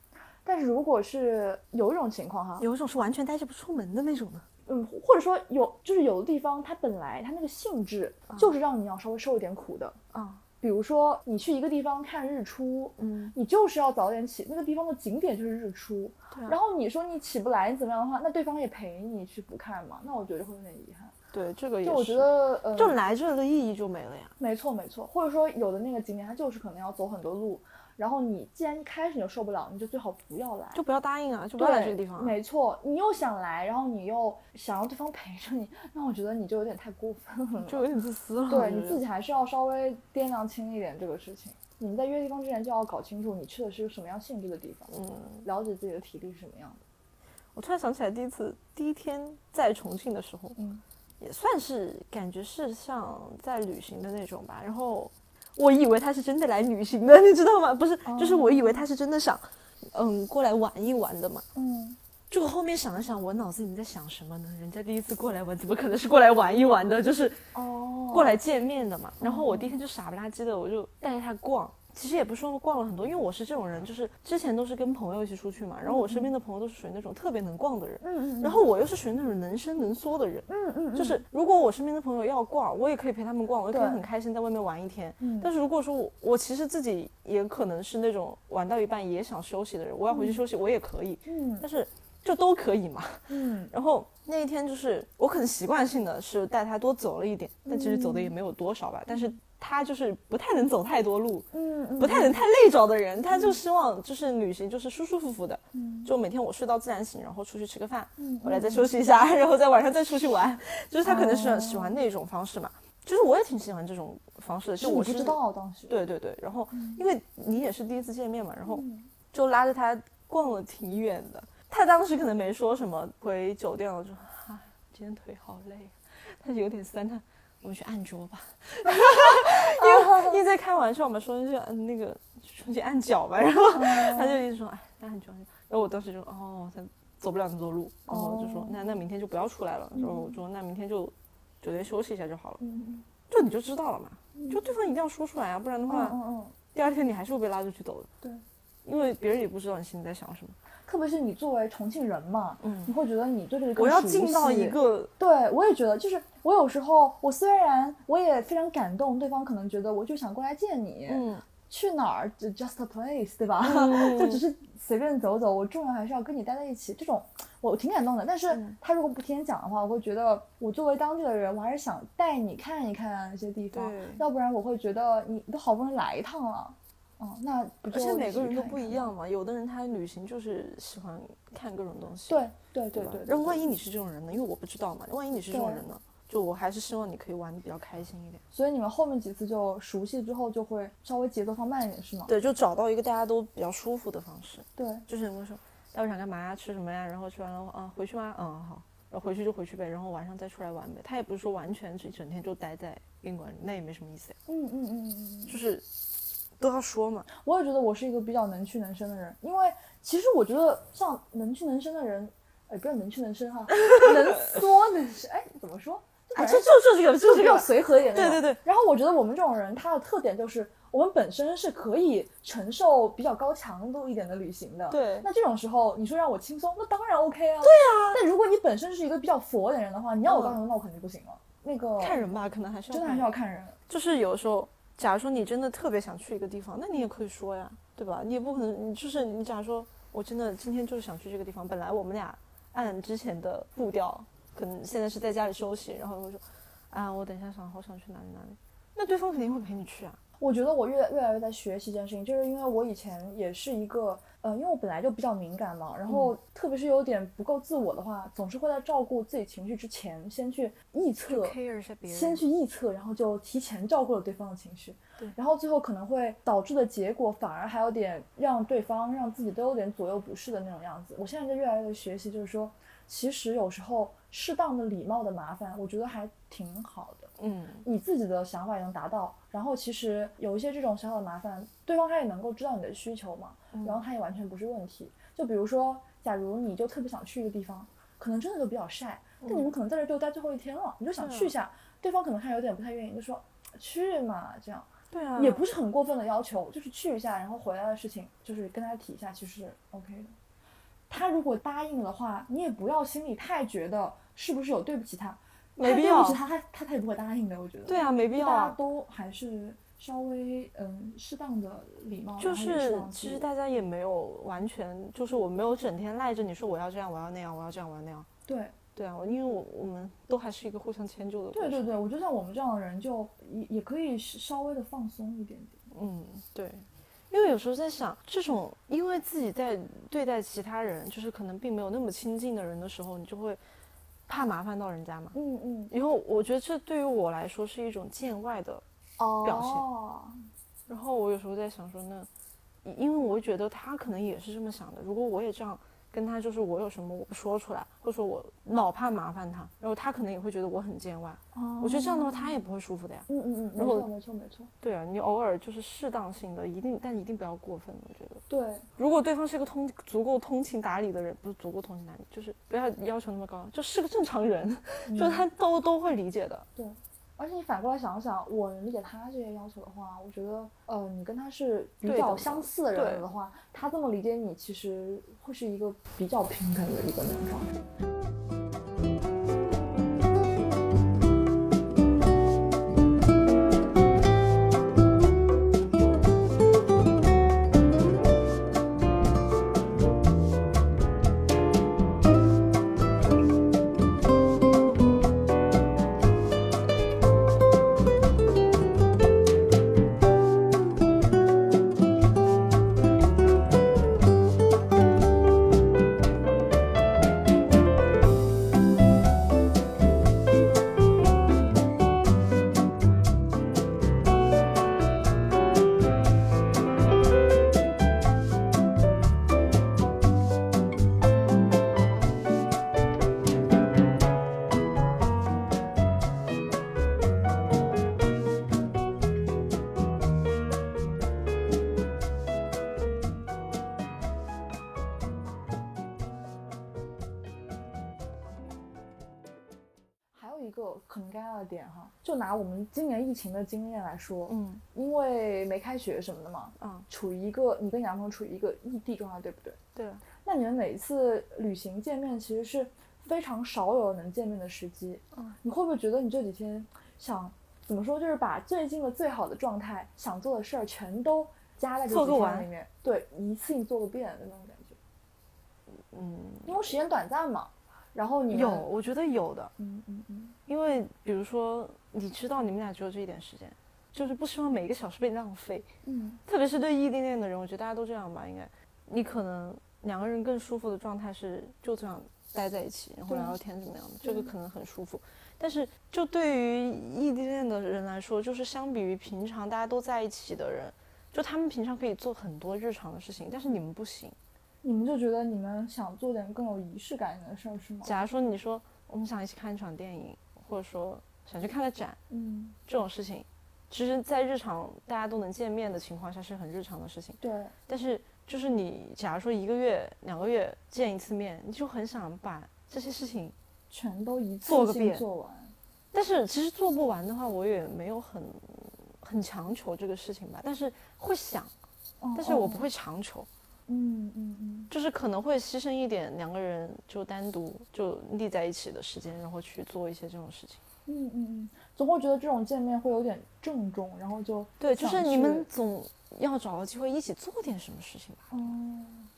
Speaker 1: 但是如果是有一种情况哈，
Speaker 6: 有一种是完全待着不出门的那种呢。
Speaker 1: 嗯，或者说有就是有的地方它本来它那个性质就是让你要稍微受一点苦的，
Speaker 6: 啊，
Speaker 1: 比如说你去一个地方看日出，
Speaker 6: 嗯，
Speaker 1: 你就是要早点起，那个地方的景点就是日出。
Speaker 6: 对啊
Speaker 1: 然后你说你起不来，你怎么样的话，那对方也陪你去不看嘛，那我觉得会有点遗憾。
Speaker 6: 对，这个也
Speaker 1: 就我觉
Speaker 6: 是，
Speaker 1: 得，呃，
Speaker 6: 就来这的意义就没了呀。
Speaker 1: 没错没错，或者说有的那个景点它就是可能要走很多路，然后你既然一开始你就受不了，你就最好不要来。
Speaker 6: 就不要答应啊，就不
Speaker 1: 对，
Speaker 6: 要来这个地方啊。
Speaker 1: 没错，你又想来，然后你又想让对方陪着你，那我觉得你就有点太过分了，
Speaker 6: 就有点自私了。
Speaker 1: 对，你自
Speaker 6: 己
Speaker 1: 己还是要稍微掂量清一点这个事情。你们在约地方之前就要搞清楚你去的是个什么样性质的地方，
Speaker 6: 嗯，
Speaker 1: 了解自己的体力是什么样的。
Speaker 6: 我突然想起来，第一次第一天在重庆的时候，
Speaker 1: 嗯，
Speaker 6: 也算是感觉是像在旅行的那种吧。然后我以为他 是哦真的来旅行的，你知道吗？不是，就是我以为他是真的想，嗯，过来玩一玩的嘛。
Speaker 1: 嗯，
Speaker 6: 就后面想了想，我脑子里面在想什么呢？人家第一次过来玩，怎么可能是过来玩一玩的？就是
Speaker 1: 哦，
Speaker 6: 过来见面的嘛。然后我第一天就傻不拉几的，我就带着他逛。其实也不是说逛了很多，因为我是这种人，就是之前都是跟朋友一起出去嘛，然后我身边的朋友都是属于那种特别能逛的人，
Speaker 1: 嗯，嗯
Speaker 6: 然后我又是属于那种能伸能缩的人，
Speaker 1: 嗯嗯，
Speaker 6: 就
Speaker 1: 嗯
Speaker 6: 是如果我身边的朋友要逛，我也可以陪他们逛，我也可以
Speaker 1: 对
Speaker 6: 很开心在外面玩一天。
Speaker 1: 嗯
Speaker 6: 但是如果说我我其实自己也可能是那种玩到一半也想休息的人，我要回去休息我也可以，
Speaker 1: 嗯
Speaker 6: 但是就都可以嘛。
Speaker 1: 嗯
Speaker 6: 然后那一天就是我可能习惯性的是带他多走了一点，
Speaker 1: 嗯
Speaker 6: 但其实走的也没有多少吧，但是他就是不太能走太多路。
Speaker 1: 嗯嗯，
Speaker 6: 不太能太累着的人，他就希望就是旅行就是舒舒服服的，
Speaker 1: 嗯
Speaker 6: 就每天我睡到自然醒，然后出去吃个饭，
Speaker 1: 嗯
Speaker 6: 回来再休息一下，然后在晚上再出去玩，就是他可能喜欢、
Speaker 1: 哦
Speaker 6: 喜欢那种方式嘛。就是我也挺喜欢这种方式的，就
Speaker 1: 就我
Speaker 6: 我
Speaker 1: 嗯不
Speaker 6: 是
Speaker 1: 知道嗯当时。
Speaker 6: 对对对，然后因为你也是第一次见面嘛，然后
Speaker 1: 嗯
Speaker 6: 就拉着他逛了挺远的。他当时可能没说什么，回酒店了就，唉，今天腿好累，但是有点酸， 他我们去按脚吧，因为因为在开玩笑嘛，说就嗯那个说去按脚吧，然后他就一直说哎，那按脚，然后我当时就哦，他走不了那么多路，然后就说、
Speaker 1: 哦
Speaker 6: 那那明天就不要出来了，然后我说那明天就酒店休息一下就好了，
Speaker 1: 嗯
Speaker 6: 就你就知道了嘛，就对方一定要说出来啊，不然的
Speaker 1: 嗯
Speaker 6: 话、
Speaker 1: 嗯嗯，
Speaker 6: 第二天你还是会被拉出去走的，
Speaker 1: 对，
Speaker 6: 因为别人也不知道你心里在想什么，
Speaker 1: 特别是你作为重庆人嘛，
Speaker 6: 嗯，
Speaker 1: 你会觉得你对这个更
Speaker 6: 我要
Speaker 1: 熟
Speaker 6: 进到
Speaker 1: 悉
Speaker 6: 一个
Speaker 1: 对，我也觉得，就是我有时候，我虽然我也非常感动，对方可能觉得我就想过来见你，
Speaker 6: 嗯，
Speaker 1: 去哪儿只 just a place，对吧？
Speaker 6: 嗯
Speaker 1: 就只是随便走走，我重要还是要跟你待在一起。这种我挺感动的。但是
Speaker 6: 嗯
Speaker 1: 他如果不听讲的话，我会觉得我作为当地的人，我还是想带你看一看一些地方
Speaker 6: 对，
Speaker 1: 要不然我会觉得你都好不容易来一趟了，哦、那不
Speaker 6: 而
Speaker 1: 就
Speaker 6: 且每
Speaker 1: 一
Speaker 6: 个
Speaker 1: 起
Speaker 6: 人都
Speaker 1: 看
Speaker 6: 不
Speaker 1: 看
Speaker 6: 一样嘛，有的人他旅行就是喜欢看各种东西，
Speaker 1: 对对对
Speaker 6: 吧
Speaker 1: 对，
Speaker 6: 然后
Speaker 1: 对
Speaker 6: 万一你是这种人呢？因为我不知道嘛，万一你是这种
Speaker 1: 对
Speaker 6: 人呢？就我还是希望你可以玩的比较开心一点。
Speaker 1: 所以你们后面几次就熟悉之后，就会稍微节奏放慢一点，是吗？
Speaker 6: 对，就找到一个大家都比较舒服的方式。
Speaker 1: 对。
Speaker 6: 啊就是我说，待会想干嘛呀？吃什么呀？然后吃完了，嗯，回去吗？嗯，好。然后回去就回去呗，然后晚上再出来玩呗。他也不是说完全一整天就待在宾馆里，那也没什么意思呀。
Speaker 1: 嗯嗯嗯嗯，嗯，
Speaker 6: 就是都要说嘛，
Speaker 1: 我也觉得我是一个比较能屈能伸的人，因为其实我觉得像能屈能伸的人，哎，不要能屈能伸哈，能缩能伸，哎，怎么说？
Speaker 6: 哎，就就就这个，就
Speaker 1: 比
Speaker 6: 这
Speaker 1: 较
Speaker 6: 个，
Speaker 1: 随和一点的那
Speaker 6: 对
Speaker 1: 种。
Speaker 6: 对对，
Speaker 1: 然后我觉得我们这种人，他的特点就是我们本身是可以承受比较高强度一点的旅行的。
Speaker 6: 对
Speaker 1: 那这种时候，你说让我轻松，那当然 OK 啊。对啊。但如果你本身是一个比较佛的人的话，你要我
Speaker 6: 嗯
Speaker 1: 高强度，那我肯定不行了。那个
Speaker 6: 看人吧，可能还是要
Speaker 1: 真的还是
Speaker 6: 看人
Speaker 1: 要看人。
Speaker 6: 就是有时候，假如说你真的特别想去一个地方，那你也可以说呀，对吧？你也不可能，你就是你假如说我真的今天就是想去这个地方，本来我们俩按之前的步调，可能现在是在家里休息，然后我说啊，我等一下想好想去哪里哪里，那对方肯定会陪你去啊。
Speaker 1: 我觉得我越越来越在学习这件事情，就是因为我以前也是一个，呃，因为我本来就比较敏感嘛，然后
Speaker 6: 嗯
Speaker 1: 特别是有点不够自我的话，总是会在照顾自己情绪之前，先去臆测，
Speaker 6: care 一下别
Speaker 1: 先去臆测，然后就提前照顾了对方的情绪，
Speaker 6: 对
Speaker 1: 然后最后可能会导致的结果反而还有点让对方让自己都有点左右不适的那种样子。我现在就越来越学习，就是说，其实有时候适当的礼貌的麻烦，我觉得还挺好的。
Speaker 6: 嗯，
Speaker 1: 你自己的想法也能达到，然后其实有一些这种小小的麻烦，对方他也能够知道你的需求嘛，
Speaker 6: 嗯
Speaker 1: 然后他也完全不是问题。就比如说，假如你就特别想去一个地方，可能真的就比较晒，
Speaker 6: 嗯
Speaker 1: 但你们可能在这就待最后一天了，你就想
Speaker 6: 对啊
Speaker 1: 去一下，对方可能还有点不太愿意，就说去嘛，这样
Speaker 6: 对啊，
Speaker 1: 也不是很过分的要求，就是去一下，然后回来的事情就是跟他提一下，其实是 OK 的。他如果答应的话，你也不要心里太觉得是不是有对不起他，
Speaker 6: 没
Speaker 1: 太
Speaker 6: 必
Speaker 1: 对不
Speaker 6: 要
Speaker 1: 起他，他他他也不会答应的，我觉得。
Speaker 6: 对啊，没必要
Speaker 1: 大家
Speaker 6: 啊。
Speaker 1: 都还是稍微嗯适当的礼貌，
Speaker 6: 就
Speaker 1: 哦然后也适
Speaker 6: 是
Speaker 1: 当，
Speaker 6: 其
Speaker 1: 地
Speaker 6: 实大家也没有完全，就是我没有整天赖着你说我要这样，我要那样，我要这样，我要那样。
Speaker 1: 对
Speaker 6: 对啊，我因为我我们都还是一个互相迁就的过
Speaker 1: 对
Speaker 6: 程。
Speaker 1: 对对，我觉得像我们这样的人就也也可以是稍微的放松一点点。
Speaker 6: 嗯，对，因为有时候在想，这种因为自己在对待其他人，就是可能并没有那么亲近的人的时候，你就会怕麻烦到人家嘛。
Speaker 1: 嗯嗯，
Speaker 6: 然后我觉得这对于我来说是一种见外的。
Speaker 1: 哦
Speaker 6: 表现然后我有时候在想说，那因因为我会觉得他可能也是这么想的。如果我也这样跟他，就是我有什么我不说出来，或者说我老怕麻烦他，然后他可能也会觉得我很见外。
Speaker 1: 哦
Speaker 6: 我觉得这样的话，他也不会舒服的呀。
Speaker 1: 嗯嗯嗯，没
Speaker 6: 然后
Speaker 1: 错没错没错，
Speaker 6: 对啊，你偶尔就是适当性的，一定但一定不要过分。我觉得，
Speaker 1: 对
Speaker 6: 如果对方是一个通足够通情达理的人，不是足够通情达理，就是不要要求那么高，就是个正常人， 就他都都会理解的。
Speaker 1: 对。嗯而且你反过来想想，我能理解他这些要求的话，我觉得，呃，你跟他是比
Speaker 6: 对
Speaker 1: 较
Speaker 6: 等的
Speaker 1: 相似的人
Speaker 6: 对
Speaker 1: 的话，他这么理解你，其实会是一个比较平等的一个男方。个很尴尬的点哈，就拿我们今年疫情的经验来说，
Speaker 6: 嗯
Speaker 1: 因为没开学什么的嘛，
Speaker 6: 嗯，
Speaker 1: 处于一个你跟你男朋友处于一个异地状态，对不对？
Speaker 6: 对，啊
Speaker 1: 那你们每一次旅行见面其实是非常少有能见面的时机，
Speaker 6: 嗯，
Speaker 1: 你会不会觉得你这几天想怎么说，就是把最近的最好的状态、想做的事儿全都加在这
Speaker 6: 做
Speaker 1: 几
Speaker 6: 个
Speaker 1: 天
Speaker 6: 完
Speaker 1: 里面，对，一次性做个遍的那种感觉，
Speaker 6: 嗯，
Speaker 1: 因为时间短暂嘛。然后你们
Speaker 6: 有，，我觉得有的，
Speaker 1: 嗯嗯嗯，
Speaker 6: 因为比如说，你知道你们俩只有这一点时间，就是不希望每一个小时被浪费。
Speaker 1: 嗯，
Speaker 6: 特别是对异地恋的人，我觉得大家都这样吧，应该。你可能两个人更舒服的状态是就这样待在一起，然后
Speaker 1: 对啊
Speaker 6: 聊聊天怎么样的，这个可能很舒服。但是就对于异地恋的人来说，就是相比于平常大家都在一起的人，就他们平常可以做很多日常的事情，但是你们不行。
Speaker 1: 你们就觉得你们想做点更有仪式感的事儿是吗？
Speaker 6: 假如说你说哦我们想一起看一场电影，或者说想去看个展，
Speaker 1: 嗯，
Speaker 6: 这种事情，其实，在日常大家都能见面的情况下是很日常的事情。
Speaker 1: 对，
Speaker 6: 但是，就是你假如说一个月、两个月见一次面，你就很想把这些事情，
Speaker 1: 全都一
Speaker 6: 做
Speaker 1: 次
Speaker 6: 个
Speaker 1: 性
Speaker 6: 遍
Speaker 1: 做完。
Speaker 6: 但是其实做不完的话，我也没有很很强求这个事情吧。但是会想，
Speaker 1: 哦
Speaker 6: 但是我不，
Speaker 1: 哦
Speaker 6: 会强求，
Speaker 1: 嗯嗯嗯，
Speaker 6: 就是可能会牺牲一点两个人就单独就腻在一起的时间，然后去做一些这种事情。
Speaker 1: 嗯嗯嗯，总会觉得这种见面会有点郑重，然后就
Speaker 6: 对，就
Speaker 1: 想
Speaker 6: 是你
Speaker 1: 去
Speaker 6: 们总要找个机会一起做点什么事情吧。
Speaker 1: 哦，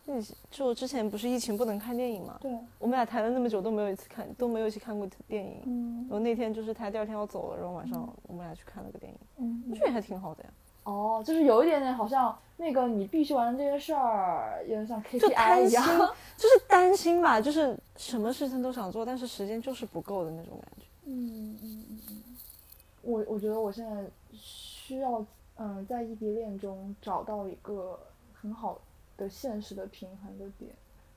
Speaker 6: 疫情就之前不是疫情不能看电影嘛，
Speaker 1: 对，
Speaker 6: 我们俩谈了那么久都没有一次看都没有一起看过电影。
Speaker 1: 嗯
Speaker 6: 然后那天就是他第二天要走了，然后晚上我们俩去看了个电影，
Speaker 1: 嗯，嗯
Speaker 6: 我觉得还挺好的呀。
Speaker 1: 哦，就是有一点点好像那个你必须完成这件事儿，有点像
Speaker 6: 就
Speaker 1: KPI
Speaker 6: 贪
Speaker 1: 一
Speaker 6: 心
Speaker 1: 样。，
Speaker 6: 就是担心吧，就是什么事情都想做，但是时间就是不够的那种感觉。
Speaker 1: 嗯嗯嗯嗯，我我觉得我现在需要嗯、呃在异地恋中找到一个很好的现实的平衡的点，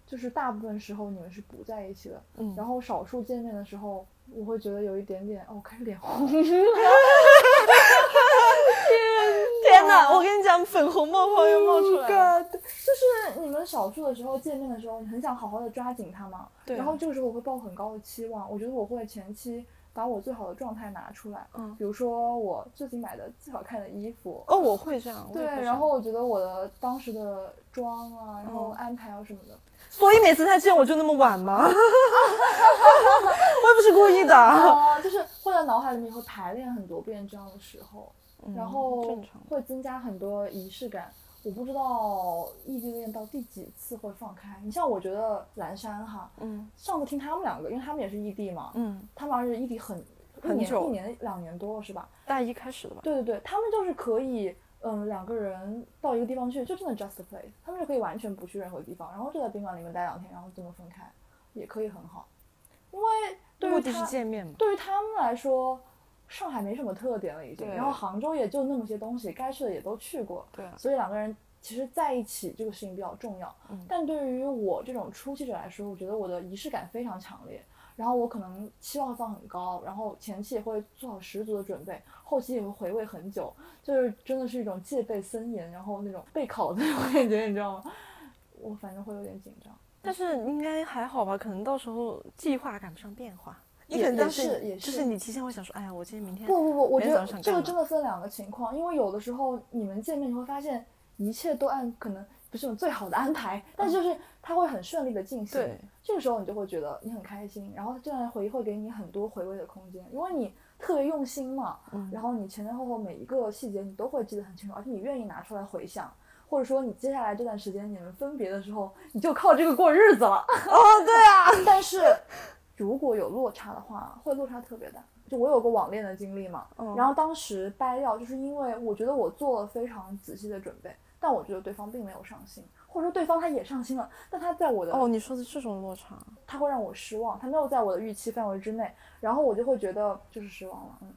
Speaker 1: 就是大部分时候你们是不在一起的，
Speaker 6: 嗯，
Speaker 1: 然后少数见面的时候，我会觉得有一点点哦，开始脸红。
Speaker 6: 天哪！我跟你讲，粉红泡泡又冒出来了。
Speaker 1: God，就是你们少数的时候见面的时候，你很想好好的抓紧他嘛，
Speaker 6: 对啊
Speaker 1: 然后这个时候我会抱很高的期望，我觉得我会前期把我最好的状态拿出来，
Speaker 6: 嗯
Speaker 1: 比如说我自己买的最好看的衣服，
Speaker 6: 哦，我会这样。我
Speaker 1: 对
Speaker 6: 也会，这样
Speaker 1: 然后我觉得我的当时的妆啊，然
Speaker 6: 嗯
Speaker 1: 后安排啊什么的，
Speaker 6: 所以每次他见我就那么晚吗？我也不是故意的。
Speaker 1: 啊、就是会在脑海里面会排练很多遍这样的时候，然后
Speaker 6: 嗯正常。
Speaker 1: 会增加很多仪式感。我不知道异地恋到第几次会放开。你像我觉得蓝山哈，
Speaker 6: 嗯
Speaker 1: 上次听他们两个，因为他们也是异地嘛，
Speaker 6: 嗯，
Speaker 1: 他们好像是异地很一
Speaker 6: 很
Speaker 1: 年
Speaker 6: 久
Speaker 1: 一年两年多了是吧？
Speaker 6: 大一开始的吧。
Speaker 1: 对对对，他们就是可以，嗯，两个人到一个地方去，就真的 just a place，他们就可以完全不去任何地方，然后就在宾馆里面待两天，然后这么分开，也可以很好。因为对
Speaker 6: 目
Speaker 1: 于
Speaker 6: 的是
Speaker 1: 他，
Speaker 6: 见面嘛。
Speaker 1: 对于他们来说，上海没什么特点了已经，
Speaker 6: 对
Speaker 1: 然后杭州也就那么些东西，该去的也都去过，
Speaker 6: 对啊，
Speaker 1: 所以两个人其实在一起这个事情比较重要。
Speaker 6: 嗯
Speaker 1: 但对于我这种初期者来说，我觉得我的仪式感非常强烈，然后我可能期望放很高，然后前期也会做好十足的准备，后期也会回味很久，就是真的是一种戒备森严，然后那种备考的那种感觉，你知道吗？我反正会有点紧张。
Speaker 6: 但是应该还好吧？可能到时候计划赶不上变化。你
Speaker 1: 也
Speaker 6: 可能当
Speaker 1: 也
Speaker 6: 时
Speaker 1: 是也
Speaker 6: 就是是你提前会想说，哎呀，我今天明天
Speaker 1: 不不不，我
Speaker 6: 每
Speaker 1: 觉
Speaker 6: 天
Speaker 1: 得
Speaker 6: 早上
Speaker 1: 这个
Speaker 6: 干
Speaker 1: 真的分两个情况，因为有的时候你们见面你会发现一切都按可能不是有最好的安排，但是就是它会很顺利的进行。
Speaker 6: 嗯对，
Speaker 1: 这个时候你就会觉得你很开心，然后这样回忆会给你很多回味的空间，因为你特别用心嘛，
Speaker 6: 嗯
Speaker 1: 然后你前前后后每一个细节你都会记得很清楚，而且你愿意拿出来回想，或者说你接下来这段时间你们分别的时候，你就靠这个过日子了。哦，对 啊，但是如果有落差的话，会落差特别大。就我有个网恋的经历嘛，
Speaker 6: 嗯
Speaker 1: 然后当时掰掉，就是因为我觉得我做了非常仔细的准备，但我觉得对方并没有上心，或者说对方他也上心了，但他在我的
Speaker 6: 哦，你说的这种落差，
Speaker 1: 他会让我失望，他没有在我的预期范围之内，然后我就会觉得就是失望了。嗯，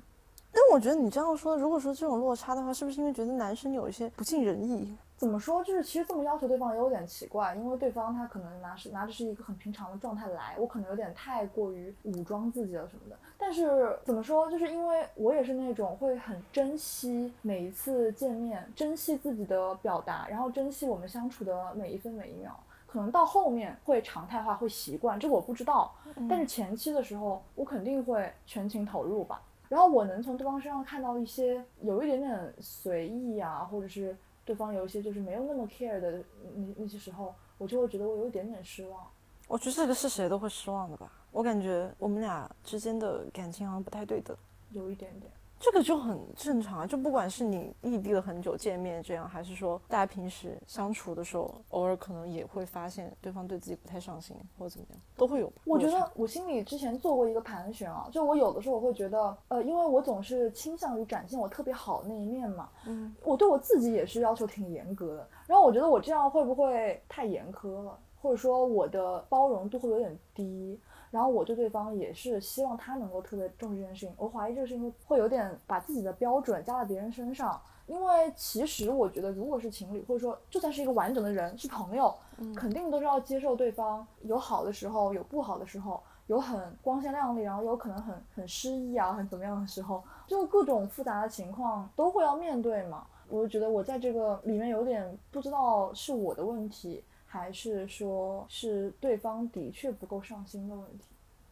Speaker 6: 但我觉得你这样说，如果说这种落差的话，是不是因为觉得男生有一些不尽人意？
Speaker 1: 怎么说？就是其实这么要求对方也有点奇怪，因为对方他可能拿是拿着是一个很平常的状态来，我可能有点太过于武装自己了什么的。但是怎么说？就是因为我也是那种会很珍惜每一次见面，珍惜自己的表达，然后珍惜我们相处的每一分每一秒。可可能到后面会常态化，会习惯，这个我不知道。但是前期的时候，我肯定会全情投入吧。然后我能从对方身上看到一些有一点点随意啊，或者是对方有一些就是没有那么 care 的那那些时候，我就会觉得我有一点点失望。
Speaker 6: 我觉得这个是谁都会失望的吧。我感觉我们俩之间的感情好像不太对等，
Speaker 1: 有一点点，
Speaker 6: 这个就很正常啊。就不管是你异地了很久见面这样，还是说大家平时相处的时候，偶尔可能也会发现对方对自己不太上心或者怎么样，都会有吧。
Speaker 1: 我觉
Speaker 6: 有差
Speaker 1: 得我心里之前做过一个盘旋啊，就我有的时候我会觉得，呃，因为我总是倾向于展现我特别好那一面嘛，
Speaker 6: 嗯，
Speaker 1: 我对我自己也是要求挺严格的。然后我觉得我这样会不会太严苛了，或者说我的包容度会有点低？然后我对对方也是希望他能够特别重视这件事情，我怀疑这个事情会有点把自己的标准加到别人身上。因为其实我觉得，如果是情侣，或者说就算是一个完整的人，是朋友，肯定都是要接受对方有好的时候，有不好的时候，有很光鲜亮丽，然后有可能很很失意啊，很怎么样的时候，就各种复杂的情况都会要面对嘛。我就觉得我在这个里面有点不知道是我的问题，还是说是对方的确不够上心的问题。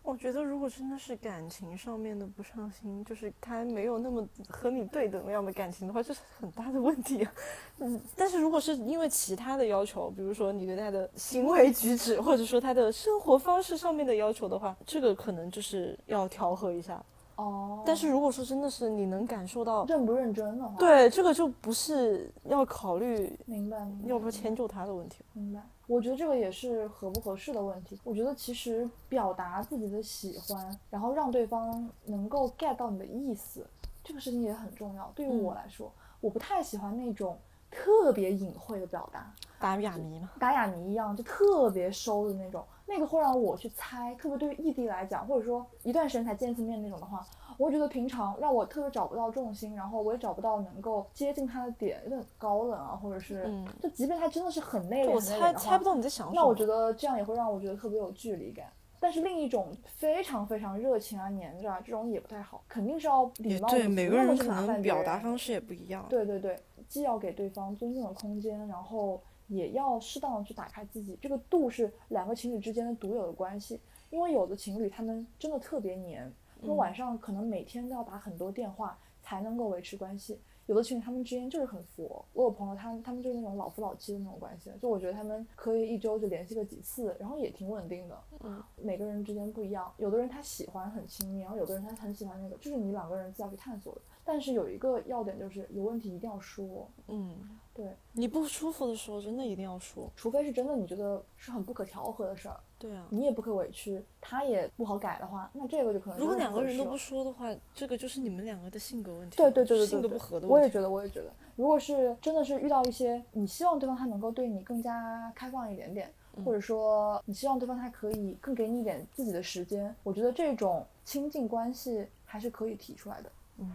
Speaker 6: 我觉得如果真的是感情上面的不上心，就是他没有那么和你对等那样的感情的话，这是很大的问题、啊。嗯，但是如果是因为其他的要求，比如说你对他的行为举止，或者说他的生活方式上面的要求的话，这个可能就是要调和一下。
Speaker 1: 哦，
Speaker 6: 但是如果说真的是你能感受到，
Speaker 1: 认不认真的话，，
Speaker 6: 对这个就不是要考虑
Speaker 1: 明白明白。
Speaker 6: 要不要迁就他的问题了。
Speaker 1: 明白，我觉得这个也是合不合适的问题。我觉得其实表达自己的喜欢，然后让对方能够 get 到你的意思，这个事情也很重要。对于
Speaker 6: 嗯
Speaker 1: 我来说，我不太喜欢那种特别隐晦的表达，
Speaker 6: 打哑谜嘛，
Speaker 1: 打哑谜一样，就特别收的那种，那个会让我去猜。特别对于异地来讲，或者说一段时间才见一次面那种的话，我会觉得平常让我特别找不到重心，然后我也找不到能够接近他的点，有点高冷啊，或者是、
Speaker 6: 嗯
Speaker 1: 就即便他真的是很内
Speaker 6: 就
Speaker 1: 敛，
Speaker 6: 我
Speaker 1: 很内敛
Speaker 6: 猜
Speaker 1: 的话
Speaker 6: 猜不到你在想什么。
Speaker 1: 那我觉得这样也会让我觉得特别有距离感。但是另一种非常非常热情啊、黏着啊，这种也不太好，肯定是要礼
Speaker 6: 也
Speaker 1: 貌。
Speaker 6: 对，每个人可能表达
Speaker 1: 式。
Speaker 6: 方式也不一样。
Speaker 1: 对对对，既要给对方尊重的空间，然后也要适当的去打开自己。这个度是两个情侣之间的独有的关系，因为有的情侣他们真的特别黏，他们晚上可能每天都要打很多电话才能够维持关系。有的情侣他们之间就是很佛，我有朋友他他们就是那种老夫老妻的那种关系，就我觉得他们可以一周就联系个几次，然后也挺稳定的。
Speaker 6: 嗯，
Speaker 1: 每个人之间不一样，有的人他喜欢很亲密，然后有的人他很喜欢那个，就是你两个人自己要去探索的。但是有一个要点就是有问题一定要说，
Speaker 6: 嗯，
Speaker 1: 对，
Speaker 6: 你不舒服的时候真的一定要说。
Speaker 1: 除非是真的你觉得是很不可调和的事儿，
Speaker 6: 对啊，
Speaker 1: 你也不可委屈，他也不好改的话，那这个就可能
Speaker 6: 如果
Speaker 1: 真的
Speaker 6: 两啊个
Speaker 1: 合
Speaker 6: 人
Speaker 1: 适
Speaker 6: 都
Speaker 1: 了
Speaker 6: 不说的话，这个就是你们两个的性格问题。
Speaker 1: 对对对对对，
Speaker 6: 性格
Speaker 1: 对
Speaker 6: 不合的
Speaker 1: 我
Speaker 6: 问
Speaker 1: 也
Speaker 6: 题。
Speaker 1: 觉得，我也觉得，如果是真的是遇到一些你希望对方他能够对你更加开放一点点，或
Speaker 6: 嗯
Speaker 1: 者说你希望对方他可以更给你一点自己的时间，我觉得这种亲近关系还是可以提出来的。
Speaker 6: 嗯，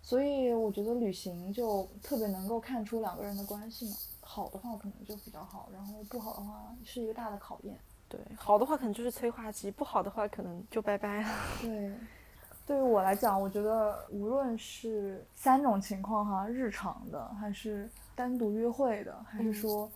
Speaker 1: 所以我觉得旅行就特别能够看出两个人的关系嘛，好的话可能就比较好，然后不好的话是一个大的考验。
Speaker 6: 对，好的话可能就是催化剂，不好的话可能就拜拜啊了。
Speaker 1: 对，对于我来讲，我觉得无论是三种情况哈，日常的，还是单独约会的，还
Speaker 6: 嗯
Speaker 1: 是说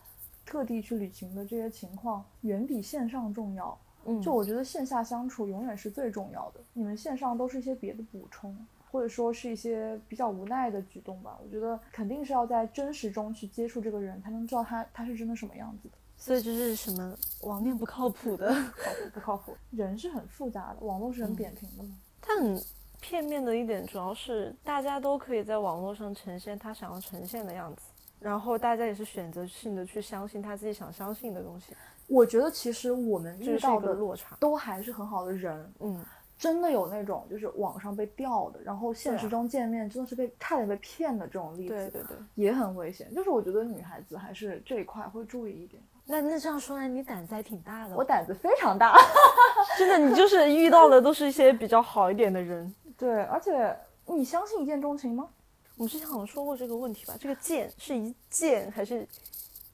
Speaker 1: 特地去旅行的这些情况，远比线上重要。
Speaker 6: 嗯
Speaker 1: 就我觉得线下相处永远是最重要的，你们线上都是一些别的补充。或者说是一些比较无奈的举动吧，我觉得肯定是要在真实中去接触这个人，才能知道他他是真的什么样子的。
Speaker 6: 所以就是什么 网恋不靠谱的，
Speaker 1: 靠谱不靠谱？人是很复杂的，网络是
Speaker 6: 嗯
Speaker 1: 很扁平的嘛。
Speaker 6: 它很片面的一点，主要是大家都可以在网络上呈现他想要呈现的样子，然后大家也是选择性的去相信他自己想相信的东西，
Speaker 1: 我觉得其实我们
Speaker 6: 这
Speaker 1: 遇
Speaker 6: 是一
Speaker 1: 到
Speaker 6: 个
Speaker 1: 的
Speaker 6: 落差。
Speaker 1: 都还是很好的人，
Speaker 6: 嗯，
Speaker 1: 真的有那种就是网上被钓的，然后现实中见面真的是被差点被骗的这种例子，
Speaker 6: 啊对对对。
Speaker 1: 也很危险。就是我觉得女孩子还是这一块会注意一点。
Speaker 6: 那那这样说来，你胆子还挺大的哦。
Speaker 1: 我胆子非常 大，
Speaker 6: 真的，你就是遇到的都是一些比较好一点的人。
Speaker 1: 对，而且你相信一见钟情吗？
Speaker 6: 我们之前好像说过这个问题吧？这个见是一见还是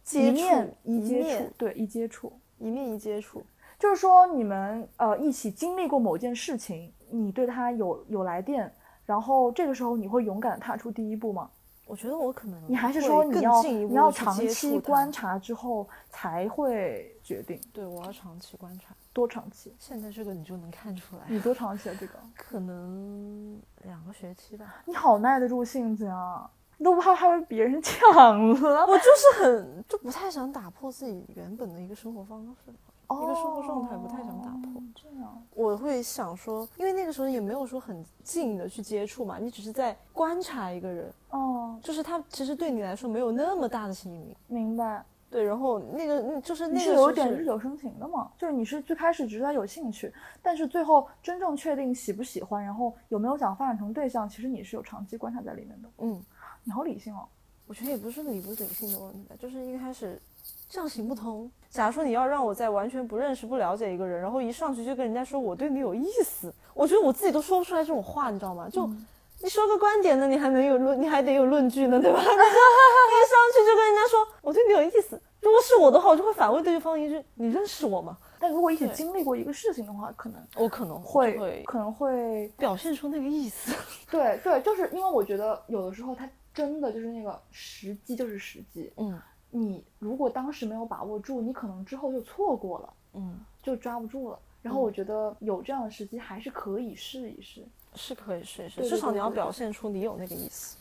Speaker 6: 接
Speaker 1: 一
Speaker 6: 触
Speaker 1: 面一
Speaker 6: 一
Speaker 1: 接触
Speaker 6: 面，
Speaker 1: 对，一接触，
Speaker 6: 一面一接触？
Speaker 1: 就是说你们呃一起经历过某件事情，你对他有有来电，然后这个时候你会勇敢的踏出第一步吗？
Speaker 6: 我觉得我可能
Speaker 1: 你还是
Speaker 6: 嗯会
Speaker 1: 说你
Speaker 6: 更
Speaker 1: 要
Speaker 6: 进一
Speaker 1: 你
Speaker 6: 步
Speaker 1: 要
Speaker 6: 去
Speaker 1: 长
Speaker 6: 接
Speaker 1: 期
Speaker 6: 触它
Speaker 1: 观察之后才会决定
Speaker 6: 对，我要长期观察。
Speaker 1: 多长期，
Speaker 6: 现在这个你就能看出来，
Speaker 1: 你多长期啊？ 这个
Speaker 6: 可能两个学期吧。
Speaker 1: 你好耐得住性子啊，你都不怕怕被别 人抢了？
Speaker 6: 我就是很就不太想打破自己原本的一个生活方式，一个生活状态不太想打破
Speaker 1: 哦。这样，
Speaker 6: 我会想说，因为那个时候也没有说很近的去接触嘛，你只是在观察一个人，
Speaker 1: 哦，
Speaker 6: 就是他其实对你来说没有那么大的吸引力。
Speaker 1: 明白。
Speaker 6: 对，然后那个嗯就是
Speaker 1: 你
Speaker 6: 那
Speaker 1: 是
Speaker 6: 个
Speaker 1: 有
Speaker 6: 就
Speaker 1: 点日
Speaker 6: 是
Speaker 1: 久生情的嘛？就是你是最开始只是对他有兴趣，但是最后真正确定喜不喜欢，然后有没有想发展成对象，其实你是有长期观察在里面的。
Speaker 6: 嗯，
Speaker 1: 你好理性哦。
Speaker 6: 我觉得也不是理不理性的问题吧，就是一开始这样行不通。假如说你要让我在完全不认识、不了解一个人，然后一上去就跟人家说我对你有意思，我觉得我自己都说不出来这种话，你知道吗？就、
Speaker 1: 嗯
Speaker 6: 你说个观点呢，你还能有论，你还得有论据呢，对吧？你 就你一上去就跟人家说我对你有意思，如果是我的话，我就会反问对方一句：你认识我吗？
Speaker 1: 但如果一起
Speaker 6: 对
Speaker 1: 经历过一个事情的话，可能
Speaker 6: 我可能
Speaker 1: 会
Speaker 6: 就会
Speaker 1: 可能会
Speaker 6: 表现出那个意思。
Speaker 1: 对对，就是因为我觉得有的时候他真的就是那个时机就是时机，
Speaker 6: 嗯
Speaker 1: 你如果当时没有把握住，你可能之后就错过了，
Speaker 6: 嗯，
Speaker 1: 就抓不住了。然后我觉得有这样的时机还是可以试一试，
Speaker 6: 是可以试一试，
Speaker 1: 对
Speaker 6: 至
Speaker 1: 对
Speaker 6: 少
Speaker 1: 对
Speaker 6: 你要
Speaker 1: 对
Speaker 6: 表现出你有那个意思，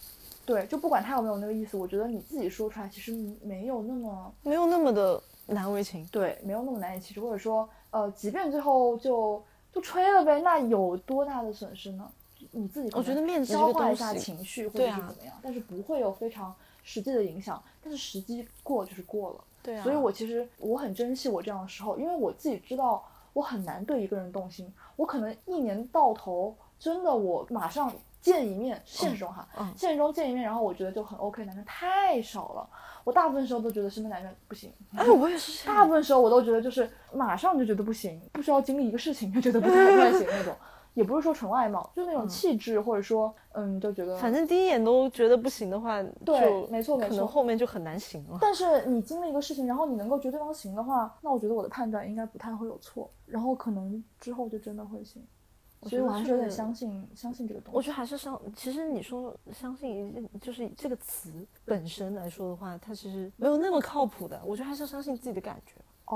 Speaker 1: 对，就不管他有没有那个意思，我觉得你自己说出来其实没有那么
Speaker 6: 没有那么的难为情。
Speaker 1: 对，没有那么难以启齿，或者说呃，即便最后就就吹了呗，那有多大的损失呢？你自己可
Speaker 6: 我觉
Speaker 1: 能
Speaker 6: 得面子这
Speaker 1: 消
Speaker 6: 个
Speaker 1: 化
Speaker 6: 东
Speaker 1: 一下
Speaker 6: 西，
Speaker 1: 情绪或
Speaker 6: 对
Speaker 1: 者是
Speaker 6: 啊
Speaker 1: 怎么样，但是不会有非常实际的影响。但是时机过就是过了，
Speaker 6: 对啊，
Speaker 1: 所以我其实我很珍惜我这样的时候，因为我自己知道我很难对一个人动心，我可能一年到头真的我马上见一面，现实中哈，
Speaker 6: 嗯
Speaker 1: 现实中见一面，然后我觉得就很 OK，男生太少了，我大部分时候都觉得身边男生不行，
Speaker 6: 哎，我也是这
Speaker 1: 大
Speaker 6: 样，
Speaker 1: 部分时候我都觉得就是马上就觉得不行，不需要经历一个事情就觉得不太太行那种。 也不是说纯外貌，就那种气质，或者说，嗯，就觉得
Speaker 6: 嗯反正第一眼都觉得不行的话，
Speaker 1: 对
Speaker 6: 就，
Speaker 1: 没错没
Speaker 6: 可能
Speaker 1: 错。
Speaker 6: 后面就很难行了。
Speaker 1: 但是你经历一个事情，然后你能够觉得对方行的话，那我觉得我的判断应该不太会有错，然后可能之后就真的会行。所以
Speaker 6: 觉
Speaker 1: 我
Speaker 6: 得
Speaker 1: 还是有
Speaker 6: 是
Speaker 1: 点相信相信这个东
Speaker 6: 我
Speaker 1: 西。
Speaker 6: 觉得还是相，其实你说相信，就是这个词本身来说的话，它其实没有那么靠谱的。我觉得还是要相信自己的感觉。
Speaker 1: 哦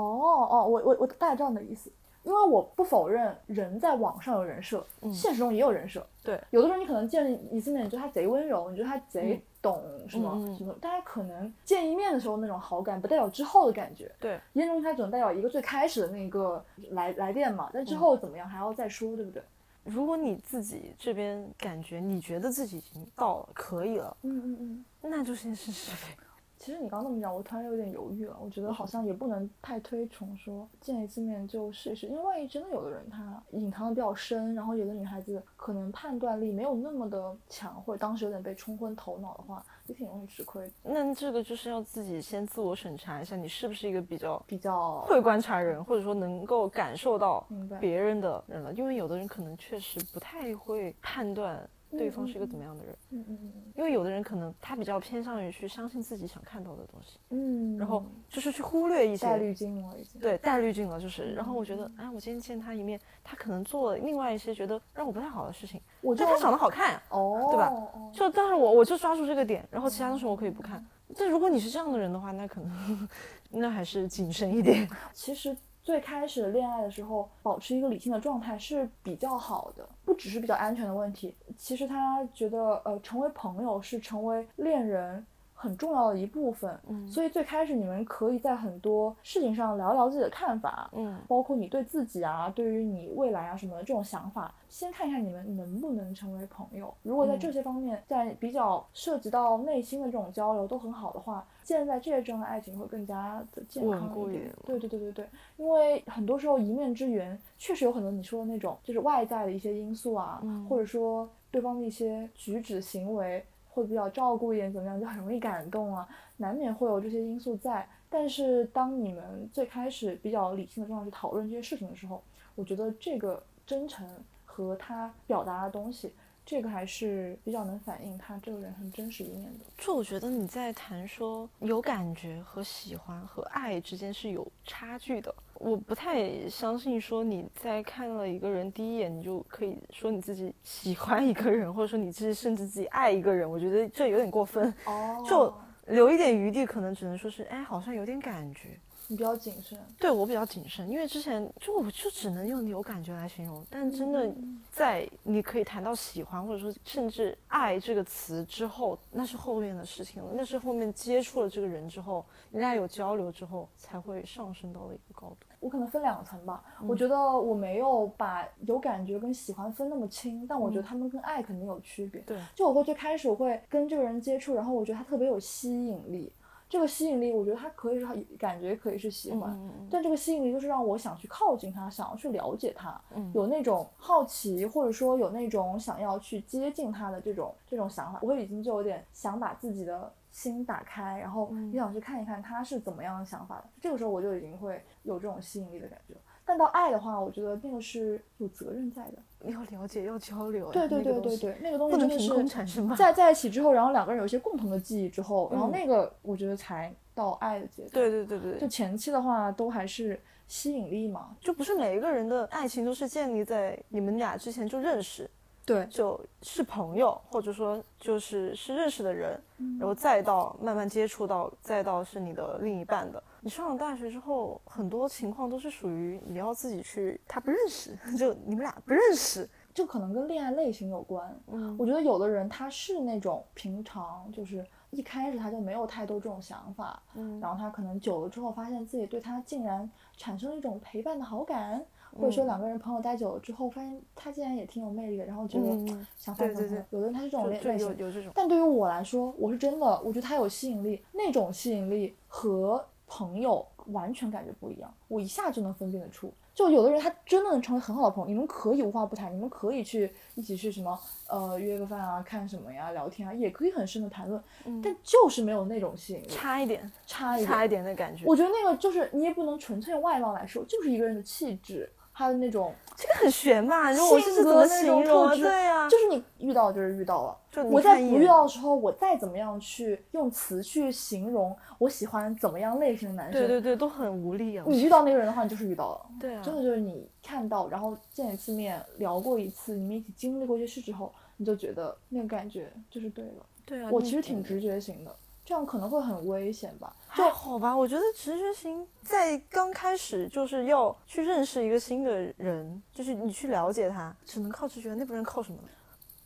Speaker 1: 哦，我我我大概知道你的意思，因为我不否认人在网上有人设，
Speaker 6: 嗯
Speaker 1: 现实中也有人设。
Speaker 6: 对，
Speaker 1: 有的时候你可能见一次面，你觉得他贼温柔，你觉得他贼
Speaker 6: 嗯
Speaker 1: 懂什么、
Speaker 6: 嗯嗯
Speaker 1: 什么，大家可能见一面的时候那种好感，不代表之后的感觉。
Speaker 6: 对，
Speaker 1: 眼中他只能代表一个最开始的那个来来电嘛，但
Speaker 6: 嗯
Speaker 1: 之后怎么样还要再说，对不对？
Speaker 6: 如果你自己这边感觉你觉得自己已经到了，可以了，
Speaker 1: 嗯嗯嗯。
Speaker 6: 那就先试试呗。
Speaker 1: 其实你刚刚那么讲，我突然有点犹豫了。我觉得好像也不能太推崇说见一次面就试一试，因为万一真的有的人他隐藏的比较深，然后有的女孩子可能判断力没有那么的强，或者当时有点被冲昏头脑的话，也挺容易吃亏的。
Speaker 6: 那这个就是要自己先自我审查一下，你是不是一个比较
Speaker 1: 比较
Speaker 6: 会观察人，或者说能够感受到
Speaker 1: 明白，
Speaker 6: 别人的人了，因为有的人可能确实不太会判断对方是一个怎么样的人，
Speaker 1: 嗯嗯嗯
Speaker 6: 因为有的人可能他比较偏向于去相信自己想看到的东西，
Speaker 1: 嗯，
Speaker 6: 然后就是去忽略一
Speaker 1: 带
Speaker 6: 些。
Speaker 1: 滤镜嗯了已经。
Speaker 6: 对，带滤镜了，就是。然后我觉得
Speaker 1: 嗯，
Speaker 6: 哎，我今天见他一面，他可能做了另外一些觉得让我不太好的事情，
Speaker 1: 我就
Speaker 6: 但他长得好看，
Speaker 1: 哦，
Speaker 6: 对吧
Speaker 1: 哦？
Speaker 6: 就但是我我就抓住这个点，然后其他东西我可以不看。
Speaker 1: 嗯
Speaker 6: 但如果你是这样的人的话，那可能 那还是谨慎一点。
Speaker 1: 其实最开始恋爱的时候，保持一个理性的状态是比较好的，不只是比较安全的问题。其实他觉得，呃，成为朋友是成为恋人很重要的一部分。
Speaker 6: 嗯
Speaker 1: 所以最开始你们可以在很多事情上聊一聊自己的看法，
Speaker 6: 嗯，
Speaker 1: 包括你对自己啊，对于你未来啊什么的这种想法，先看一看你们能不能成为朋友。如果在
Speaker 6: 嗯
Speaker 1: 这些方面，在比较涉及到内心的这种交流都很好的话，建立在这些中的爱情会更加的健
Speaker 6: 稳
Speaker 1: 康
Speaker 6: 固
Speaker 1: 一
Speaker 6: 一
Speaker 1: 点
Speaker 6: 点。
Speaker 1: 对对对对对，因为很多时候一面之缘确实有很多你说的那种，就是外在的一些因素啊，
Speaker 6: 嗯
Speaker 1: 或者说对方的一些举止行为。会比较照顾一点，怎么样就很容易感动啊，难免会有这些因素在。但是当你们最开始比较理性的状态去讨论这些事情的时候，我觉得这个真诚和他表达的东西这个还是比较能反映他这个人很真实一面的。
Speaker 6: 就我觉得你在谈说有感觉和喜欢和爱之间是有差距的。我不太相信说你在看了一个人第一眼，你就可以说你自己喜欢一个人，或者说你自己甚至自己爱一个人。我觉得这有点过分，
Speaker 1: 哦
Speaker 6: 就留一点余地，可能只能说是哎，好像有点感觉。
Speaker 1: 你比较谨慎，
Speaker 6: 对我比较谨慎，因为之前就我就只能用有感觉来形容，但真的
Speaker 1: 嗯
Speaker 6: 在你可以谈到喜欢或者说甚至爱这个词之后，那是后面的事情了，那是后面接触了这个人之后，你俩有交流之后才会上升到了一个高度。
Speaker 1: 我可能分两层吧。
Speaker 6: 嗯
Speaker 1: 我觉得我没有把有感觉跟喜欢分那么清，但我
Speaker 6: 嗯
Speaker 1: 觉得他们跟爱肯定有区别。
Speaker 6: 对，
Speaker 1: 就我会最开始我会跟这个人接触，然后我觉得他特别有吸引力。这个吸引力，我觉得他可以是感觉可以是喜欢，
Speaker 6: 嗯
Speaker 1: 但这个吸引力就是让我想去靠近他，想要去了解他，有那种好奇，或者说有那种想要去接近他的这种这种想法。我已经就有点想把自己的心打开，然后也想去看一看他是怎么样的想法的。这个时候我就已经会有这种吸引力的感觉。但到爱的话，我觉得那个是有责任在的。
Speaker 6: 要了解，要交流，
Speaker 1: 对对
Speaker 6: 那
Speaker 1: 对
Speaker 6: 个东
Speaker 1: 对
Speaker 6: 西，
Speaker 1: 对，那个东
Speaker 6: 不
Speaker 1: 西
Speaker 6: 能
Speaker 1: 真的
Speaker 6: 凭
Speaker 1: 是
Speaker 6: 空产生吧？
Speaker 1: 在在一起之后，然后两个人有一些共同的记忆之后，然后
Speaker 6: 嗯
Speaker 1: 那个我觉得才到爱的阶段。
Speaker 6: 对对对对，
Speaker 1: 就前期的话，都还是吸引力嘛。
Speaker 6: 就不是每一个人的爱情都是建立在你们俩之前就认识，
Speaker 1: 对，
Speaker 6: 就是朋友，或者说就是是认识的人，然后再到慢慢接触到，再到是你的另一半的。你上了大学之后，很多情况都是属于你要自己去，他不认识，就你们俩不认识，
Speaker 1: 这可能跟恋爱类型有关。
Speaker 6: 嗯，
Speaker 1: 我觉得有的人他是那种平常就是一开始他就没有太多这种想法，
Speaker 6: 嗯
Speaker 1: 然后他可能久了之后发现自己对他竟然产生了一种陪伴的好感，或者说
Speaker 6: 嗯
Speaker 1: 两个人朋友待久了之后发现他竟然也挺有魅力的，然后觉得
Speaker 6: 嗯
Speaker 1: 想发展
Speaker 6: 对对
Speaker 1: 朋友
Speaker 6: 对
Speaker 1: 有的人他是这种
Speaker 6: 就
Speaker 1: 类
Speaker 6: 就
Speaker 1: 类
Speaker 6: 有
Speaker 1: 型，
Speaker 6: 有这种，
Speaker 1: 但对于我来说，我是真的，我觉得他有吸引力，那种吸引力和朋友完全感觉不一样，我一下就能分辨得出。就有的人他真的能成为很好的朋友，你们可以无话不谈，你们可以去一起去什么呃约个饭啊、看什么呀、聊天啊，也可以很深的谈论，但就是没有那种吸引力，
Speaker 6: 嗯差一点，
Speaker 1: 差一点。
Speaker 6: 差一点的感觉。
Speaker 1: 我觉得那个就是你也不能纯粹用外貌来说，就是一个人的气质，他的那种
Speaker 6: 这个很悬嘛，你说我这是
Speaker 1: 性
Speaker 6: 怎
Speaker 1: 格
Speaker 6: 么
Speaker 1: 那
Speaker 6: 形
Speaker 1: 种
Speaker 6: 容
Speaker 1: 特
Speaker 6: 啊？
Speaker 1: 质，
Speaker 6: 对呀、
Speaker 1: 就是你遇到就是遇到了。
Speaker 6: 就你
Speaker 1: 我在
Speaker 6: 看一
Speaker 1: 不
Speaker 6: 眼
Speaker 1: 遇到的时候，我再怎么样去用词去形容我喜欢怎么样类型的男生，
Speaker 6: 对对对，都很无力啊。我
Speaker 1: 你遇到那个人的话，你就是遇到了。
Speaker 6: 对啊
Speaker 1: 真的就是你看到，然后见一次面，聊过一次，你们一起经历过一些事之后，你就觉得那个感觉就是对了。
Speaker 6: 对啊，
Speaker 1: 我
Speaker 6: 你
Speaker 1: 其实挺直觉型的，这样可能会很危险吧？
Speaker 6: 还好吧，我觉得直觉型在刚开始就是要去认识一个新的人，就是你去了解他，只能靠直觉，那不然靠什么呢？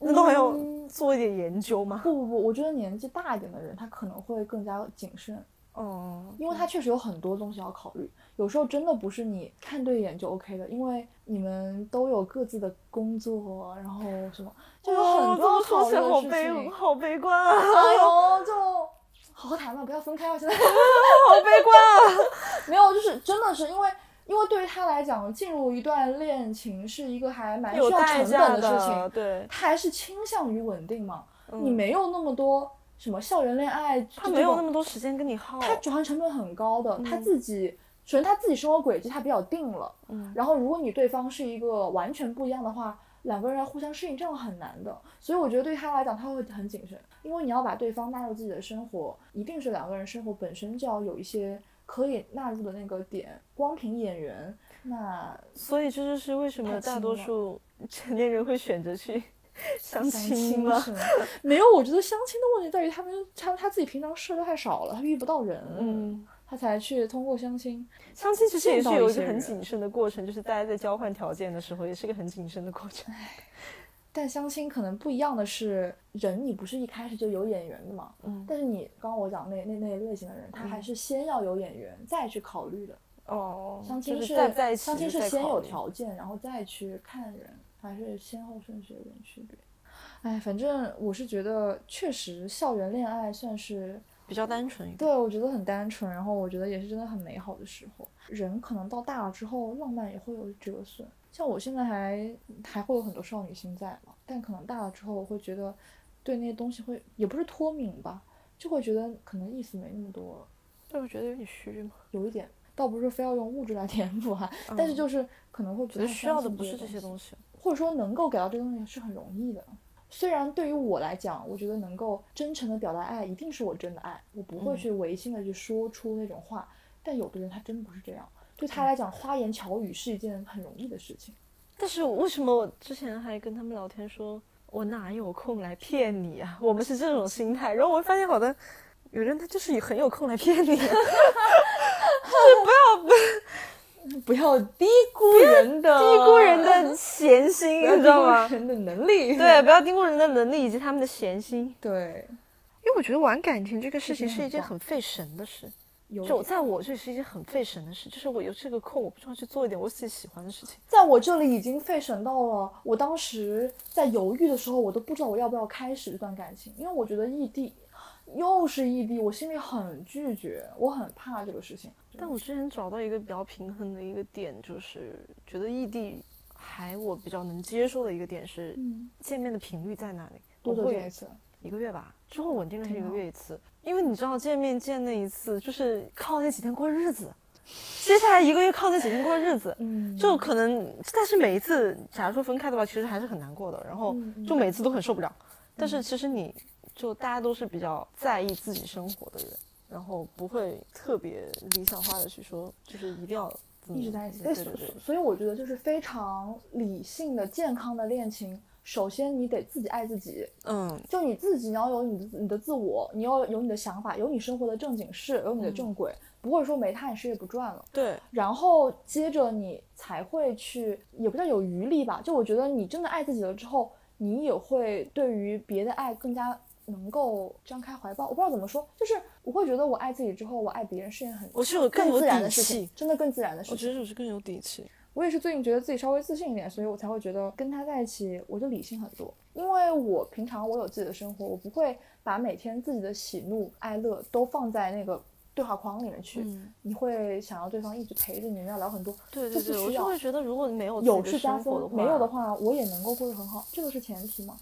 Speaker 6: 那都还要
Speaker 1: 嗯
Speaker 6: 做一点研究吗？
Speaker 1: 不不不，我觉得年纪大一点的人，他可能会更加谨慎，
Speaker 6: 嗯，
Speaker 1: 因为他确实有很多东西要考虑，有时候真的不是你看对眼就 OK 的，因为你们都有各自的工作，然后什么，就有
Speaker 6: 哦
Speaker 1: 很多
Speaker 6: 这么
Speaker 1: 要考虑
Speaker 6: 说起来好
Speaker 1: 的事
Speaker 6: 悲，
Speaker 1: 情。
Speaker 6: 好悲观啊，
Speaker 1: 哎 呦，就好好谈吧，不要分开啊！现在
Speaker 6: 好悲观啊！
Speaker 1: 没有，就是真的是因为，因为对于他来讲，进入一段恋情是一个还蛮需
Speaker 6: 有
Speaker 1: 要
Speaker 6: 代
Speaker 1: 成
Speaker 6: 价
Speaker 1: 本事情，
Speaker 6: 对，嗯
Speaker 1: 他还是倾向于稳定嘛。你没有那么多什么校园恋爱，
Speaker 6: 他
Speaker 1: 这
Speaker 6: 没有
Speaker 1: 种
Speaker 6: 那么多时间跟你耗，
Speaker 1: 他转换成本很高的，他自己首先他自己生活轨迹他比较定了，
Speaker 6: 嗯
Speaker 1: 然后如果你对方是一个完全不一样的话，两个人要互相适应这样很难的，所以我觉得对他来讲他会很谨慎，因为你要把对方纳入自己的生活，一定是两个人生活本身就要有一些可以纳入的那个点，光凭眼缘，那
Speaker 6: 所以这就是为什
Speaker 1: 太
Speaker 6: 么
Speaker 1: 轻
Speaker 6: 大多
Speaker 1: 了
Speaker 6: 数 成年人会选 择去相
Speaker 1: 相亲
Speaker 6: 亲了。
Speaker 1: 是吗 没有，我觉得相亲的问题在于他们他他自己平常事儿都太少了，他遇不到人，
Speaker 6: 嗯，
Speaker 1: 他才去通过相亲。
Speaker 6: 相亲其实
Speaker 1: 见
Speaker 6: 也是
Speaker 1: 到
Speaker 6: 有
Speaker 1: 一
Speaker 6: 一个
Speaker 1: 些
Speaker 6: 很
Speaker 1: 人
Speaker 6: 谨慎的过程，就是大家在交换条件的时候，也是个很谨慎的过 程。
Speaker 1: 但相亲可能不一样的是，人你不是一开始就有眼缘的嘛，
Speaker 6: 嗯
Speaker 1: 但是你刚刚我讲那那那一类型的人，他还是先要有眼缘，再去考虑的。
Speaker 6: 哦，
Speaker 1: 相亲
Speaker 6: 就是在在一起
Speaker 1: 相亲是
Speaker 6: 再
Speaker 1: 先
Speaker 6: 考
Speaker 1: 有
Speaker 6: 虑，
Speaker 1: 条件，然后再去看人，还是先后顺序有点区别。哎，反正我是觉得，确实校园恋爱算是
Speaker 6: 比较单纯一点。
Speaker 1: 对我觉得很单纯，然后我觉得也是真的很美好的时候。人可能到大了之后，浪漫也会有折损。像我现在还还会有很多少女心在嘛，但可能大了之后，我会觉得对那些东西会也不是脱敏吧，就会觉得可能意思没那么多了，
Speaker 6: 对，我觉得有点虚嘛，
Speaker 1: 有一点。倒不是非要用物质来 填补啊，但是就是可能会不
Speaker 6: 嗯觉得
Speaker 1: 太
Speaker 6: 需要
Speaker 1: 相
Speaker 6: 的
Speaker 1: 信
Speaker 6: 不是
Speaker 1: 这
Speaker 6: 这
Speaker 1: 些
Speaker 6: 些
Speaker 1: 东西，
Speaker 6: 东西。
Speaker 1: 或者说能够给到这东西是很容易的。虽然对于我来讲，我觉得能够真诚的表达爱，一定是我真的爱，我不
Speaker 6: 嗯
Speaker 1: 会去违心的去说出那种话。但有的人他真不是这样，对
Speaker 6: 嗯
Speaker 1: 他来讲，花言巧语是一件很容易的事 情。
Speaker 6: 但是为什么我之前还跟他们聊天说，我哪有空来骗你啊？我们是这种心态，然后我会发现，好的，有人他就是很有空来骗你、 啊，
Speaker 1: 不要低估人的
Speaker 6: 低估人的闲 心， 你知道吗？
Speaker 1: 人的能力。
Speaker 6: 啊对，不要低估人的能力以及他们的闲心，
Speaker 1: 对，
Speaker 6: 因为我觉得玩感情这个事情
Speaker 1: 真的
Speaker 6: 是
Speaker 1: 很
Speaker 6: 一件
Speaker 1: 棒
Speaker 6: 很费神的事。
Speaker 1: 有
Speaker 6: 就在我这里是一件很费神的事，就是我有这个空，我不知道去做一点我自己喜欢的事情。
Speaker 1: 在我这里已经费神到了，我当时在犹豫的时候，我都不知道我要不要开始这段感情，因为我觉得异地，又是异地，我心里很拒绝，我很怕这个事情。
Speaker 6: 但我之前找到一个比较平衡的一个点，就是觉得异地还我比较能接受的一个点是
Speaker 1: 嗯，
Speaker 6: 见面的频率在哪里。
Speaker 1: 多
Speaker 6: 我
Speaker 1: 久
Speaker 6: 会
Speaker 1: 见一次？
Speaker 6: 一个月吧，之后稳定的哦是一
Speaker 1: 挺
Speaker 6: 个
Speaker 1: 好
Speaker 6: 月一次，因为你知道见面见那一次就是靠那几天过日子，接下来一个月靠那几天过日子，
Speaker 1: 嗯
Speaker 6: 就可能，但是每一次假如说分开的话，其实还是很难过的，然后
Speaker 1: 嗯嗯
Speaker 6: 就每次都很受不了。但是其实你就大家都是比较在意自己生活的人，然后不会特别理想化的去说，就是一定要怎么
Speaker 1: 一直在一起。
Speaker 6: 对
Speaker 1: 所
Speaker 6: 对对。
Speaker 1: 所以我觉得就是非常理性的、健康的恋情。首先，你得自己爱自己，
Speaker 6: 嗯，
Speaker 1: 就你自己，你要有你的你的自我，你要有你的想法，有你生活的正经事，有你的
Speaker 6: 嗯
Speaker 1: 正轨，不会说没他你事业不赚了。
Speaker 6: 对，
Speaker 1: 然后接着你才会去，也不叫有余力吧。就我觉得你真的爱自己了之后，你也会对于别的爱更加能够张开怀抱。我不知道怎么说，就是我会觉得我爱自己之后，我爱别人是件很
Speaker 6: 我是有更
Speaker 1: 更
Speaker 6: 有
Speaker 1: 自然
Speaker 6: 底
Speaker 1: 的事情
Speaker 6: 气，，
Speaker 1: 真的更自然的事
Speaker 6: 我
Speaker 1: 情。
Speaker 6: 觉得我是更有底气。
Speaker 1: 我也是最近觉得自己稍微自信一点，所以我才会觉得跟他在一起我就理性很多。因为我平常我有自己的生活，我不会把每天自己的喜怒哀乐都放在那个对话框里面去。
Speaker 6: 嗯，
Speaker 1: 你会想要对方一直陪着你，你们要聊很多，
Speaker 6: 对
Speaker 1: 这
Speaker 6: 对
Speaker 1: 是
Speaker 6: 对，
Speaker 1: 需
Speaker 6: 我就
Speaker 1: 要
Speaker 6: 会觉得如果没有
Speaker 1: 有
Speaker 6: 自
Speaker 1: 是
Speaker 6: 己的
Speaker 1: 加
Speaker 6: 生
Speaker 1: 分
Speaker 6: 活的，话，
Speaker 1: 没有的话我也能够过得很好，这个是前提嘛。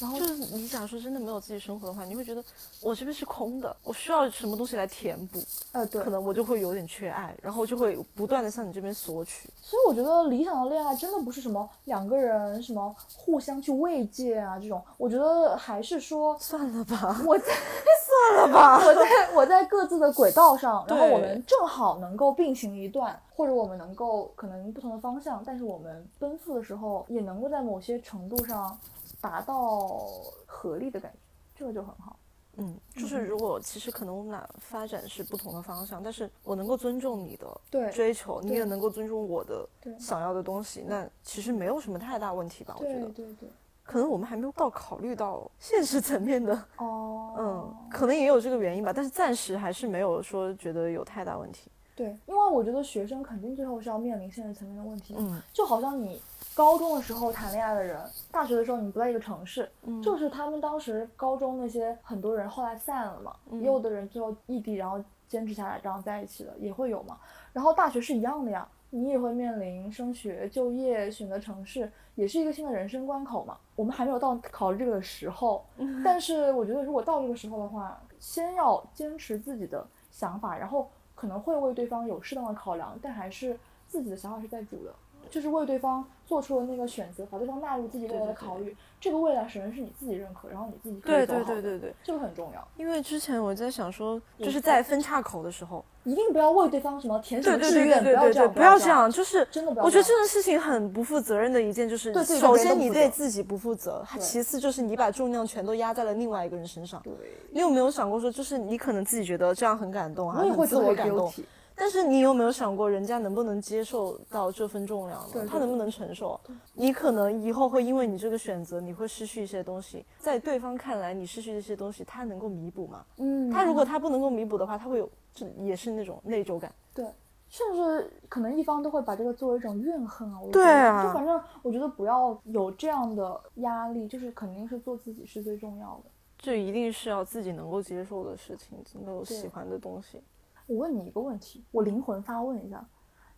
Speaker 1: 然后
Speaker 6: 嗯就是你假如说真的没有自己生活的话，你会觉得我这边是空的，我需要什么东西来填补。
Speaker 1: 呃，对
Speaker 6: 可，能我就会有点缺爱，然后就会不断的向你这边索取。
Speaker 1: 所以我觉得理想的恋爱真的不是什么两个人什么互相去慰藉啊这种，我觉得还是说
Speaker 6: 算了吧，
Speaker 1: 我在 算了吧，我在我在各自的轨道上，然后我们正好能够并行一段，或者我们能够可能不同的方向，但是我们奔赴的时候也能够在某些程度上达到合力的感觉，这个就很好。
Speaker 6: 嗯，就是如果其实可能我们俩发展是不同的方向，但是我能够尊重你的
Speaker 1: 对
Speaker 6: 追求，你
Speaker 1: 对
Speaker 6: 也能够尊重我的
Speaker 1: 对
Speaker 6: 想要的东西，那其实没有什么太大问题吧？我觉
Speaker 1: 对
Speaker 6: 得
Speaker 1: 对对，
Speaker 6: 可能我们还没有到考虑到现实层面的，
Speaker 1: 哦，
Speaker 6: 嗯，可能也有这个原因吧，但是暂时还是没有说觉得有太大问题。
Speaker 1: 对，因为我觉得学生肯定最后是要面临现实层面的问题，
Speaker 6: 嗯，
Speaker 1: 就好像你高中的时候谈恋爱的人，大学的时候你不在一个城市，
Speaker 6: 嗯
Speaker 1: 就是他们当时高中那些很多人后来散了嘛，
Speaker 6: 嗯
Speaker 1: 也有的人最后异地，然后坚持下来，然后在一起的也会有嘛。然后大学是一样的呀，你也会面临升学、就业、选择城市，也是一个新的人生关口嘛。我们还没有到考虑这个的时候，
Speaker 6: 嗯
Speaker 1: 但是我觉得如果到这个时候的话，先要坚持自己的想法，然后可能会为对方有适当的考量，但还是自己的想法是在主的。就是为对方做出了那个选择，把对方纳入自己未来的
Speaker 6: 对对对
Speaker 1: 考虑，这个未来神是你自己认可，然后你自己可以
Speaker 6: 对
Speaker 1: 走
Speaker 6: 对
Speaker 1: 好
Speaker 6: 对
Speaker 1: 的，
Speaker 6: 对对，
Speaker 1: 这个很重要。
Speaker 6: 因为之前我在想说，就
Speaker 1: 我
Speaker 6: 是在分岔口的时候，
Speaker 1: 一定不要为对方什么填什么
Speaker 6: 对
Speaker 1: 志
Speaker 6: 对
Speaker 1: 愿，
Speaker 6: 对对
Speaker 1: 要这
Speaker 6: 对，
Speaker 1: 样，
Speaker 6: 不
Speaker 1: 不要
Speaker 6: 这。样，就是
Speaker 1: 真的不要
Speaker 6: 我觉得
Speaker 1: 这
Speaker 6: 这种事情很不负责任的一件，就是
Speaker 1: 对对
Speaker 6: 首
Speaker 1: 对
Speaker 6: 先
Speaker 1: 对
Speaker 6: 你
Speaker 1: 都不负责
Speaker 6: 对自己不负责，
Speaker 1: 对
Speaker 6: 其次就是你把重量全都压在了另外一个人身上。
Speaker 1: 对，
Speaker 6: 你有没有想过说，就是你可能自己觉得这样很感动啊，
Speaker 1: 我也会
Speaker 6: 很自
Speaker 1: 特
Speaker 6: 我
Speaker 1: 别
Speaker 6: 感动，
Speaker 1: guilty。
Speaker 6: 但是你有没有想过，人家能不能接受到这份重量呢？
Speaker 1: 对对
Speaker 6: 他能不能承受？你可能以后会因为你这个选择，你会失去一些东西，在对方看来，你失去这些东西，他能够弥补吗？
Speaker 1: 嗯，
Speaker 6: 他如果他不能够弥补的话，他会有，这也是那种内疚感。
Speaker 1: 对，甚至可能一方都会把这个作为一种怨恨啊。我
Speaker 6: 对
Speaker 1: 觉得
Speaker 6: 啊
Speaker 1: 就反正我觉得不要有这样的压力，就是肯定是做自己是最重要的。
Speaker 6: 这一定是要自己能够接受的事情，能够
Speaker 1: 对
Speaker 6: 喜欢的东西。
Speaker 1: 我问你一个问题，我灵魂发问一下，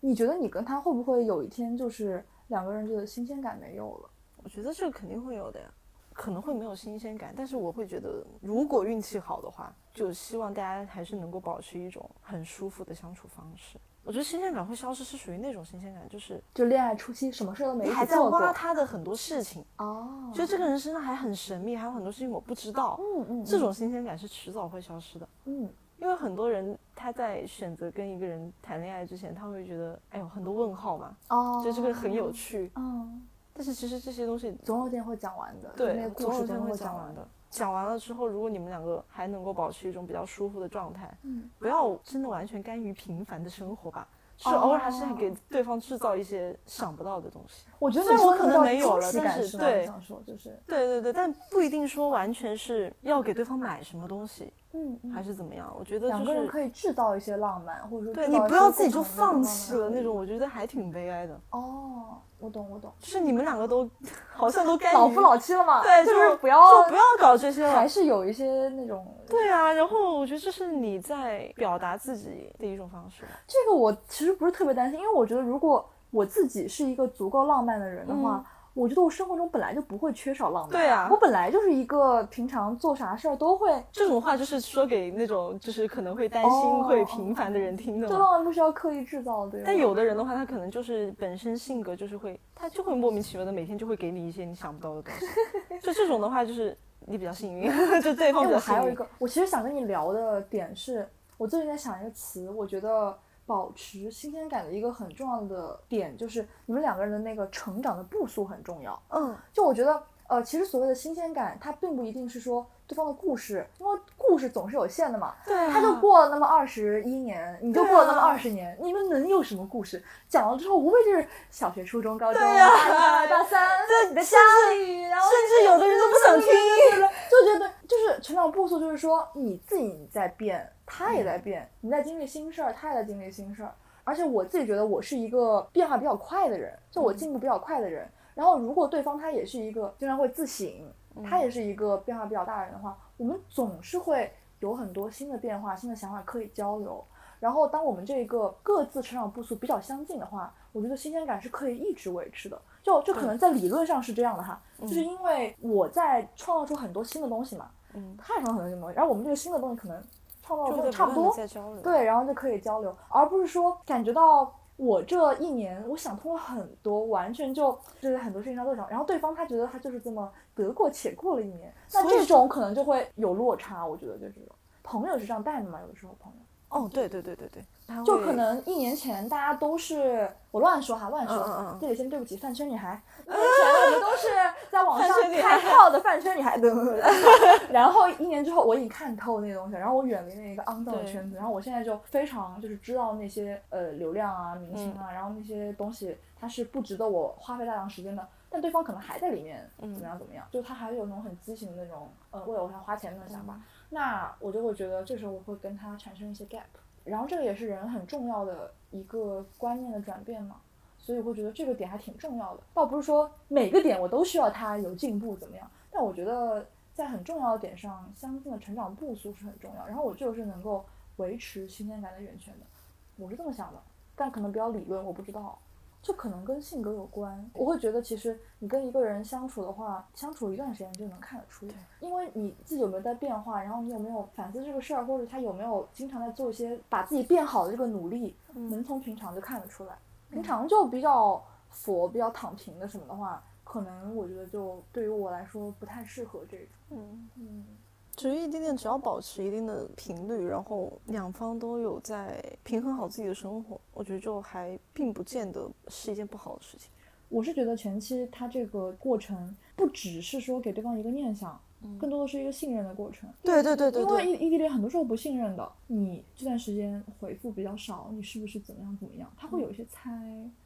Speaker 1: 你觉得你跟他会不会有一天就是两个人这个新鲜感没有了？
Speaker 6: 我觉得这个肯定会有的呀，可能会没有新鲜感，但是我会觉得，如果运气好的话，就希望大家还是能够保持一种很舒服的相处方式。我觉得新鲜感会消失是属于那种新鲜感，就是
Speaker 1: 就恋爱初期什么事都没
Speaker 6: 你
Speaker 1: 一
Speaker 6: 还
Speaker 1: 起
Speaker 6: 在
Speaker 1: 做过
Speaker 6: 挖他的很多事情，
Speaker 1: 哦，
Speaker 6: 觉得这个人身上还很神秘，还有很多事情我不知道。
Speaker 1: 嗯嗯
Speaker 6: 这种新鲜感是迟早会消失的，
Speaker 1: 嗯
Speaker 6: 因为很多人他在选择跟一个人谈恋爱之前，他会觉得哎呦很多问号嘛，
Speaker 1: 哦，
Speaker 6: 就这个很有趣。
Speaker 1: 嗯，
Speaker 6: 但是其实这些东西
Speaker 1: 总有一天会讲完的，就那个，
Speaker 6: 对
Speaker 1: 故
Speaker 6: 总有
Speaker 1: 事
Speaker 6: 一天
Speaker 1: 总
Speaker 6: 会
Speaker 1: 会
Speaker 6: 讲
Speaker 1: 完
Speaker 6: 完。的。讲完了之后，如果你们两个还能够保持一种比较舒服的状态，
Speaker 1: 嗯，
Speaker 6: 不要真的完全甘于平凡的生活吧，
Speaker 1: 哦
Speaker 6: 就是偶尔还是给对方制造一些想不到的东西。
Speaker 1: 我觉得
Speaker 6: 虽然
Speaker 1: 你
Speaker 6: 我
Speaker 1: 说
Speaker 6: 可
Speaker 1: 制
Speaker 6: 能
Speaker 1: 造
Speaker 6: 没有
Speaker 1: 惊
Speaker 6: 了
Speaker 1: 喜
Speaker 6: 但
Speaker 1: 感
Speaker 6: 是
Speaker 1: 是吗？
Speaker 6: 对
Speaker 1: 我想说就是，
Speaker 6: 对对对，但不一定说完全是要给对方买什么东西，
Speaker 1: 嗯，嗯
Speaker 6: 还是怎么样。我觉得
Speaker 1: 两
Speaker 6: 就
Speaker 1: 个人
Speaker 6: 是
Speaker 1: 可以制造一些浪漫，或者说
Speaker 6: 对
Speaker 1: 制
Speaker 6: 你
Speaker 1: 造一
Speaker 6: 不
Speaker 1: 些
Speaker 6: 要
Speaker 1: 共
Speaker 6: 自己
Speaker 1: 同
Speaker 6: 就
Speaker 1: 的那种
Speaker 6: 放
Speaker 1: 浪
Speaker 6: 弃
Speaker 1: 漫
Speaker 6: 了那种，我觉得还挺悲哀的。
Speaker 1: 哦，我懂我懂，
Speaker 6: 就是你们两个都好像都该
Speaker 1: 老夫老妻了嘛，
Speaker 6: 对，
Speaker 1: 就
Speaker 6: 就是
Speaker 1: 不
Speaker 6: 就
Speaker 1: 要
Speaker 6: 不要搞这些了
Speaker 1: 还。是有一些那种
Speaker 6: 对啊，然后我觉得这是你在表达自己的一种方式吧。
Speaker 1: 这个我其实不是特别担心，因为我觉得如果我自己是一个足够浪漫的人的话，
Speaker 6: 嗯
Speaker 1: 我觉得我生活中本来就不会缺少浪漫。
Speaker 6: 对啊
Speaker 1: 我本来就是一个平常做啥事儿都会
Speaker 6: 这种话就是说给那种就是可能会担心
Speaker 1: 哦
Speaker 6: 会平凡的人听的
Speaker 1: 对
Speaker 6: 嘛。
Speaker 1: 浪漫不需要刻意制造的。对吧
Speaker 6: 但有的人的话，他可能就是本身性格就是会，他就会莫名其妙的每天就会给你一些你想不到的 东西。就这种的话，就是你比较幸运， 就对方
Speaker 1: 哎
Speaker 6: 比
Speaker 1: 我
Speaker 6: 较幸
Speaker 1: 还有一
Speaker 6: 运。
Speaker 1: 个，我其实想跟你聊的点是，我最近在想一个词，我觉得保持新鲜感的一个很重要的点就是你们两个人的那个成长的步数很重要。
Speaker 6: 嗯，
Speaker 1: 就我觉得，呃，其实所谓的新鲜感，它并不一定是说对方的故事，因为故事总是有限的嘛。
Speaker 6: 对啊，
Speaker 1: 他就过了那么二十一年，你就
Speaker 6: 对啊
Speaker 1: 过了那么二十年，你们能有什么故事？讲了之后，无非就是小学、初中、高中、
Speaker 6: 对啊
Speaker 1: 大一、大三，
Speaker 6: 对
Speaker 1: 你的家里，然后
Speaker 6: 甚至有的人都不想听。
Speaker 1: 就觉得就是成长步数，就是说你自己在变，他也在变，你在经历新事儿，他也在经历新事儿。而且我自己觉得我是一个变化比较快的人，就
Speaker 6: 嗯
Speaker 1: 我进步比较快的人。然后如果对方他也是一个经常会自省，
Speaker 6: 嗯
Speaker 1: 他也是一个变化比较大的人的话，我们总是会有很多新的变化、新的想法可以交流。然后，当我们这个各自成长步数比较相近的话，我觉得新鲜感是可以一直维持的。就就可
Speaker 6: 嗯
Speaker 1: 能在理论上是这样的哈，就是因为我在创造出很多新的东西嘛，
Speaker 6: 嗯，
Speaker 1: 他也创造很多新的东西，然后我们这个新的东西可能创造
Speaker 6: 就
Speaker 1: 的
Speaker 6: 会
Speaker 1: 都差不
Speaker 6: 断地
Speaker 1: 多，
Speaker 6: 在交流。
Speaker 1: 对，然后就可以交流，而不是说感觉到我这一年我想通了很多，完全就就是很多事情上都想，然后对方他觉得他就是这么得过且过了一年，那
Speaker 6: 所以
Speaker 1: 这种可能就会有落差，我觉得就是这种朋友是这样带的嘛，有的时候朋友。
Speaker 6: 哦，对对对对对，他
Speaker 1: 就
Speaker 6: 会
Speaker 1: 可能一年前大家都是我乱说哈，乱说，
Speaker 6: 嗯嗯嗯
Speaker 1: 这里先对不起饭圈女 孩，一年前我们都是在网上
Speaker 6: 饭圈女孩
Speaker 1: 开炮的饭圈女孩，对对对。然后一年之后我已经看透那些东西了，然后我远离那个肮脏的
Speaker 6: 对
Speaker 1: 圈子，然后我现在就非常就是知道那些呃流量啊、明星啊，然后那些东西它是不值得我花费大量时间的。但对方可能还在里面，怎么样怎么样，就他还有那种很畸形的那种，呃，为了偶像花钱的那种想法，那我就会觉得这时候我会跟他产生一些 gap，然后这个也是人很重要的一个观念的转变嘛，所以我会觉得这个点还挺重要的，倒不是说每个点我都需要他有进步怎么样，但我觉得在很重要的点上，相近的成长步数是很重要，然后我就是能够维持新鲜感的源泉的，我是这么想的，但可能比较理论，我不知道。这可能跟性格有关。我会觉得，其实你跟一个人相处的话，相处一段时间就能看得出，因为你自己有没有在变化，然后你有没有反思这个事儿，或者他有没有经常在做一些把自己变好的这个努力，能从平常就看得出来。平常就比较佛、比较躺平的什么的话，可能我觉得就对于我来说不太适合这种。
Speaker 6: 嗯，
Speaker 1: 嗯，
Speaker 6: 只一点点，只要保持一定的频率，然后两方都有在平衡好自己的生活，我觉得就还并不见得是一件不好的事情。
Speaker 1: 我是觉得前期他这个过程不只是说给对方一个念想，更多的是一个信任的过程。
Speaker 6: 对对对对
Speaker 1: 因
Speaker 6: 对，
Speaker 1: 为异异地恋很多时候不信任的，你这段时间回复比较少，你是不是怎么样怎么样？他会有一些猜，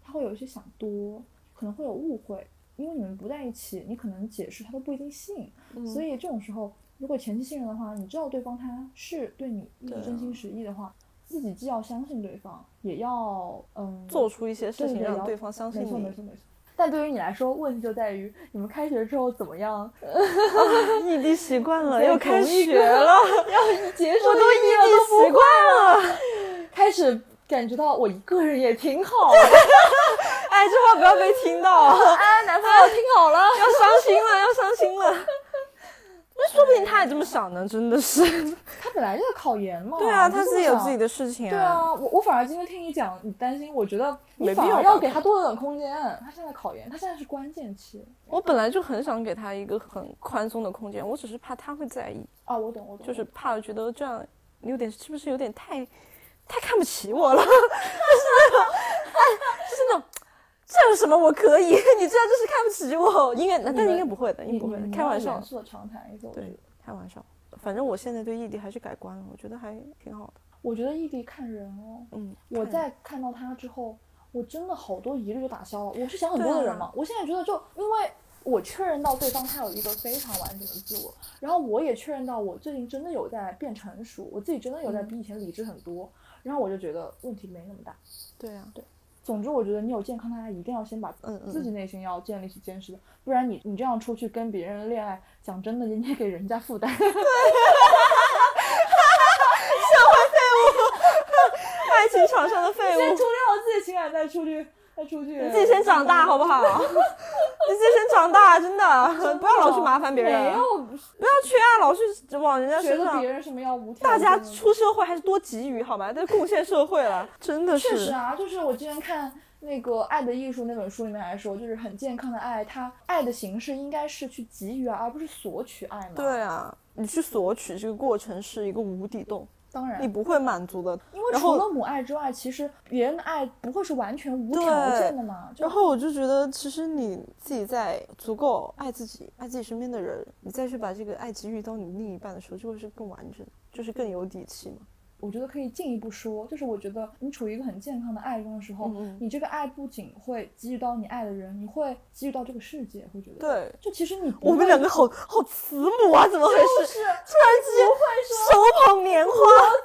Speaker 1: 他会有一些想多，可能会有误会，因为你们不在一起，你可能解释他都不一定信，
Speaker 6: 嗯
Speaker 1: 所以这种时候，如果前期信任的话，你知道对方他是对你一直
Speaker 6: 对啊
Speaker 1: 真心实意的话，自己既要相信对方，也要嗯
Speaker 6: 做出一些事
Speaker 1: 对
Speaker 6: 情
Speaker 1: 对
Speaker 6: 让
Speaker 1: 要
Speaker 6: 对方相信
Speaker 1: 没错没
Speaker 6: 你。
Speaker 1: 错没错。但对于你来说，问题就在于你们开学之后怎么样？
Speaker 6: 异地习惯了，
Speaker 1: 对
Speaker 6: 又开
Speaker 1: 同一
Speaker 6: 学
Speaker 1: 个
Speaker 6: 了，
Speaker 1: 结束
Speaker 6: 我
Speaker 1: 的
Speaker 6: 都
Speaker 1: 一秒都不
Speaker 6: 异地习惯了。
Speaker 1: 开始感觉到我一个人也挺好 的，
Speaker 6: 哎，这话不要被听到，要
Speaker 1: 啊哎，男朋友挺好了。
Speaker 6: 伤心了，要伤心了。那说不定他也这么想呢，真的是。
Speaker 1: 他本来就是考研 嘛，
Speaker 6: 对啊，
Speaker 1: 你
Speaker 6: 他
Speaker 1: 这
Speaker 6: 自
Speaker 1: 么
Speaker 6: 己有
Speaker 1: 想
Speaker 6: 自己。的事情
Speaker 1: 对
Speaker 6: 啊。
Speaker 1: 啊，我我反而今天听你讲，你担心，我觉得你
Speaker 6: 没必
Speaker 1: 反
Speaker 6: 要
Speaker 1: 而
Speaker 6: 吧
Speaker 1: 要给他多一点空间。他现在考研，他现在是关键期
Speaker 6: 我本来就很想给他一个很宽松的空间，我只是怕他会在意，
Speaker 1: 啊！我懂，我懂，
Speaker 6: 就是怕觉得这样你有点是不是有点太太看不起我了， 就是那种。哎，就是那种这有什么？我可以，你这 样就是看不起我。应该，但
Speaker 1: 们
Speaker 6: 应该不会的，应
Speaker 1: 你
Speaker 6: 该不会的
Speaker 1: 你，
Speaker 6: 开玩笑
Speaker 1: 严。肃的长谈一个。我觉
Speaker 6: 对
Speaker 1: 得，
Speaker 6: 开玩笑。反正我现在对异地还是改观了，我觉得还挺好的。
Speaker 1: 我觉得异地看人哦。
Speaker 6: 嗯，
Speaker 1: 我
Speaker 6: 看
Speaker 1: 在看到他之后，我真的好多疑虑就打消了。我是想很多的
Speaker 6: 对啊
Speaker 1: 人嘛，我现在觉得就因为我确认到对方他有一个非常完整的自我，然后我也确认到我最近真的有在变成熟，我自己真的有
Speaker 6: 嗯
Speaker 1: 在比以前理智很多，然后我就觉得问题没那么大。
Speaker 6: 对啊，
Speaker 1: 总之，我觉得你有健康，大家一定要先把
Speaker 6: 嗯嗯
Speaker 1: 自己内心要建立起坚实的，不然你你这样出去跟别人恋爱，讲真的，你也给人家负 担。
Speaker 6: 哎爱情场上的废
Speaker 1: 先
Speaker 6: 物
Speaker 1: 处，理好自己情感，再出去，再出去。
Speaker 6: 你自己先长大好不 好？你自己先长大，真的，不要老去麻烦别人，啊
Speaker 1: 没
Speaker 6: 不
Speaker 1: 有
Speaker 6: 要去啊，老去往人家
Speaker 1: 觉
Speaker 6: 身
Speaker 1: 得
Speaker 6: 上
Speaker 1: 别。人什么要无条
Speaker 6: 大家
Speaker 1: 件的
Speaker 6: 出社会还是多给予好吗？都贡献社会了，真的
Speaker 1: 确实
Speaker 6: 是。
Speaker 1: 啊，就是我之前看那个《爱的艺术》那本书里面来说，就是很健康的爱，它爱的形式应该是去给予啊，而不是索取爱嘛。，
Speaker 6: 对啊，你去索取这个过程是一个无底洞，
Speaker 1: 当然
Speaker 6: 你，不会满足的。
Speaker 1: 因为
Speaker 6: 然
Speaker 1: 除
Speaker 6: 后
Speaker 1: 了母爱之外，其实别人的爱不会是完全无条件的嘛。就
Speaker 6: 然后我就觉得，其实你自己在足够爱自己、爱自己身边的人，你再去把这个爱给予到你另一半的时候，就会是更完整，就是更有底气嘛。
Speaker 1: 我觉得可以进一步说，就是我觉得你处于一个很健康的爱中的时候，
Speaker 6: 嗯嗯
Speaker 1: 你这个爱不仅会给予到你爱的人，你会给予到这个世界，会觉得。
Speaker 6: 对，
Speaker 1: 就其实你不
Speaker 6: 我们
Speaker 1: 会
Speaker 6: 两个好好慈母啊，怎么回事？
Speaker 1: 是
Speaker 6: 突然之间手捧莲花，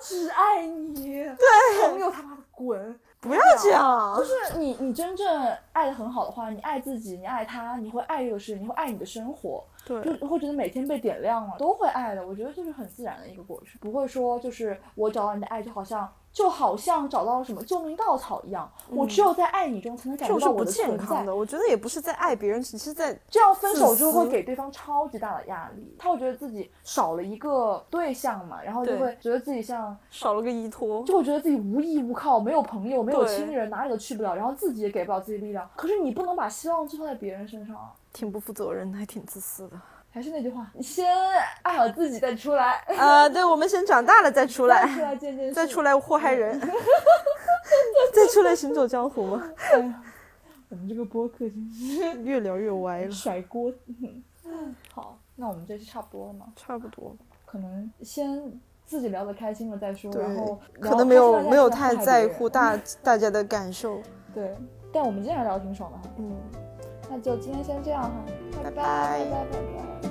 Speaker 1: 只爱你，对朋友他妈的滚！
Speaker 6: 不要这样
Speaker 1: 就。是你，你真正爱的很好的话，你爱自己，你爱他，你会爱这个事，你会爱你的生活，
Speaker 6: 对
Speaker 1: 就会觉得每天被点亮了，都会爱的。我觉得这是很自然的一个过程，不会说就是我找到你的爱，就好像就好像找到了什么救命稻草一样，我只有在爱你中才能感
Speaker 6: 这
Speaker 1: 觉
Speaker 6: 嗯种是
Speaker 1: 到我
Speaker 6: 不
Speaker 1: 的
Speaker 6: 健
Speaker 1: 存
Speaker 6: 康
Speaker 1: 在。
Speaker 6: 的，我觉得也不是在爱别人，只是在
Speaker 1: 这样分手之后
Speaker 6: 自私
Speaker 1: 会给对方超级大的压力，他会觉得自己少了一个对象嘛，然后就
Speaker 6: 对
Speaker 1: 会觉得自己像
Speaker 6: 少了个依托。
Speaker 1: 就会觉得自己无依无靠，没有朋友，没有
Speaker 6: 对
Speaker 1: 亲人，哪里都去不了，然后自己也给不了自己力量。可是你不能把希望寄托在别人身上啊！
Speaker 6: 挺不负责任的，还挺自私的。
Speaker 1: 还是那句话，你先爱好自己再出来，
Speaker 6: 呃，对，我们先长大了再出来
Speaker 1: 再，出来见见世，
Speaker 6: 再出来祸害人， 再出来行走江湖嘛。
Speaker 1: 哎我们这个播客真是
Speaker 6: 越聊越歪 了，
Speaker 1: 甩锅。好，那我们这期差不多了嘛？
Speaker 6: 差不多。
Speaker 1: 可能先自己聊得开心了再说，
Speaker 6: 对
Speaker 1: 然后聊
Speaker 6: 可能没有
Speaker 1: 开心了再去
Speaker 6: 没有
Speaker 1: 伤
Speaker 6: 太
Speaker 1: 害
Speaker 6: 在
Speaker 1: 别人
Speaker 6: 乎大大家的感受。
Speaker 1: 对，但我们今天还聊得挺爽的哈。
Speaker 6: 嗯。
Speaker 1: 那就今天先这样哈，拜
Speaker 6: 拜
Speaker 1: 拜拜拜。拜拜